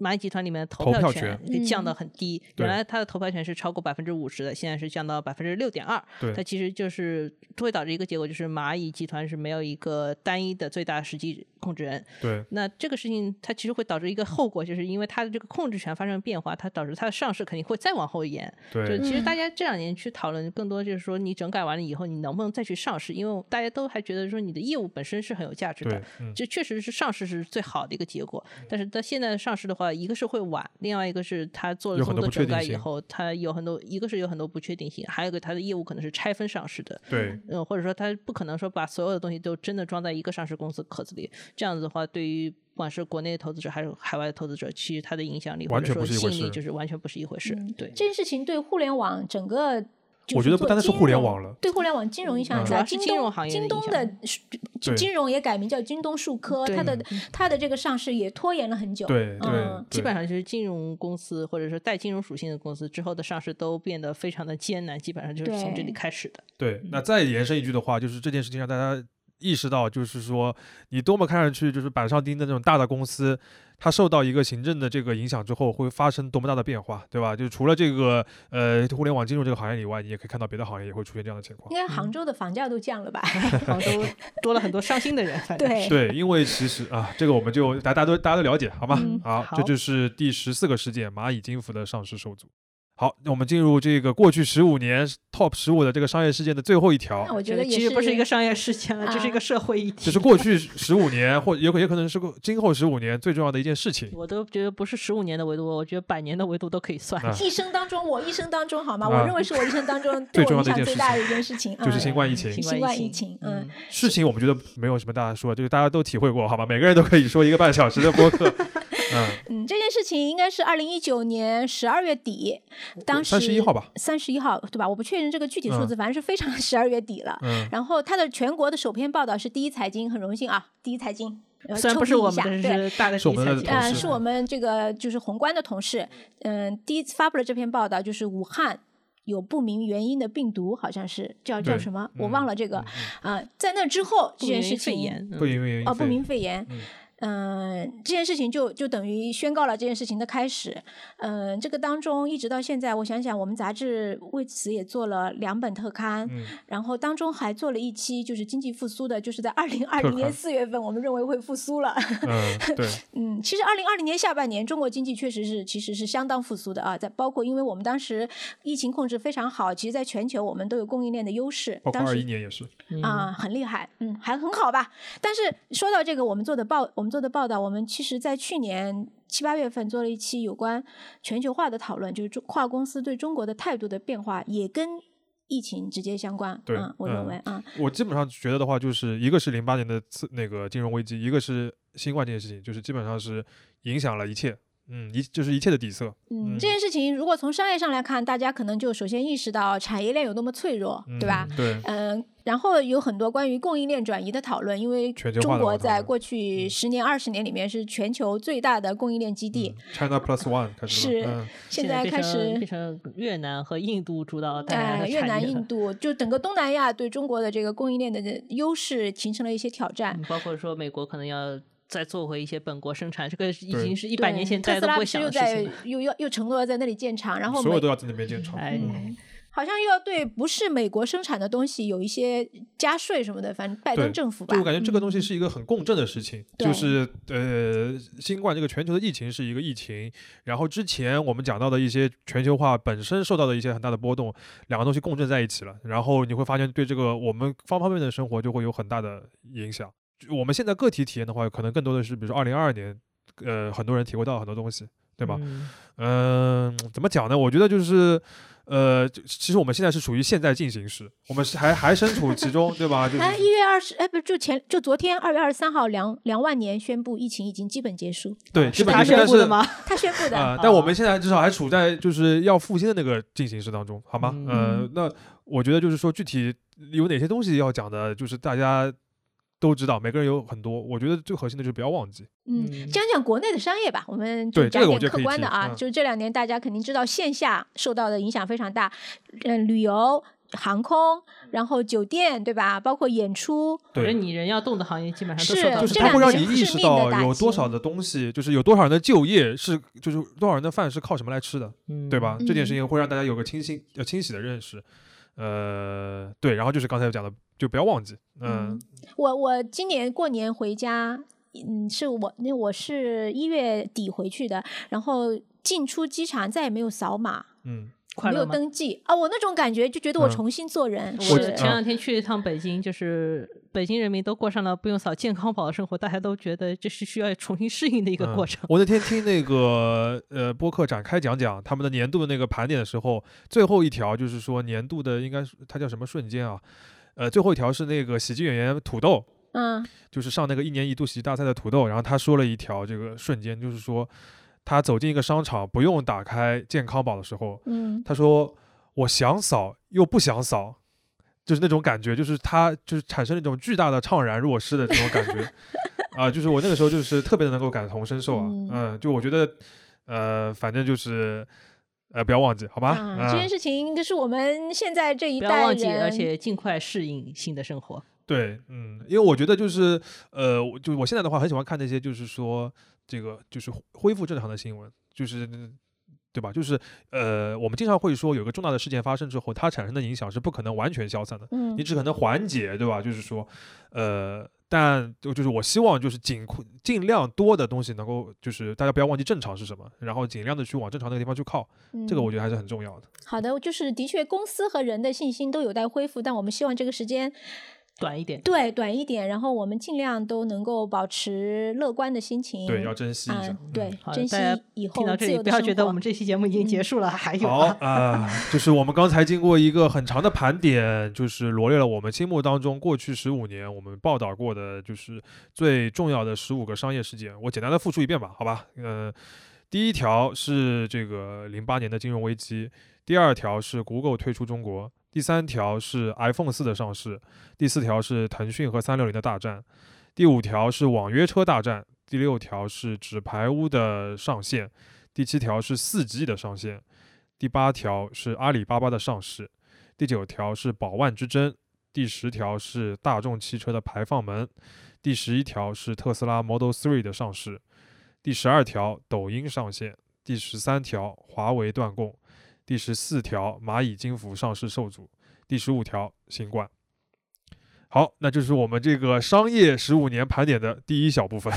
蚂蚁集团里面的投
投
票
票
权
权
给降到很低，
对
原来它的投票权是超过百分之五十的，现在是降到百分之六点二。它
对
其实就是会导致一个结果，就是蚂蚁集团是没有一个单一的最大实际控制人。
对
那这个事情它其实会导致一个后果，就是因为它的这个控制权发生变化，它导致它的上市肯定会再往后延。就
对
其实
嗯
大家这两年去讨论更多就是说，你整改完了以后，你能不能再去上市？因为大家都还觉得说你的业务本身是很有价值的
对，，嗯，
这确实是上市是最好的一个结果。但是它现在上市的话，一个是会晚，另外一个是它做
有
了这
很
么
多
多
不确
整
定
改以
性
后，它有很多，一个是有很多不确定性，还有一个它的业务可能是拆分上市的。
对，
嗯，或者说它不可能说把所有的东西都真的装在一个上市公司壳子里，这样子的话，对于不管是国内的投资者还是海外的投资者，其实它的影响力或
完
者
全
说
不是一回
吸引力
事
就是完全不是一回事。对，
嗯这件事情对互联网整个就是
我觉得不
做
单单是
金
互联
融
网了
对互联网金融影响
嗯
很
主
大。
要是
京
金
东
融行业的
京
影
东
响
的是
对
金融也改名叫京东数科，
对
它的它的这个上市也拖延了很久。
对对
嗯，
基
对
本上就是金融公司或者说带金融属性的公司之后的上市都变得非常的艰难，基本上就是从这里
对
开始 的。
对，那
嗯
再延伸一句的话，就是这件事情让大家意识到，就是说你多么看上去就是板上钉的那种大的公司，它受到一个行政的这个影响之后，会发生多么大的变化，对吧？就除了这个呃互联网金融这个行业以外，你也可以看到别的行业也会出现这样的情况
应。该
嗯
杭州的房价都降了 吧？
杭州多了很多伤心的人，反正
对，
对，因为其实啊，这个我们就大家都大家都了解，好吧？
嗯
好，这
好
就是第十四个事件，蚂蚁金服的上市受阻。好，那我们进入这个过去十五年 top 十五的这个商业事件的最后一条
那。我觉
这
得
个
也
其实不是一个商业事件了，这是一
啊
个社会议题。
就是过去十五年，或有可也可能是过今后十五年最重要的一件事情。
我都觉得不是十五年的维度，我觉得百年的维度都可以算
啊
一下。
一生当中，我一生当中好吗？
啊
我认为是我一生当中
最
对我
重要的一件
影响最
事
大的
情
一件事情，
就是
嗯
新冠疫情
新冠疫
疫
情嗯，
事情我们觉得没有什么大家说，就是大家都体会过，好吧？每个人都可以说一个半小时的播客， 嗯，
嗯，这件事情应该是二零一九年十二月底，当时
三十一号吧，
三十一号对吧？我不确认这个具体数字，反正是非常十二月底了。
嗯，
然后它的全国的首篇报道是第一财经，很荣幸啊，第一财经。呃
虽然
抽
不是
比一
我们
下
的，
对，
是大的
是我们的
题材
同
节
事嗯
呃，
目
是我们这个就是宏观的同事，嗯，第一次发布了这篇报道，就是武汉有不明原因的病毒，好像是叫叫
对
什么，我
嗯
忘了这个
嗯。
啊、在那之后，这
不明
件事
肺
情
炎，
不
嗯
因为
哦，不明肺炎。嗯、这件事情就就等于宣告了这件事情的开始。嗯、这个当中一直到现在，我想想，我们杂志为此也做了两本特刊，
嗯
然后当中还做了一期就是经济复苏的，就是在二零二
特
零年
刊
四月份，我们认为会复苏了。
嗯，对，
嗯，其实二零二零年下半年中国经济确实是其实是相当复苏的啊，在包括因为我们当时疫情控制非常好，其实在全球我们都有供应链的优势，
包括
当
二
时
一年也是，
啊、很厉害，嗯，还很好吧。但是说到这个，我们做的报，我们做的报道，我们其实在去年七八月份做了一期有关全球化的讨论，就是中跨公司对中国的态度的变化，也跟疫情直接相关。
对
嗯，我
嗯
认为啊、
我基本上觉得的话，就是一个是零八年的次那个金融危机，一个是新冠这件事情，就是基本上是影响了一切，嗯，一就是一切的底色，
嗯，
嗯
这件事情如果从商业上来看，大家可能就首先意识到产业链有多么脆弱，
嗯
对吧？？
对，
嗯，然后有很多关于供应链转移的讨论，因为
全球
中
化的
国
讨
在
论
过去十年、二十年里面是全球最大的供应链基地
嗯，China Plus One 开始
是
了，嗯，
现在开
变成
始
变成越南和印度主导大家
哎，
的
越
产
南、
业
印
了
度，就整个东南亚对中国的这个供应链的这优势形成了一些挑战
嗯。包括说美国可能要再做回一些本国生产，这个已
对
经是一百年前大家
特斯
都不
拉
会
不是
想
又
的事
在
情了。
又又又承诺要在那里建厂，然后
所有
美
都要在那边建厂，
哎
嗯
好像又要对不是美国生产的东西有一些加税什么的，反正拜
对
登政府吧。
就我感觉这个东西
嗯
是一个很共振的事情，
对
就是呃，新冠这个全球的疫情是一个疫情，然后之前我们讲到的一些全球化本身受到的一些很大的波动，两个东西共振在一起了，然后你会发现对这个我们方方面面的生活就会有很大的影响。就我们现在个体体验的话，可能更多的是比如说二零二二年，呃，很多人体会到很多东西，对吧？
嗯
嗯，怎么讲呢？我觉得就是，呃，就其实我们现在是处于现在进行时，我们是还还身处其中，对吧？就是
哎，一月二十，哎，不，就前就昨天二月二十三号，梁梁万年宣布疫情已经基本结束，
对，基
哦是
本
他
上
宣
但
布的
是
吗？
他宣布的。
啊、但我们现在至少还处在就是要复兴的那个进行时当中，好吗？
嗯
呃，那我觉得就是说具体有哪些东西要讲的，就是大家都知道，每个人有很多。我觉得最核心的就是不要忘记，
嗯，讲讲国内的商业吧，我们就
对这
讲
个我
点
觉得
客
可以
观的
提
啊，
嗯
就是这两年大家肯定知道线下受到的影响非常大，嗯、旅游。航空，然后酒店，对吧？包括演出，
反
对
正，你人要动的行业基本上都
是
受到
就
了
是
这
它
两
会让
年
你意
致
识
命的
到
打
有多
击
少的东西，就是有多少人的就业是，就是多少人的饭是靠什么来吃的，对吧？？这件事
嗯
情会让大家有个清醒、呃清晰的认识。呃，对，然后就是刚才讲的，就不要忘记，嗯
嗯，我我今年过年回家，嗯，是我那我是一月底回去的，然后进出机场再也没有扫码，
嗯，
快
没
乐
有
吗？
登记啊，我那种感觉就觉得我
嗯
重新做人，
我
是
前两天去一趟北京，就是北京人民都过上了不用扫健康宝的生活，大家都觉得这是需要重新适应的一
一
个过程。
嗯我那天听那个呃播客展开讲讲他们的年度的那个盘点的时候，最后一条就是说年度的应该是它叫什么瞬间啊？呃，最后一条是那个喜剧演员土豆，
嗯
就是上那个一年一度喜剧大赛的土豆，然后他说了一条这个瞬间，就是说他走进一个商场不用打开健康宝的时候，
嗯，
他说我想扫又不想扫，就是那种感觉，就是他就是产生了一种巨大的怅然若失的这种感觉啊、就是我那个时候就是特别能够感同身受啊，嗯
嗯
就我觉得呃，反正就是呃，不要忘记，好吧？嗯
啊，这件事情就是我们现在这一
不
代
要
人，
忘记，而且尽快适应新的生活。
对，嗯，因为我觉得就是，呃，我就我现在的话很喜欢看那些，就是说这个就是恢恢复正常的新闻，就是对吧？就是呃，我们经常会说有个重大的事件发生之后，它产生的影响是不可能完全消散的，
嗯
你只可能缓解，对吧？就是说，呃，但就就是我希望就是尽快尽量多的东西能够就是大家不要忘记正常是什么，然后尽量的去往正常那个地方去靠，这个我
嗯
觉得还是很重要的。
好的，就是的确公司和人的信心都有待恢复，但我们希望这个时间
短一点，
对短一点，然后我们尽量都能够保持乐观的心情，
对，要珍惜一下。
啊
嗯，
对
好，
珍惜
大家
以
听到这
后自
里
由
不
的
要
生活。
觉得我们这期节目已经结束了，还有
好
啊。
啊、就是我们刚才经过一个很长的盘点，就是罗列了我们心目当中过去十五年我们报道过的，就是最重要的十五个商业事件。我简单的复述一遍吧，好吧？呃，第一条是这个零八年的金融危机，第二条是 Google 退出中国，第三条是 iPhone 四的上市，第四条是腾讯和三六零的大战，第五条是网约车大战，第六条是纸牌屋的上线，第七条是四 G 的上线。第八条是阿里巴巴的上市，第九条是宝万之争，第十条是大众汽车的排放门，第十一条是特斯拉 Model 3的上市，第十二条抖音上线，第十三条华为断供，第十四条蚂蚁金服上市受阻，第十五条新冠。好，那就是我们这个商业十五年盘点的第一小部分。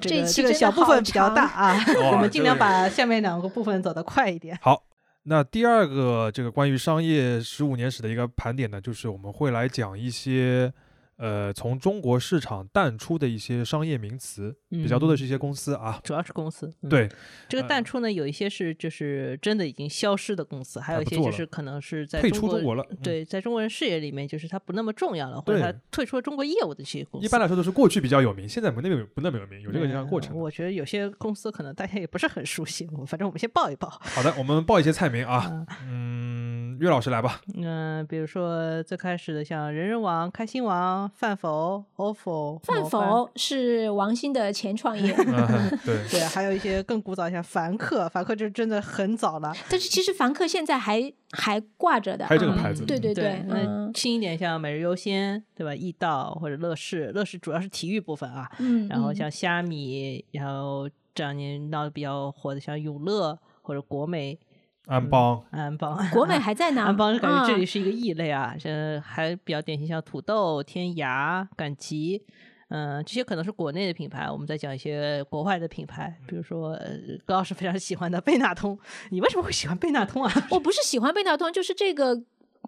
这
这
个这个
期真的
小部分
好
比较大啊， 我
哇
们尽量
这个
把下面两个部分走得快一点。
好，那第二个这个关于商业十五年史的一个盘点呢，就是我们会来讲一些呃从中国市场淡出的一些商业名词，比较多的是一些公司啊。
主要是公司，嗯、
对，
这个淡出呢，有一些是就是真的已经消失的公司，还有一些就是可能是在
退出
中
中国了嗯
对，在中国人视野里面，就是它不那么重要了，或者它
对
退出了中国业务的这些公司。
一般来说都是过去比较有名，现在不那么有不那么有名，有这个这样的过程
嗯
的。
我觉得有些公司可能大家也不是很熟悉，我反正我们先报一报。
好的，我们报一些菜名啊，嗯，岳老师来 吧。
嗯、比如说最开始的像人人网、开心网、饭否、ofo、
范
某饭
否是王兴的前创 业，
嗯，对，
对，还有一些更古早，像凡客，凡客就真的很早了。
但是其实凡客现在还还挂着的，
还有这个
嗯
牌子
对对对，
那
嗯
轻一点，像每日优鲜，对吧？易到或者乐视，乐视主要是体育部分啊。
嗯，
然后
嗯
像虾米，然后这两年闹得比较火的，像永乐或者国美、嗯
安邦，
安 邦。
国美还在呢，
安邦是感觉这里
啊
是一个异类啊，这还比较典型，像土豆、天涯、赶集。嗯，这些可能是国内的品牌，我们再讲一些国外的品牌，比如说呃高老师非常喜欢的贝纳通，你为什么会喜欢贝纳通啊？
我不是喜欢贝纳通，就是这个。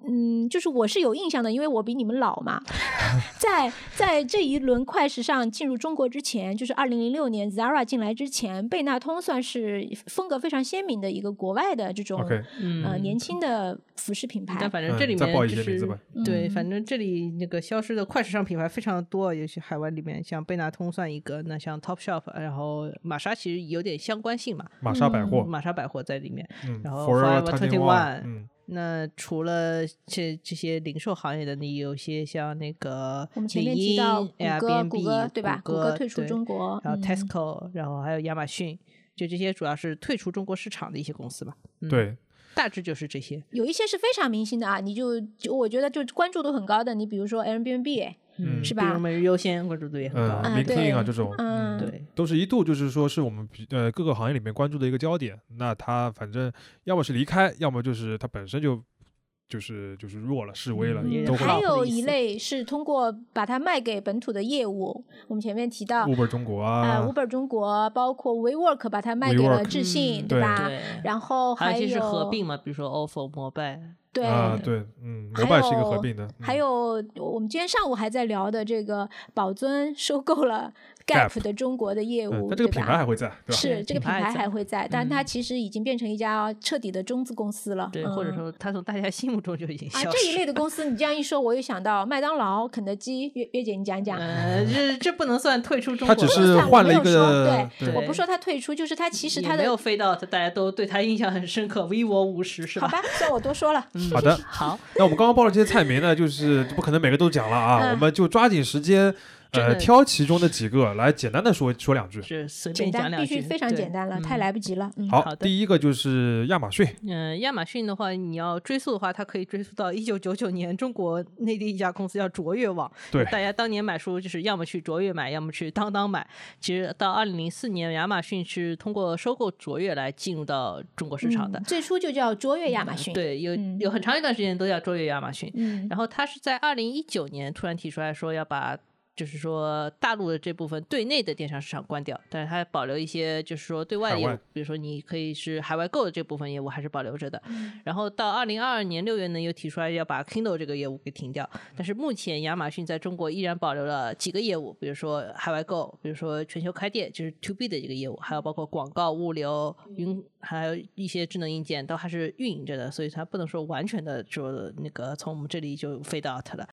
嗯，就是我是有印象的，因为我比你们老嘛。在在这一轮快时尚进入中国之前，就是二零零六年 Zara 进来之前，贝纳通算是风格非常鲜明的一个国外的这种
OK，
嗯
呃年轻的服饰品牌
但。反正这
嗯
里
再
面
报一
就
些名字
是
吧
对，
嗯
反正这里那个消失的快时尚品牌非常多，也许海外里面像贝纳通算一个，那像 Topshop，然后玛莎其实有点相关性嘛，
玛莎百货，
玛莎百货在里面。
嗯
嗯然后
，Forever
Forever
Twenty
One
嗯，
那除了这这些零售行业的，你有些像那个
我们前
领
面提到
英
谷
Airbnb
歌，谷歌对吧？
呃谷
谷
歌
歌退出
对
中国，
然后
嗯
Tesco，然后还有亚马逊，就这些主要是退出中国市场的一些公司吧。嗯，
对。
大致就是这些。
有一些是非常明星的啊，你就就我觉得就关注度很高的，你比如说 Airbnb，
嗯
是
比如
吧
我们优先关注度也很高。
呃
啊
，Link In 啊
对
这种，
嗯
对，
都是一度就是说是我们比呃各个行业里面关注的一个焦点。那它反正要么是离开，要么就是它本身就就是就是弱了，示威了，
嗯
都会
还
好
有
意
一
思
类是通过把它卖给本土的业务，我们前面提到
Uber 中国
啊
啊，
，Uber 中国包括 WeWork 把它卖给了
WeWork
智信，
嗯
对
吧？
对，
啊然后
还有一
有
些是合并嘛，比如说 ofo、摩拜，
对，
啊对，嗯，
还
摩拜是一个合
有
并的，
还
嗯
有我们今天上午还在聊的这个宝尊收购了
Gap
Gap 的中国的业
嗯
务，
但这个
对
品
吧
牌还会在，对吧？
是这个
品
品
牌
牌
在
还会在，但它
嗯
其实已经变成一家彻底的中资公司了，
对，或者
嗯
说他从大家心目中就已经
啊
消
这一
失。
类的公司，你这样一说，我又想到麦当劳、肯德基。月月姐，你讲讲。
呃，这这不能算退出中
它
国，
只
不
是
算
换了
没
一
有
个
说，
对
我不说它退出，就是它其实
也
它
没
的
有飞到他大家都对他印象很深刻。vivo 五十是
好
吧？
吧，算我多说了。
好的，
嗯好，
那我们刚刚报了这些菜名呢，就是不可能每个都讲了啊，
嗯
我们就抓紧时间，
真
呃，
的
挑其中的几个来简单的说说两句。
是随
简
便讲
单，
两
必
句，
须非常
对
简单了，
嗯
太来不及了。嗯，
好，
好的
第一个就是亚马逊，
嗯，亚马逊的话，你要追溯的话，它可以追溯到一九九九年中国内地一家公司叫卓越网。
对
大家当年买书就是要么去卓越买，要么去当当买。其实到二零零四年，亚马逊是通过收购卓越来进入到中国市场的
嗯。最初就叫卓越亚马逊。，
对，有
嗯
有很长一段时间都叫卓越亚马逊。
嗯，
然后他是在二零一九年突然提出来说要把。就是说，大陆的这部分对内的电商市场关掉，但是它保留一些，就是说对外的业
海
务
外，
比如说你可以是海外购的这部分业务还是保留着的。然后到二零二二年六月呢，又提出来要把 Kindle 这个业务给停
嗯
掉。但是目前亚马逊在中国依然保留了几个业务，比如说海外购，比如说全球开店，就是 To B 的这个业务，还有包括广告、物流、云，还有一些智能硬件，都还是运营着的，所以它不能说完全的就那个从我们这里就 fade out 了。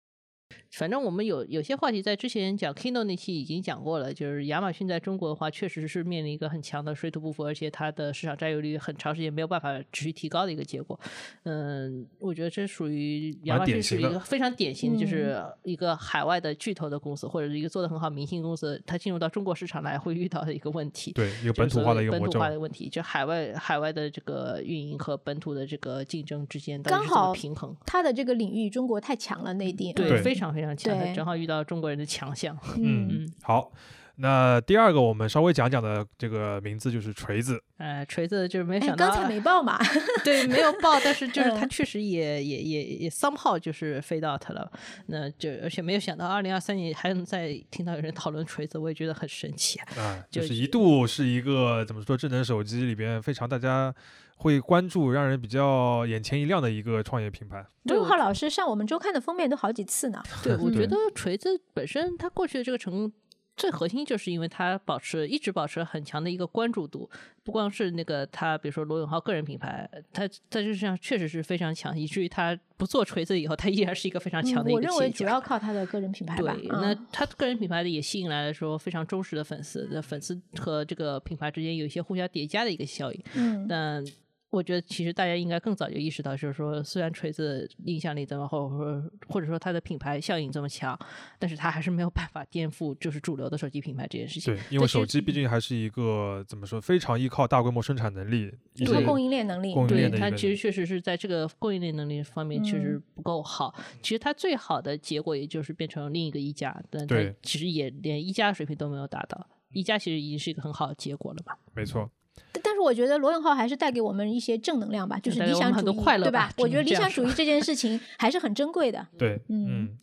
反正我们有有些话题在之前讲 Kindle 那期已经讲过了，就是亚马逊在中国的话，确实是面临一个很强的水土不服，而且它的市场占有率很长时间没有办法持续提高的一个结果。嗯，我觉得这属于
蛮
亚马逊
典
属于
型
一
的
个非常典型的，就
嗯
是一个海外的巨头的公司，或者是一个做的很好明星公司，它进入到中国市场来会遇到的一个问题。
对，一个
就
本
是所
土化
谓
的一个
本
魔
土
咒
化。的问题，就海外海外的这个运营和本土的这个竞争之间到底
刚
是怎么
好
平衡？
它的这个领域中国太强了，内地。
对
非常非常强，它
对
正好遇到中国人的强项。
嗯，
嗯，
好，那第二个我们稍微讲讲的这个名字就是锤子，
呃，锤子就是没
哎，
想到，啊
刚才 没报嘛？
对，没有报，但是 就是它
嗯
确实也也也也 somehow 就是 fade out 了。那就而且没有想到，二零二三年还能再听到有人讨论锤子，我也觉得很神奇啊。
啊，就
就是
一度是一个怎么说，智能手机里边非常大家会关注、让人比较眼前一亮的一个创业品牌。
对
陆
我
浩老师上我们周刊的封面都好几次呢。
对，我
对
觉得锤子本身它过去的这个成功。最核心就是因为它保持一直保持很强的一个关注度，不光是那个它，比如说罗永浩个人品牌，它在这上确实是非常强，以至于它不做锤子以后，它依然是一个非常强的一
嗯我
个
认为
现
主
象。
要靠他的个人品牌吧。
对，
嗯
那他个人品牌的也吸引来了说非常忠实的粉丝，那粉丝和这个品牌之间有一些互相叠加的一个效应。
嗯，
但我觉得其实大家应该更早就意识到，就是说，虽然锤子影响力这么厚，或者说或者说它的品牌效应这么强，但是它还是没有办法颠覆就是主流的手机品牌这件事情。
对，因为
这
手
是
机毕竟还是一个怎么说，非常依靠大规模生产能力，以
一
及
个供应链能力，
供应
对
链的一
它
个
其实确实是在这个供应链能力方面确实
嗯
不够好。其实它最好的结果也就是变成另一个一加，但它
对
其实也连一加的水平都没有达到。一加其实已经是一个很好的结果了嘛，
没错，
但但是我觉得罗永浩还是带给我们一些正能量吧，就是
带给
理
我们
想
很
主
多
义，
快乐
对
吧
吧？
只
我觉得
能
理
这样
想主义这件事情还是很珍 贵的。
对，
嗯
嗯。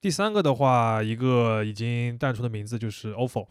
第三个的话，一个已经淡出的名字就是 OFO，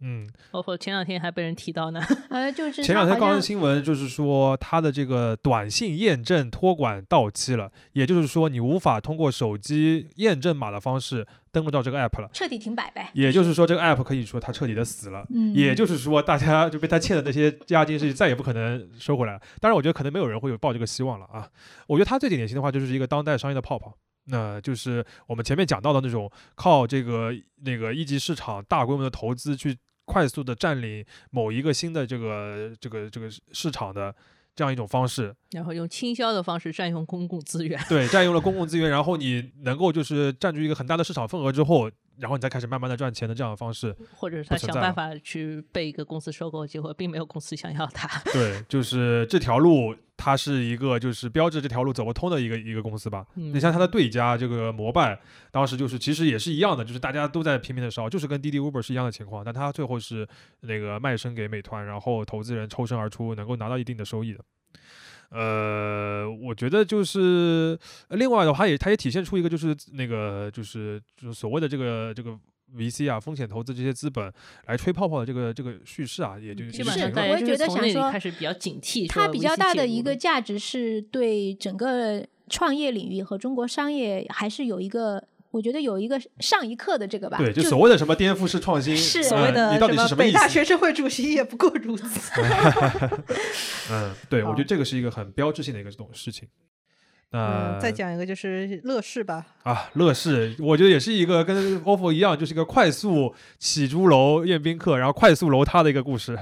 嗯，
包括前两天还被人提到呢。
呃，就是
前
他
两天
好
刚
像
刚新闻就是说，它的这个短信验证托管到期了，也就是说你无法通过手机验证码的方式登录到这个 app 了。
彻底停摆呗。
也就是说，这个 app 可以说它彻底的死了。
嗯
也就是说，大家就被他欠的那些押金是再也不可能收回来了。当然，我觉得可能没有人会有抱这个希望了啊。我觉得他最典型的话就是一个当代商业的泡泡，那、就是我们前面讲到的那种靠这个那个一级市场大规模的投资去快速的占领某一个新的这个这个这个市场的。这样一种方式，
然后用倾销的方式占用公共资源。
对，占用了公共资源，然后你能够就是占据一个很大的市场份额之后，然后你再开始慢慢的赚钱的这样的方式，
或者是他
不存
想
在
办
了
法去被一个公司收购，结果并没有公司想要他。
对，就是这条路，它是一个就是标志这条路走不通的一个一个公司吧。
嗯
你像它的对家这个摩拜，当时就是其实也是一样的，就是大家都在拼命的烧，就是跟滴滴 Uber 是一样的情况，但它最后是那个卖身给美团，然后投资人抽身而出，能够拿到一定的收益的。呃，我觉得就是呃另外的话也，它也体现出一个就是那个就是就是所谓的这个这个 VC 啊，风险投资这些资本来吹泡泡的这个这个叙事啊，也就
嗯基
是
本
这
上
个
大
我
家
也
就
觉
是
得
从
想
那里
说
开始比较警惕。
它
说
嗯比
危
较
机
大
介
的
入
一
呃
个价值是对整个创业领域和中国商业还是有一个，我觉得有一个上一课的这个吧。
对，就
就
所谓的什么颠覆式创新，
是
嗯
所
你到底是什么意思？
生会主席也不过如此。
嗯，对，我
好
觉得这个是一个很标志性的一个这种事情。那、
嗯，再讲一个就是乐视吧，
啊，乐视，我觉得也是一个跟 OFO 一样，就是一个快速起朱楼宴宾客，然后快速楼塌的一个故事。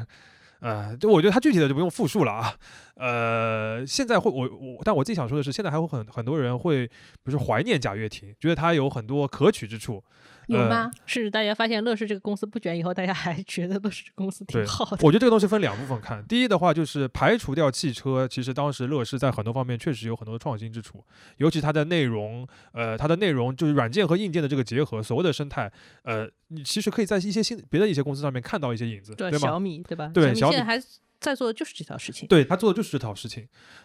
呃，就我觉得它具体的就不用复述了啊。呃，现在会我我，但我自己想说的是，现在还会很很多人会，不是怀念贾跃亭，觉得他有很多可取之处。
有
呃
吗？
是大家发现乐视这个公司不卷以后，大家还觉得乐视这个公司挺
对
好的。
我觉得这个东西分两部分看。第一的话，就是排除掉汽车，其实当时乐视在很多方面确实有很多的创新之处，尤其它的内容，呃，它的内容就是软件和硬件的这个结合，所谓的生态，呃，你其实可以在一些新别的一些公司上面看到一些影子， 对
对小
吗？
米对吧？
对小
米现在
米
还在做的就是这条事情。
对他做的就是这套事情，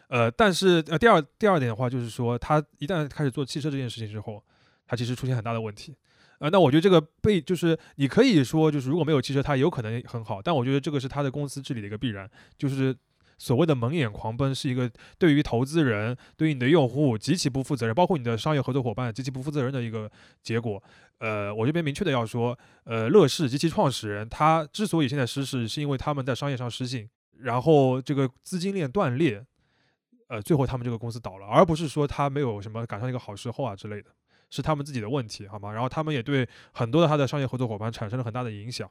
呃，但是呃，第二第二点的话，就是说他一旦开始做汽车这件事情之后，他其实出现很大的问题。呃，那我觉得这个被就是你可以说就是如果没有汽车，它有可能很好，但我觉得这个是它的公司治理的一个必然，就是所谓的蒙眼狂奔是一个对于投资人、对于你的用户极其不负责任，包括你的商业合作伙伴极其不负责任的一个结果。呃，我这边明确的要说，呃，乐视及其创始人他之所以现在失势，是因为他们在商业上失信，然后这个资金链断裂，呃，最后他们这个公司倒了，而不是说他没有什么赶上一个好时候啊之类的。是他们自己的问题，好吗？然后他们也对很多的他的商业合作伙伴产生了很大的影响，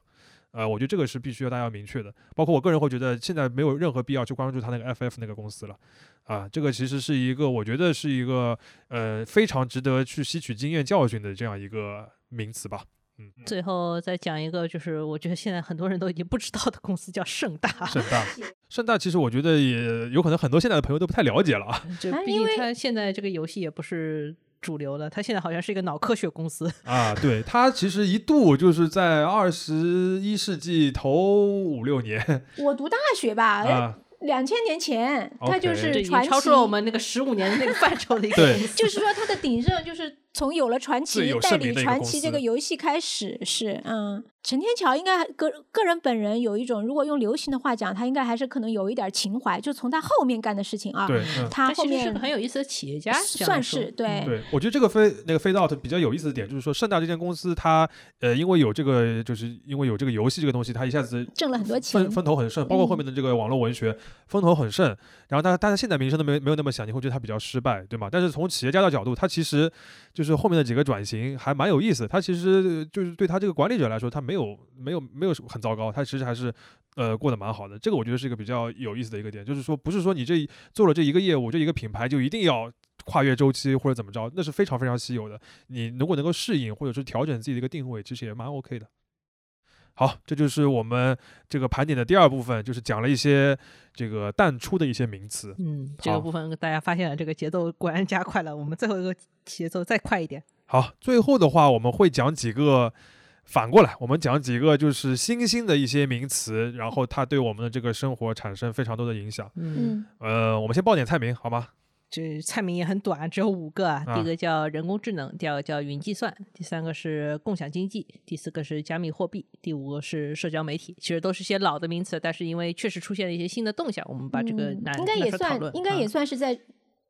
呃，我觉得这个是必须要大家要明确的。包括我个人会觉得，现在没有任何必要去关注他那个 FF 那个公司了，啊，这个其实是一个我觉得是一个呃非常值得去吸取经验教训的这样一个名词吧。嗯，
最后再讲一个，就是我觉得现在很多人都已经不知道的公司叫盛 大，
啊
盛大，盛大其实我觉得也有可能很多现在的朋友都不太了解了啊
就
啊
毕
因
竟
为
它现在这个游戏也不是主流了，它现在好像是一个脑科学公司。
啊，对，它其实一度就是在二十一世纪头五六年
我读大学吧，
啊，
两千年前，
OK
它就
这
是
已
传
经
奇，
超出了我们那个十五年的那个范畴的 一个
对
公司。
就是啊说它的鼎盛就是从有了传
最
奇
有
代
盛名
理
的一个
传
公
奇
司
这个游戏开始是，嗯，陈天桥应该个个人本人有一种，如果用流行的话讲，他应该还是可能有一点情怀，就从他后面干的事情啊，
对，嗯。
他后
其实是
面
个很有意思的企业家，这样
算
说嗯
是对，
对，我觉得这个飞那个飞 out 比较有意思的点就是说，盛大这间公司它呃，因为有这个，就是因为有这个游戏这个东西，它一下子
挣了很多钱
风，风头很盛，包括后面的这个网络文学风头很盛。然后它但是现在名声都没没有那么响，你会觉得它比较失败，对吗？但是从企业家的角度，它其实就是后面的几个转型还蛮有意思。它其实就是对他这个管理者来说，他没有没有没有很糟糕，他其实还是呃过得蛮好的。这个我觉得是一个比较有意思的一个点，就是说不是说你这一做了这一个业务，这一个品牌就一定要。跨越周期或者怎么着，那是非常非常稀有的。你如果能够适应或者是调整自己的一个定位，其实也蛮 OK 的。好，这就是我们这个盘点的第二部分，就是讲了一些这个淡出的一些名词。
嗯，这个
好
部分大家发现了，这个节奏果然加快了。我们最后一个节奏再快一点。
好，最后的话我们会讲几个，反过来我们讲几个就是新兴的一些名词，然后它对我们的这个生活产生非常多的影响。
嗯，
嗯，
呃，我们先报点菜名好吗？
这菜名也很短，只有五个啊。
啊
第一个叫人工智能，第二个叫云计算，第三个是共享经济，第四个是加密货币，第五个是社交媒体。其实都是些老的名词，但是因为确实出现了一些新的动向，我们把这个
嗯
拿
应该
拿
也
出来讨
算
论，
应该也
啊
算是在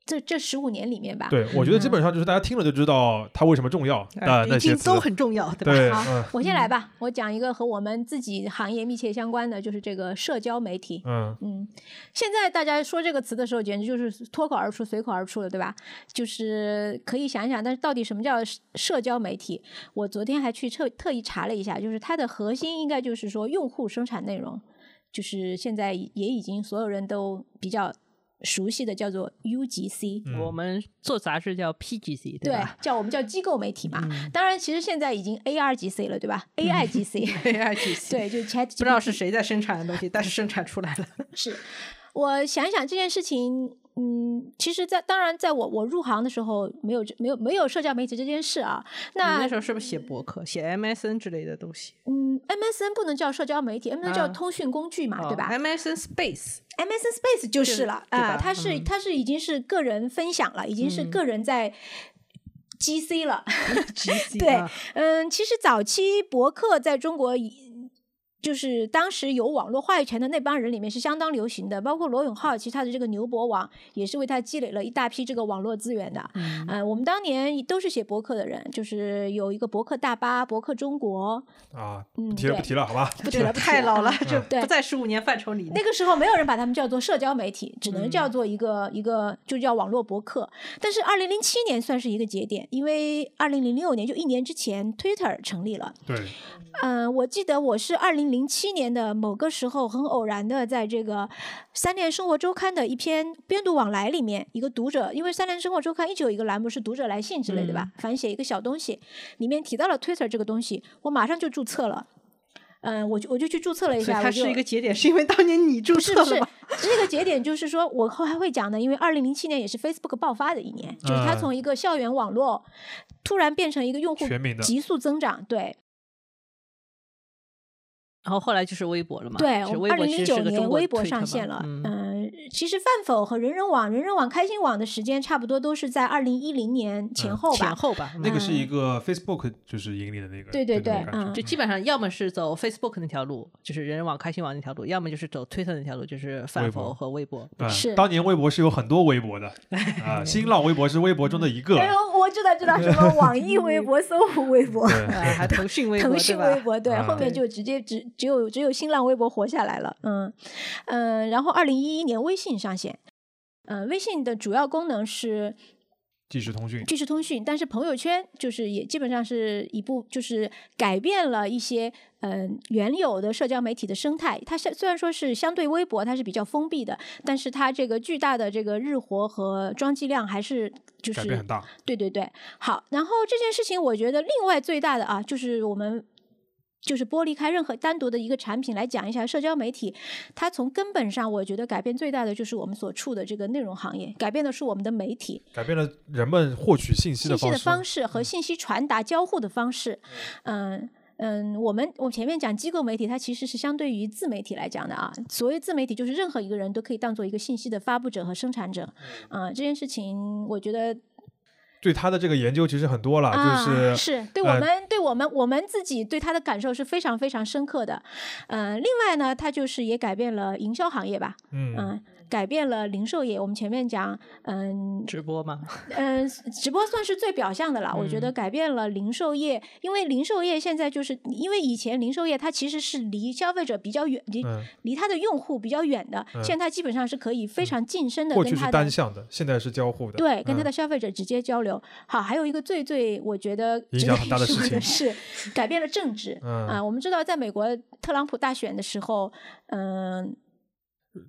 这这十五年里面 吧，
对，我觉得基本上就是大家听了就知道它为什么重要
哎
啊
的啊那
一
些
听
词。
都很重要，对吧？
对，
好
嗯
我先来吧，我讲一个和我们自己行业密切相关的，就是这个社交媒体。
嗯，
嗯，现在大家说这个词的时候，简直就是脱口而出、随口而出了，对吧？就是可以想一想，但是到底什么叫社社交媒体？我昨天还去特特意查了一下，就是它的核心应该就是说用户生产内容，就是现在也已经所有人都比较熟悉的叫做 UGC，、
嗯
我们做杂志叫 PGC，
对啊
吧？
叫我们叫机构媒体嘛。
嗯
当然，其实现在已经 ARGC 了，对吧？AIGC，、
，AIGC
对，就 Chat，
不知道是谁在生产的东西，但是生产出来了。
是，我想想这件事情，嗯，其实在，当然，在我我入行的时候，没有这没有没有社交媒体这件事啊。
你
那
那时候是不是写博客、写 MSN 之类的东西？
嗯，MSN 不能叫社交媒体，MSN 叫
啊
通讯工具嘛，
哦
对吧
？MSN Space，
？MSN Space
就
就
是
了
对
啊、
吧
它是、
嗯
它是已经是个人分享了，已经是
嗯
个人在 GC 了。
GC
对
啊
嗯，其实早期博客在中国已就是当时有网络话语权的那帮人里面是相当流行的，包括罗永浩，其实他的这个牛博网也是为他积累了一大批这个网络资源的。
嗯
嗯，我们当年都是写博客的人，就是有一个博客大巴、博客中国，
啊，
嗯
不提了
对
不提了， 好吧？
不提
这
了，不提啊
太老 了，这
对
不在十五年范畴里。
那个时候没有人把他们叫做社交媒体，只能
嗯
叫做一个、一个就叫网络博客。但是二零零七年算是一个节点，因为二零零六年就一年之前，Twitter 成立了。
对，
嗯、我记得我是二零零七年的某个时候，很偶然的在这个《三联生活周刊》的一篇编读往来里面，一个读者，因为《三联生活周刊》一直有一个栏目是读者来信之类
嗯
的吧，反正写一个小东西，里面提到了 Twitter 这个东西，我马上就注册了。嗯、我就我就去注册了一
所以
下，
它
我就是
一个节点，是因为当年你注
不
册
是
了
不
吗？
是这个节点，就是说我后还会讲的，因为二零零七年也是 Facebook 爆发的一年，就是它
嗯
从一个校园网络突然变成一个用户
全民的
急速增长，对，
然后后来就是微博了嘛？
对，
是
我
微
们二
博
零
其
零
实
九
是个中
年
国
微博
Twitter
上
嘛
线了。
嗯
嗯、其实饭否和人人网、人人网开心网的时间差不多，都是在二零一零年前
嗯
后吧。
前后吧，
那
嗯
个是一个 Facebook 就是引领的那个，
对对
对
对嗯
就基本上要么是走 Facebook 那条路，就是人人网、开心网那条路，要么就是走 Twitter 那条路，就是
微
饭
博嗯
否和微博。
本
是
当年微博是有很多微博 的啊，新浪微博是微博中的一个，
哎呦，我知道知道，什么网易微博、搜狐微博、
对，
啊，还腾讯微博，
腾讯
对吧
微博，对，
嗯
后面就直接只只有只有新浪微博活下来了。嗯嗯，然后二零一一年微信上线。嗯，微信的主要功能是
即时通讯，
即时通讯，但是朋友圈就是也基本上是一部就是改变了一些嗯、呃原有的社交媒体的生态。它虽虽然说是相对微博，它是比较封闭的，但是它这个巨大的这个日活和装机量还是就
改变
是
很大，
对对对。好，然后这件事情我觉得另外最大的啊，就是我们。就是剥离开任何单独的一个产品来讲一下社交媒体，它从根本上，我觉得改变最大的就是我们所处的这个内容行业，改变的是我们的媒体。
改变了人们获取信息
信
的
息
方
的
式。嗯
方式和信息传达交互的方式。嗯嗯，我们我前面讲机构媒体，它其实是相对于自媒体来讲的啊。所谓自媒体，就是任何一个人都可以当做一个信息的发布者和生产者。嗯、这件事情我觉得
对他的这个研究其实很多了，
啊，
就是
对我
呃
们、对我们我们自己对他的感受是非常非常深刻的。嗯、另外呢，它就是也改变了营销行业吧，
嗯，
嗯、改变了零售业。我们前面讲，嗯、
直播嘛，
嗯，直播算是最表象的了。我
嗯
觉得改变了零售业，因为零售业现在就是因为以前零售业它其实是离消费者比较远，离、
嗯
离它的用户比较远的。
嗯
现在它基本上是可以非常近身的
过
跟
去
它
是
的
单向的，现在是交互的，
对，跟它
嗯
的消费者直接交流。好，还有一个最最我觉得
影
值
响
得
很大的
一说
事情
的是，改变了政治。
嗯
啊，我们知道在美国特朗普大选的时候，嗯，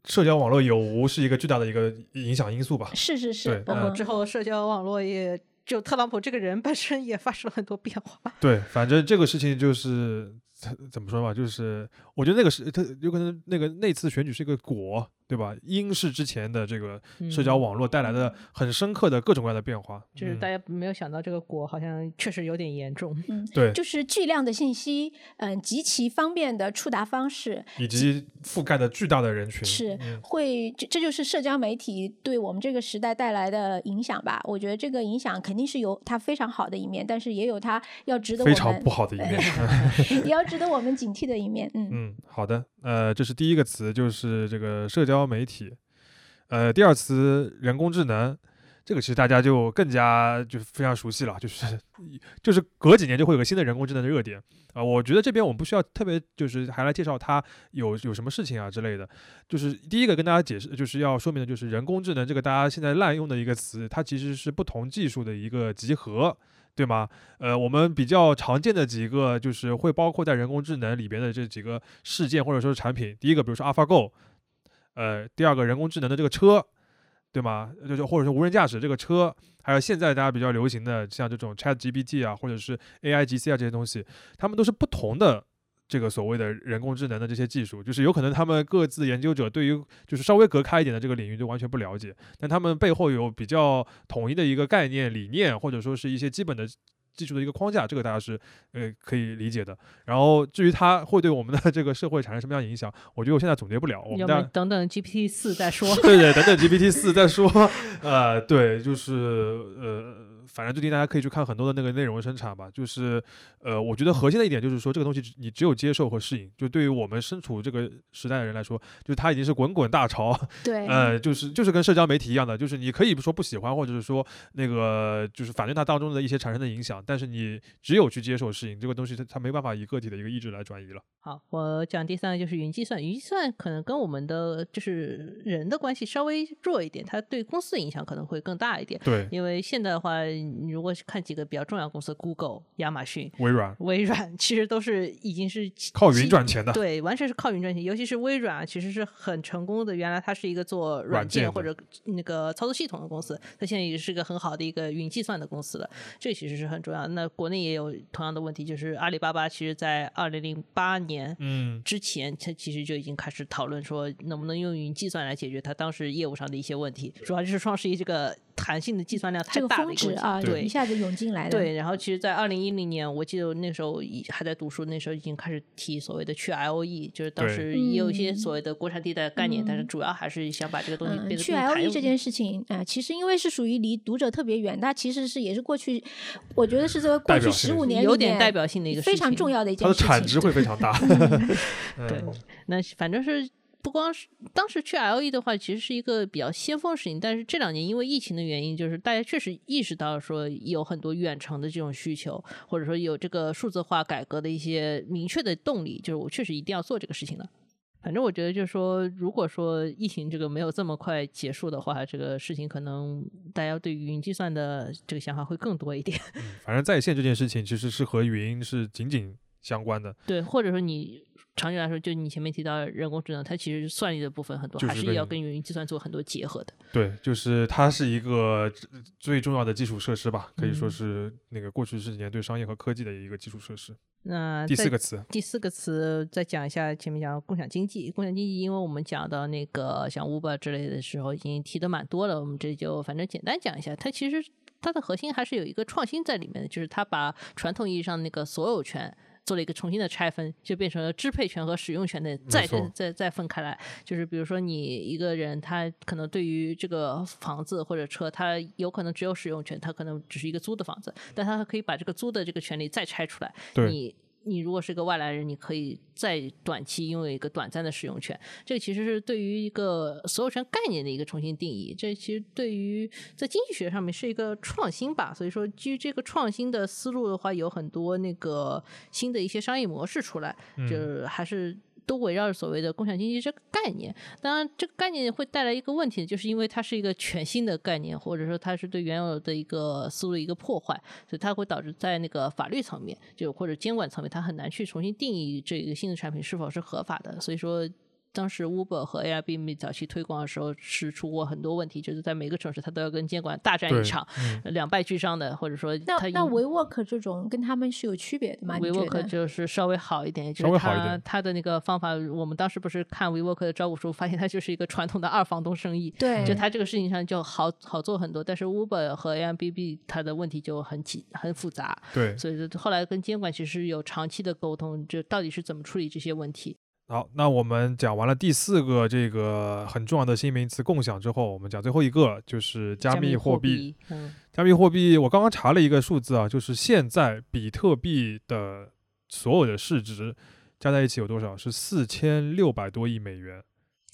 社交网络有无是一个巨大的一个影响因素吧。
是是
对
是，包
嗯
括
之后社交网络也就特朗普这个人本身也发生了很多变化。
对，反正这个事情就是怎怎么说吧，就是我觉得那个是它有可能那个那次选举是一个果，对吧？因是之前的这个社交
嗯
网络带来的很深刻的各种各样的变化，
就是
嗯
大家没有想到这个果好像确实有点严重，
对，
就是巨量的信息，嗯，极其方便的触达方式，
以及覆盖的巨大的人群
是
嗯
会，这这就是社交媒体对我们这个时代带来的影响吧。我觉得这个影响肯定是有它非常好的一面，但是也有它要值得我
非常
们
不好的一面。
也要值得我们警惕的一面。嗯，
嗯，好的，呃，这是第一个词，就是这个社交媒体。呃，第二词人工智能，这个其实大家就更加就非常熟悉了，就是就是隔几年就会有个新的人工智能的热点啊、我觉得这边我们不需要特别就是还来介绍它有有什么事情啊之类的。就是第一个跟大家解释，就是要说明的就是人工智能这个大家现在滥用的一个词，它其实是不同技术的一个集合。对吗？呃，我们比较常见的几个就是会包括在人工智能里边的这几个事件或者说是产品。第一个，比如说 AlphaGo，呃，第二个人工智能的这个车，对吗？就就或者说无人驾驶这个车，还有现在大家比较流行的像这种 Chat GPT 啊，或者是 AI GC 啊这些东西，他们都是不同的这个所谓的人工智能的这些技术，就是有可能他们各自研究者对于就是稍微隔开一点的这个领域就完全不了解，但他们背后有比较统一的一个概念、理念，或者说是一些基本的技术的一个框架，这个大家是呃可以理解的。然后至于它会对我们的这个社会产生什么样的影响，我觉得我现在总结不了。我
要
们
不
大
然等等 GPT 四再说。
对对，等等 GPT 四再说。呃，对，就是呃，反正最近大家可以去看很多的那个内容生产吧。就是呃，我觉得核心的一点就是说，这个东西只你只有接受和适应。就对于我们身处这个时代的人来说，就它已经是滚滚大潮，
对，
呃，就是就是跟社交媒体一样的，就是你可以说不喜欢，或者是说那个就是反对它当中的一些产生的影响，但是你只有去接受适应这个东西它，它没办法以个体的一个意志来转移了。
好，我讲第三个就是云计算。云计算可能跟我们的就是人的关系稍微弱一点，它对公司影响可能会更大一点。
对，
因为现在的话，你如果是看几个比较重要的公司，Google、亚马逊、
微软
微软，其实都是已经是其
靠云
其
赚 钱的。
对，完全是靠云赚钱，尤其是微软啊，其实是很成功的。原来它是一个做软
软件
件或
的
者那个操作系统的公司，它现在也是一个很好的一个云计算的公司了。这其实是很重要的。那国内也有同样的问题，就是阿里巴巴其实在二零零八年
嗯，
之前，它其实就已经开始讨论说能不能用云计算来解决它当时业务上的一些问题，主要就是双十一这个弹性的计算量太
这个
大了
峰
一个
值
问题
啊，
对
一，下子涌进来了。嗯
对，然后其实，在二零一零年，我记得我那时候已还在读书，那时候已经开始提所谓的去 IOE，就是当
对
时也有一些
嗯
所谓的国产地带的概念，但是
嗯
主要还是想把这个东西
嗯，
变得
去
更台
L E 这
湾
件事情啊、呃其实因为是属于离读者特别远，它其实是也是过去，我觉得是这
代
过
表
去
性
十
的
五年
有
里
点
面
代表性的一个
非
事
常
情
重要的一件
它的
事情。
产值会非常 大。
对
嗯，
那反正是不光是当时去 L E 的话，其实是一个比较先锋的事情，但是这两年因为疫情的原因，就是大家确实意识到说有很多远程的这种需求，或者说有这个数字化改革的一些明确的动力，就是我确实一定要做这个事情了。反正我觉得，就是说，如果说疫情这个没有这么快结束的话，这个事情可能大家对于云计算的这个想法会更多一点。
反正在线这件事情其实是和云是紧紧相关的，
对，或者说你长期来说，就你前面提到的人工智能，它其实算力的部分很多，
就
还
是
是
跟
要跟云计算做很多结合的。
对，就是它是一个呃最重要的基础设施吧，可以说
嗯
是那个过去十几年对商业和科技的一个基础设施。
那
第
再
四个词，
第四个词再讲一下前面讲到共享经济，共享经济，因为我们讲到那个像 Uber 之类的时候已经提的蛮多了，我们这就反正简单讲一下，它其实它的核心还是有一个创新在里面的，就是它把传统意义上那个所有权。做了一个重新的拆分，就变成了支配权和使用权的再
错
再再分开来。就是比如说，你一个人他可能对于这个房子或者车，他有可能只有使用权，他可能只是一个租的房子，但他可以把这个租的这个权利再拆出来，
对，
你你如果是个外来人，你可以在短期拥有一个短暂的使用权。这个其实是对于一个所有权概念的一个重新定义。这其实对于在经济学上面是一个创新吧。所以说，基于这个创新的思路的话，有很多那个新的一些商业模式出来，
嗯
就是还是。都围绕着所谓的共享经济这个概念，当然这个概念会带来一个问题，就是因为它是一个全新的概念，或者说它是对原有的一个思路的一个破坏，所以它会导致在那个法律层面，就或者监管层面，它很难去重新定义这个新的产品是否是合法的。所以说，当时 Uber 和 Airbnb 早期推广的时候是出过很多问题，就是在每个城市它都要跟监管大战
对
一场，
嗯，
两败俱伤的，或者说
那
它
那
因
WeWork 这种跟他们是有区别的吗？你觉
WeWork
得？
就是稍微好一点，就
稍微
是
好一
它
点
它的那个方法，我们当时不是看 WeWork 的招股书，发现它就是一个传统的二房东生意，
对，
就它这个事情上就好好做很多。但是 Uber 和 Airbnb 它的问题就很起很复杂，
对。
所以就后来跟监管其实有长期的沟通，就到底是怎么处理这些问题。
好，那我们讲完了第四个这个很重要的新名词“共享”之后，我们讲最后一个就是加密货币。，
嗯，
加密货币，我刚刚查了一个数字啊，就是现在比特币的所有的市值加在一起有多少？是四千六百多亿美元。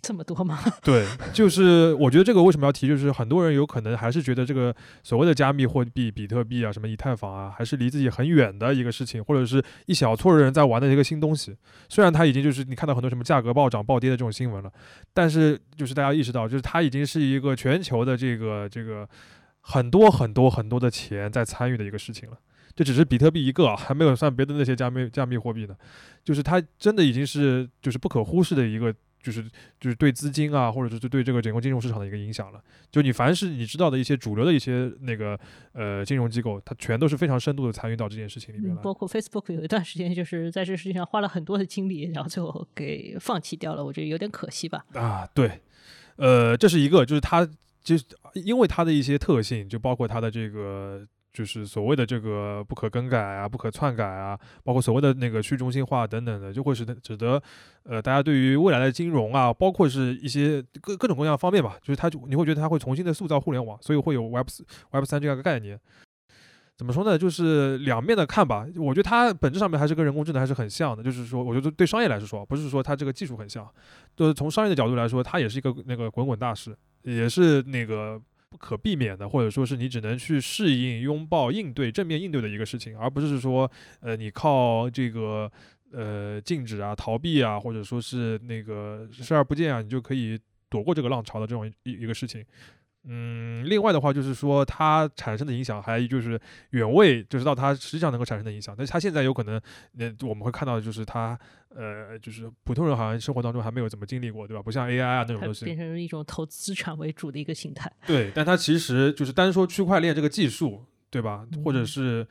这么多 吗？
对， 就是我觉得这个为什么要提，就是很多人有可能还是觉得这个所谓的加密货币、比特币啊、什么以太坊啊，还是离自己很远的一个事情，或者是一小撮人在玩的一个新东西。虽然它已经就是你看到很多什么价格暴涨、暴跌的这种新闻了，但是就是大家意识到，就是它已经是一个全球的这个这个很多很多很多的钱在参与的一个事情了。这只是比特币一个啊，还没有算别的那些加密加密货币呢。就是它真的已经是就是不可忽视的一个就是就是对资金啊，或者是对这个整个金融市场的一个影响了。就你凡是你知道的一些主流的一些那个呃金融机构，它全都是非常深度的参与到这件事情里面
嗯
来。
包括 Facebook 有一段时间就是在这事情上花了很多的精力，然后最后给放弃掉了，我觉得有点可惜吧。
啊，对，呃，这是一个，就是它就是因为它的一些特性，就包括它的这个。就是所谓的这个不可更改啊、不可篡改啊，包括所谓的那个去中心化等等的，就会使得使得，呃，大家对于未来的金融啊，包括是一些各各种各样的方面吧，就是它就你会觉得它会重新的塑造互联网，所以会有 Web 四 Web 三这样一个概念。怎么说呢？就是两面的看吧。我觉得它本质上面还是跟人工智能还是很像的，就是说，我觉得对商业来说，不是说它这个技术很像，就是从商业的角度来说，它也是一个那个滚滚大势，也是那个不可避免的，或者说是你只能去适应、拥抱、应对、正面应对的一个事情，而不是说，呃，你靠这个呃禁止啊、逃避啊，或者说是那个视而不见啊，你就可以躲过这个浪潮的这种一一个事情。嗯，另外的话就是说，它产生的影响还就是远未就是到它实际上能够产生的影响，但是它现在有可能，那、我们会看到就是它呃，就是普通人好像生活当中还没有怎么经历过，对吧？不像 AI 啊那种
它
东西，
变成一种投资产为主的一个形态。
对，但它其实就是单说区块链这个技术，对吧？或者
嗯
是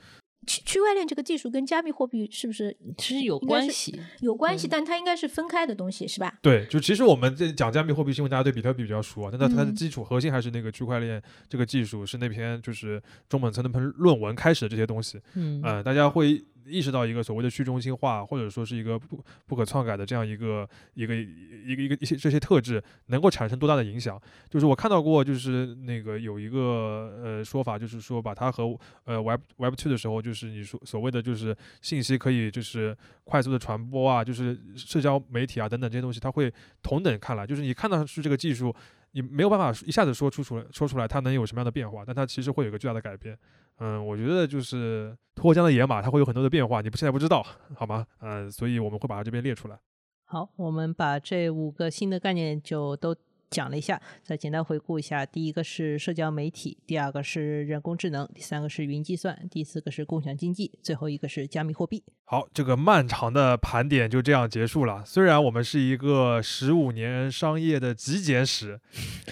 区区块链这个技术跟加密货币是不是
嗯其实有
应该
关
是
系，嗯
有关系？
对
但它应该是分开的东西，是吧？
对，就其实我们这讲加密货币，是因为大家对比特币比较熟啊，但它它的
嗯
基础核心还是那个区块链这个技术，是那篇就是中本聪那篇论文开始的这些东西。
嗯
呃，大家会意识到一个所谓的去中心化，或者说是一个不不可篡改的这样一个一个一个一个一些这些特质能够产生多大的影响。就是我看到过，就是那个有一个呃说法，就是说把它和呃 Web Web Two 的时候，就是你说所谓的就是信息可以就是快速的传播啊，就是社交媒体啊等等这些东西，它会同等看来，就是你看到是这个技术。你没有办法一下子说出出来，说出来它能有什么样的变化，但它其实会有一个巨大的改变。嗯，我觉得就是脱缰的野马，它会有很多的变化，你不现在不知道，好吗？嗯，所以我们会把它这边列出来。
好，我们把这五个新的概念就都讲了一下，再简单回顾一下。第一个是社交媒体，第二个是人工智能，第三个是云计算，第四个是共享经济，最后一个是加密货币。
好，这个漫长的盘点就这样结束了。虽然我们是一个十五年商业的极简史，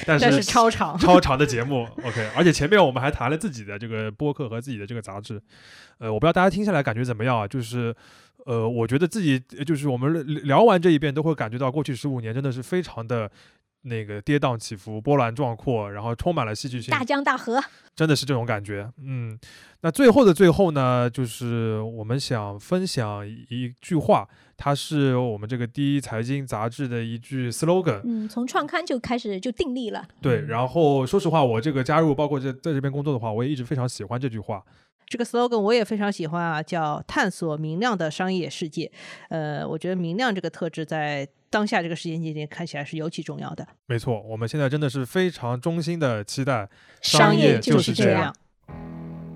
但是
但是超长，
超长的节目，OK，而且前面我们还谈了自己的这个播客和自己的这个杂志，呃，我不知道大家听下来感觉怎么样啊？就是，呃，我觉得自己呃就是我们聊聊完这一遍，都会感觉到过去十五年真的是非常的那个跌宕起伏、波澜壮阔，然后充满了戏剧性，
大江大河，
真的是这种感觉。嗯，那最后的最后呢，就是我们想分享一句话，它是我们这个第一财经杂志的一句 slogan。
嗯，从创刊就开始就定立了。
对，
嗯
然后说实话，我这个加入包括这在这边工作的话，我也一直非常喜欢这句话。
这个 slogan 我也非常喜欢啊，叫“探索明亮的商业世界”。呃，我觉得明亮这个特质在当下这个时间节点看起来是尤其重要的。
没错，我们现在真的是非常衷心的期待
商
商业
业
就
就是是
这
这
样
样。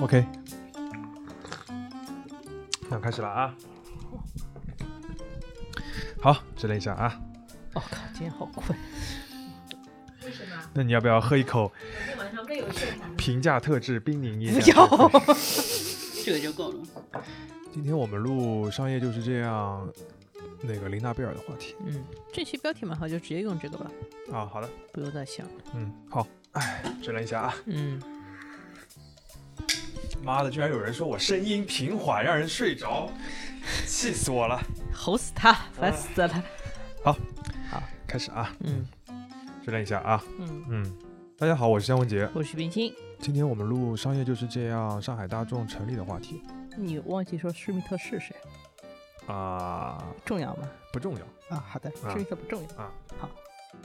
OK，那开始了啊！好，指令一下啊。
我、哦靠，今天好困。
那你要不要喝一口
晚上没有睡好。
平价特制冰柠液？
不要，这个就够了。
今天我们录《商业就是这样》那个琳娜贝尔的话题
嗯，这期标题蛮好，就直接用这个吧，
啊。好的，
不用再想。
嗯，好，哎，指令一下啊。
嗯，
妈的，居然有人说我声音平缓，让人睡着，气死我了！
吼死 他，烦死了。
开始啊，
嗯
训练一下啊，
嗯，
嗯。大家好，我是江文杰。
我是冰清。
今天我们录《商业就是这样》上海大众成立的话题
你忘记说施密特是谁，
啊、
重要吗？
不重要。
啊，好的，
啊
施密特不重要。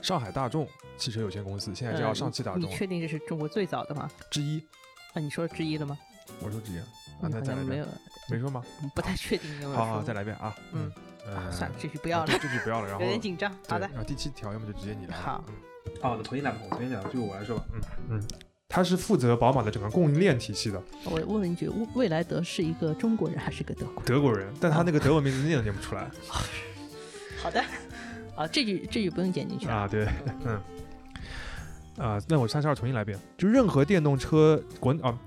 上海大众汽车有限公司现在叫
嗯
上汽大
你
众
确定这是中国最早的吗？
之一。
啊，你说之一了吗？
我说之一啊，
嗯
那
好
再来
像
一
没
遍，
有，
没说吗？
不太确定你有没有
好
说
好，
过
再来一遍啊。
嗯，
呃，
算了，这句不
不
要了，
这句不要了。然
有
后
点紧张。好
对
的，
然后第七条，要么就直接你来。
好
嗯。啊，我重新来吧，我重新来吧，就我来说吧。嗯嗯，他是负责宝马的整个供应链体系的
我问一句，未未来德是一个中国人还是个德国人？
德国人，但他那个德文名字念都念不出来
好的，啊，这句这句不用剪进去啊。
啊。对，嗯。啊，那我三十二重新来一遍，就任何电动车国啊，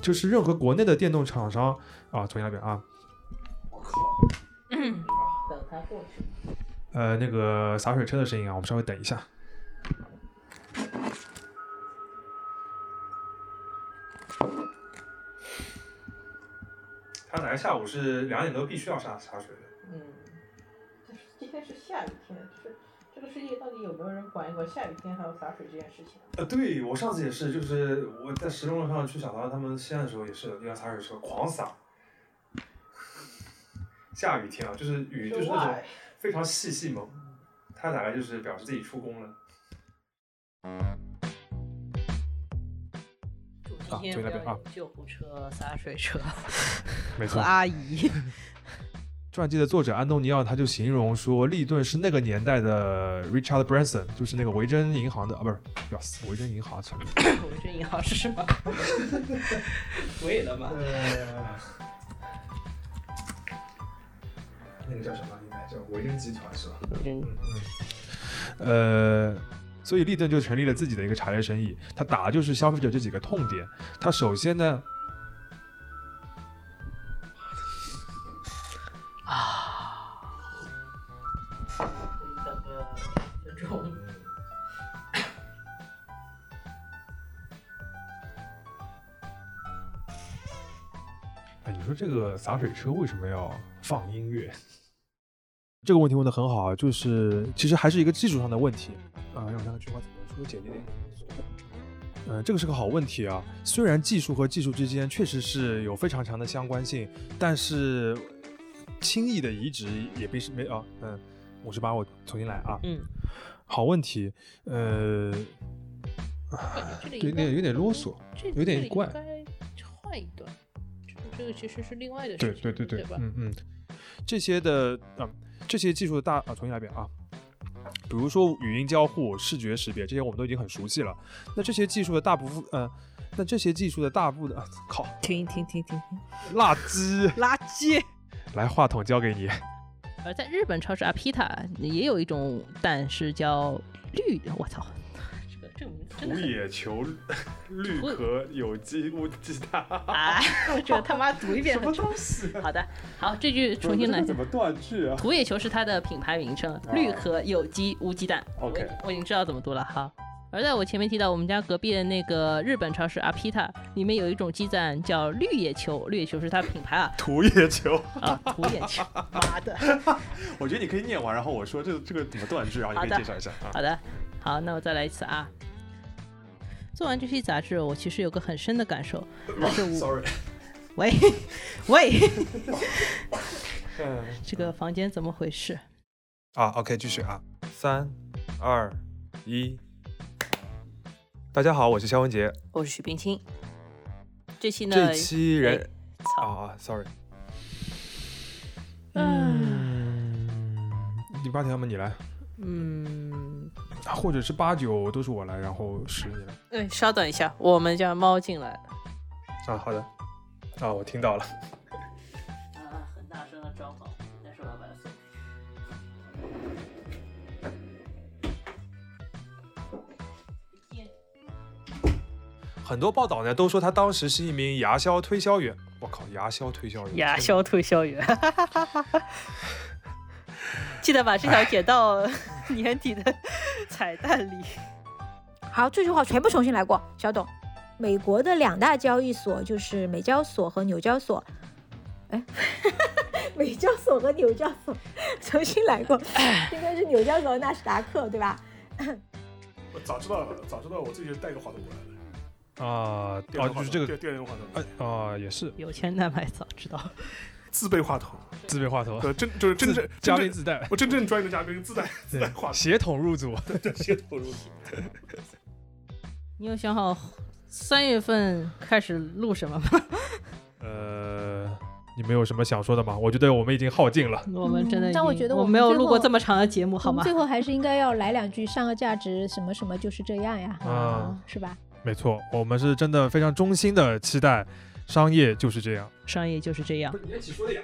就是任何国内的电动厂商啊，重新来一遍啊。
等他过去。
呃，那个洒水车的声音啊，我们稍微等一下。他来下午是两点多必须要下洒水的。
嗯，就是今天是下雨天，就是这个世界到底有没有人管一管下雨天还有洒水这件事情？
呃，对我上次也是，就是我在石龙上去小唐他们西安的时候也是，那辆洒水车狂洒。下雨天啊，就是雨就是那种
why？
非常细细萌，他大概就是表示自己出宫了。
主题
啊
天
对
不
那
要
边啊
有救护车、洒水车
没
和阿姨。
传记的作者安东尼奥他就形容说，利顿是那个年代的 Richard Branson，就是那个维珍银行的啊，不是，要死维珍银行成。
我这银行是什么？对了嘛，
呃，那个叫什么？应该叫维珍集团是吧？
嗯，
呃，所以利顿就成立了自己的一个茶叶生意，他打的就是消费者这几个痛点。他首先呢，
等个分钟。
哎，你说这个洒水车为什么要放音乐？ 这个问题问得很好啊，就是其实还是一个技术上的问题啊。让我看看菊花怎么说简洁点。嗯，这个是个好问题啊。虽然技术和技术之间确实是有非常强的相关性，但是轻易的移植也必是没啊。嗯，五十八，我重新来啊。
嗯，
好问题，呃，
哎
有点有点啰嗦。
这
有点
这个
怪
应该换一段，这个这个其实是另外的事
对
情，
对对
对，
对，
吧？
嗯嗯，这些的啊、这些技术的大啊，重新来一遍啊。比如说语音交互、视觉识别这些，我们都已经很熟悉了。那这些技术的大部分，呃，那这些技术的大部分，啊、靠，
停停停停停，
垃圾，
垃圾。
来话筒交给你。
而在日本超市阿皮塔也有一种蛋是叫绿，我操，这个这个名字真的很。
野球绿
土
壳有机物鸡蛋，
啊！ 这他妈读一遍。
东西、啊
好的，好，这句 重 新来。
么断句啊？
土野球是它的品牌名称，绿壳有机无鸡蛋。
OK
我我已经知道怎么读了哈。而在我前面提到，我们家隔壁的那个日本超市阿皮塔里面有一种鸡蛋叫绿野球，绿野球是它品牌 啊
土野球，
啊，土野球，妈的。
我觉得你可以念完，然后我说这个这个怎么断句，然
后你可以好的介
绍一下啊。
好的，好，那我再来一次啊。做完这期杂志，我其实有个很深的感受，那是我
Sorry，
喂喂，
嗯。
这个房间怎么回事？
啊，OK，继续啊，三、二、一。大家好，我是肖文杰。
我是许冰清。这期呢？
这期
哎
人啊
操，
啊，sorry，
嗯
零八条么你来，
嗯，
啊或者是八九都是我来，然后十你来。
哎，稍等一下，我们家猫进来了。
啊，好的，啊，我听到了。
啊，很大声的招猫，但是我要把它送出去。
很多报道呢都说他当时是一名牙销推销员。我靠，牙销推销员，
呀，
天哪
消退消远， 记得把这条剪到 年底的彩蛋里。
好，这句话全部重新来过，小董。美国的两大交易所就是美交所和纽交所。哎， 美交所和纽交所，重新来 过，应该是纽交所和纳斯达克，对吧？
我早知道了，早知道我自己就带个话筒过来了。
啊
电
啊，
动话筒
就是这个，
电电源话筒，
哎啊，也是
有钱难买早知道。
自备话筒，
自备话头，
对，真就是真
自
正
哦嘉
真
宾
正
自带，
我真正专业的嘉宾自带自带话筒，
协同入组。
这协同如此。
你有想好三月份开始录什么吗？
呃，你们有什么想说的吗？我觉得我们已经耗尽了。
我们真的已经，
嗯但我觉得
我
我们
没有
最
录过
后
这么长的节目，好吗？
嗯后还是应该要来两句上个价值什么什么就是这样呀，
啊，
是吧？
没错，我们是真的非常衷心的期待，商业就是这样。
商业就是这样。
你一起说的呀。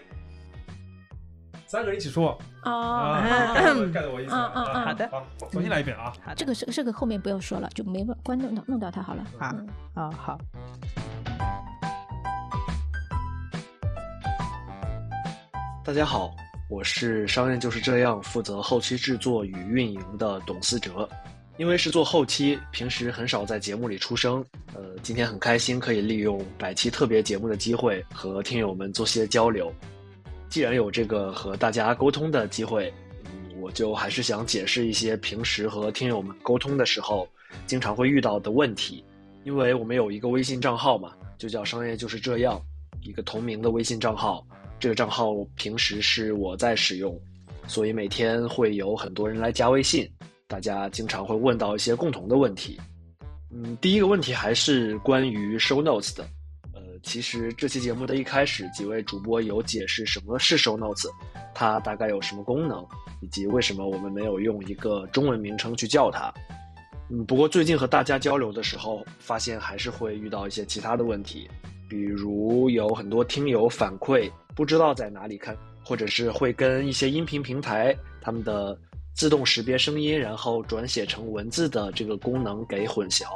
三个人一起说
哦，
啊，盖到盖到我意思
嗯嗯嗯
啊。
好的
好，重新来一遍啊。
好的
这个这个这个后面不要说了，就没关弄到弄到它好了。
啊
嗯
啊好，
大家好，我是《商业就是这样》负责后期制作与运营的董思哲。因为是做后期，平时很少在节目里出声。呃，今天很开心可以利用百期特别节目的机会和听友们做些交流。既然有这个和大家沟通的机会，嗯，我就还是想解释一些平时和听友们沟通的时候经常会遇到的问题。因为我们有一个微信账号嘛，就叫“商业就是这样”，一个同名的微信账号。这个账号平时是我在使用，所以每天会有很多人来加微信，大家经常会问到一些共同的问题。嗯，第一个问题还是关于 show notes 的。呃，其实这期节目的一开始，几位主播有解释什么是 show notes，它大概有什么功能，以及为什么我们没有用一个中文名称去叫它。嗯，不过最近和大家交流的时候，发现还是会遇到一些其他的问题，比如有很多听友反馈不知道在哪里看，或者是会跟一些音频平台他们的自动识别声音，然后转写成文字的这个功能给混淆。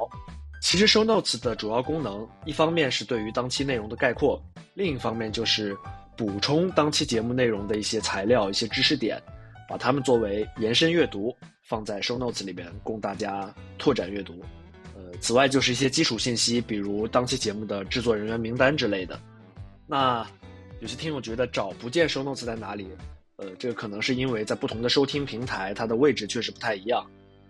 其实 Show Notes 的主要功能，一方面是对于当期内容的概括，另一方面就是补充当期节目内容的一些材料、一些知识点，把它们作为延伸阅读放在 Show Notes 里边，供大家拓展阅读。呃，此外就是一些基础信息，比如当期节目的制作人员名单之类的。那有些听友觉得找不见 show notes 在哪里，呃，这个可能是因为在不同的收听平台，它的位置确实不太一样。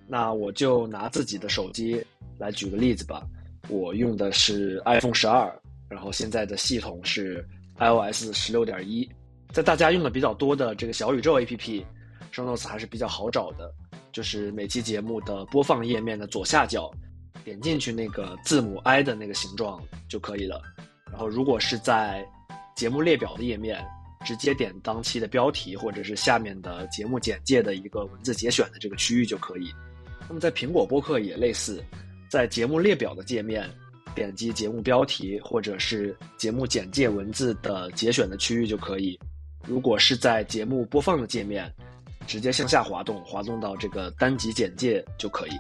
那我就拿自己的手机来举个例子吧，我用的是 iPhone 十二，然后现在的系统是 iOS 十六点一，在大家用的比较多的这个小宇宙 APP，show notes 还是比较好找的，就是每期节目的播放页面的左下角，点进去那个字母 i 的那个形状就可以了。然后如果是在节目列表的页面，直接点当期的标题或者是下面的节目简介的一个文字节选的这个区域就可以。那么在苹果播客也类似，在节目列表的界面点击节目标题或者是节目简介文字的节选的区域就可以。如果是在节目播放的界面，直接向下滑动，滑动到这个单集简介就可以。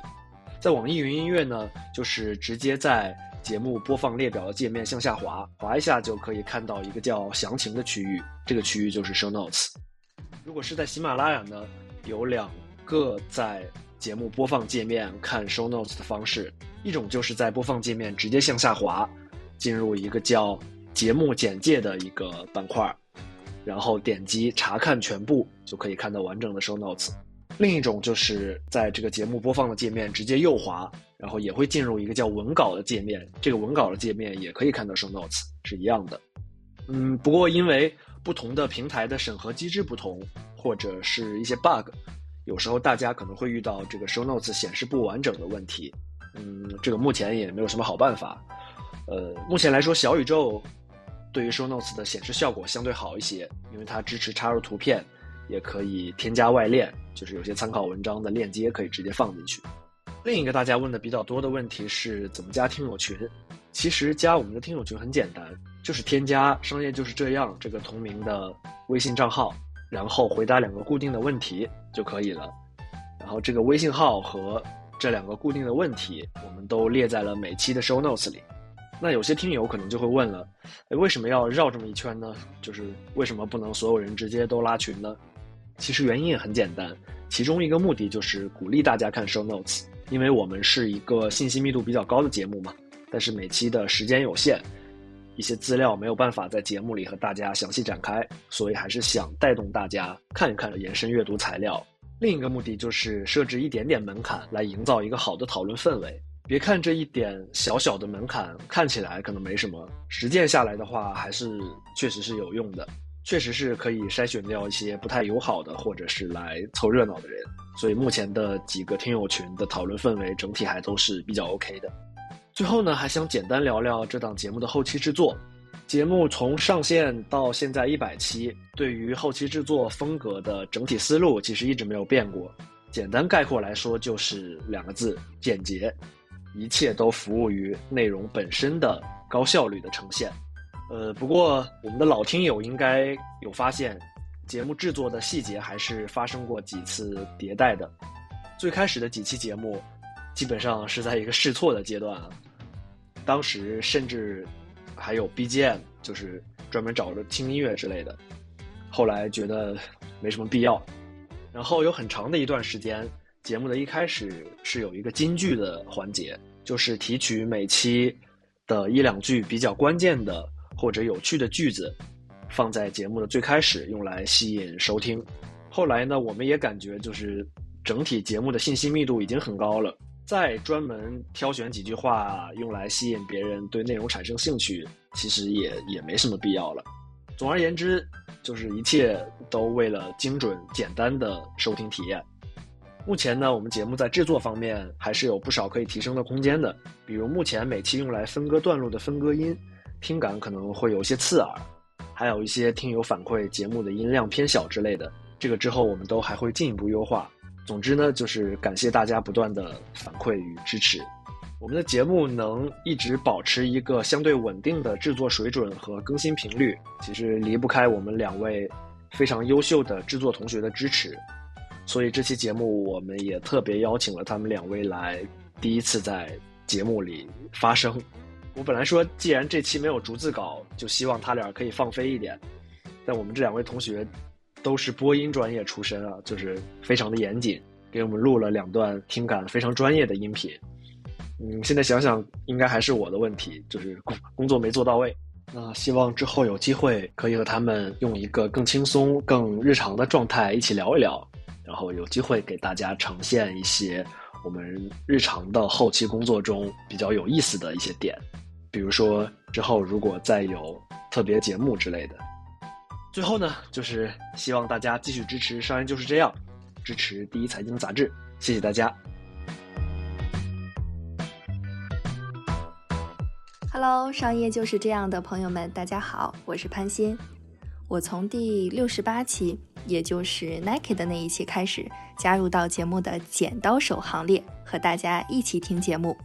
在网易云音乐呢，就是直接在节目播放列表的界面向下滑，滑一下就可以看到一个叫“详情”的区域，这个区域就是 Show Notes。如果是在喜马拉雅呢，有两个在节目播放界面看 Show Notes 的方式，一种就是在播放界面直接向下滑，进入一个叫“节目简介”的一个板块，然后点击查看全部，就可以看到完整的 Show Notes。另一种就是在这个节目播放的界面直接右滑，然后也会进入一个叫文稿的界面，这个文稿的界面也可以看到 show notes 是一样的。嗯，不过因为不同的平台的审核机制不同，或者是一些 bug，有时候大家可能会遇到这个 show notes 显示不完整的问题。嗯，这个目前也没有什么好办法。呃，目前来说，小宇宙对于 show notes 的显示效果相对好一些，因为它支持插入图片，也可以添加外链，就是有些参考文章的链接可以直接放进去。另一个大家问的比较多的问题是怎么加听友群？其实加我们的听友群很简单，就是添加“商业就是这样”这个同名的微信账号，然后回答两个固定的问题就可以了。然后这个微信号和这两个固定的问题，我们都列在了每期的 show notes 里。那有些听友可能就会问了，哎，为什么要绕这么一圈呢？就是为什么不能所有人直接都拉群呢？其实原因也很简单，其中一个目的就是鼓励大家看 show notes，因为我们是一个信息密度比较高的节目嘛，但是每期的时间有限，一些资料没有办法在节目里和大家详细展开，所以还是想带动大家看一看延伸阅读材料。另一个目的就是设置一点点门槛，来营造一个好的讨论氛围。别看这一点小小的门槛看起来可能没什么，实践下来的话，还是确实是有用的，确实是可以筛选掉一些不太友好的或者是来凑热闹的人。所以目前的几个听友群的讨论氛围整体还都是比较 OK 的。最后呢，还想简单聊聊这档节目的后期制作。节目从上线到现在一百期，对于后期制作风格的整体思路其实一直没有变过。简单概括来说，就是两个字：简洁。一切都服务于内容本身的高效率的呈现。呃，不过我们的老听友应该有发现，节目制作的细节还是发生过几次迭代的。最开始的几期节目，基本上是在一个试错的阶段啊。当时甚至还有 BGM，就是专门找着轻音乐之类的。后来觉得没什么必要，然后有很长的一段时间，节目的一开始是有一个金句的环节，就是提取每期的一两句比较关键的或者有趣的句子，放在节目的最开始，用来吸引收听。后来呢，我们也感觉就是整体节目的信息密度已经很高了，再专门挑选几句话用来吸引别人对内容产生兴趣，其实也也没什么必要了。总而言之，就是一切都为了精准简单的收听体验。目前呢，我们节目在制作方面还是有不少可以提升的空间的，比如目前每期用来分割段落的分割音，听感可能会有一些刺耳，还有一些听友反馈节目的音量偏小之类的，这个之后我们都还会进一步优化。总之呢，就是感谢大家不断的反馈与支持。我们的节目能一直保持一个相对稳定的制作水准和更新频率，其实离不开我们两位非常优秀的制作同学的支持。所以这期节目我们也特别邀请了他们两位来，第一次在节目里发声。我本来说，既然这期没有逐字稿，就希望他俩可以放飞一点。但我们这两位同学都是播音专业出身啊，就是非常的严谨，给我们录了两段听感非常专业的音频。嗯，现在想想，应该还是我的问题，就是工工作没做到位。那希望之后有机会可以和他们用一个更轻松、更日常的状态一起聊一聊，然后有机会给大家呈现一些我们日常的后期工作中比较有意思的一些点，比如说之后如果再有特别节目之类的。最后呢，就是希望大家继续支持《商人就是这样》，支持第一财经杂志，谢谢大家。
Hello，商业就是这样的朋友们，大家好，我是潘欣。我从第六十八期，也就是 Nike 的那一期开始，加入到节目的剪刀手行列，和大家一起听节目。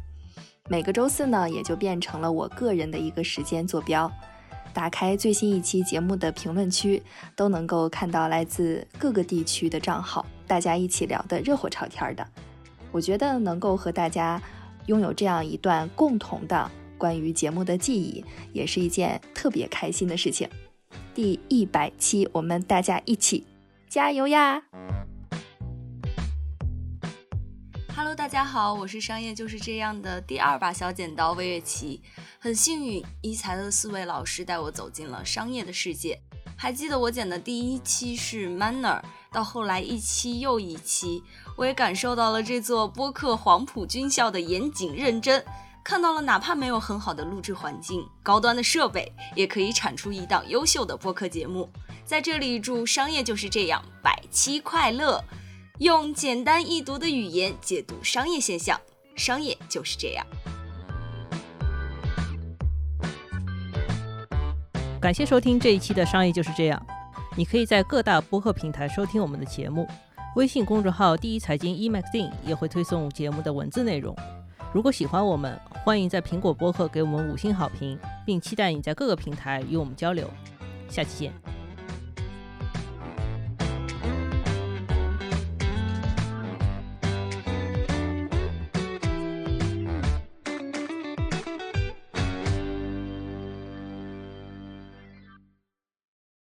每个周四呢，也就变成了我个人的一个时间坐标。打开最新一期节目的评论区，都能够看到来自各个地区的账号，大家一起聊得热火朝天的。我觉得能够和大家拥有这样一段共同的关于节目的记忆，也是一件特别开心的事情。第一百期，我们大家一起加油呀
！Hello，大家好，我是商业就是这样的第二把小剪刀魏月琪。很幸运，一财的四位老师带我走进了商业的世界。还记得我剪的第一期是 Manner，到后来一期又一期，我也感受到了这座播客黄埔军校的严谨认真。看到了，哪怕没有很好的录制环境、高端的设备，也可以产出一档优秀的播客节目。在这里，祝商业就是这样百期快乐！用简单易读的语言解读商业现象，商业就是这样。
感谢收听这一期的《商业就是这样》，你可以在各大播客平台收听我们的节目，微信公众号“第一财经 eMagazine” 也会推送节目的文字内容。如果喜欢我们，欢迎在苹果播客给我们五星好评，并期待你在各个平台与我们交流。下期见。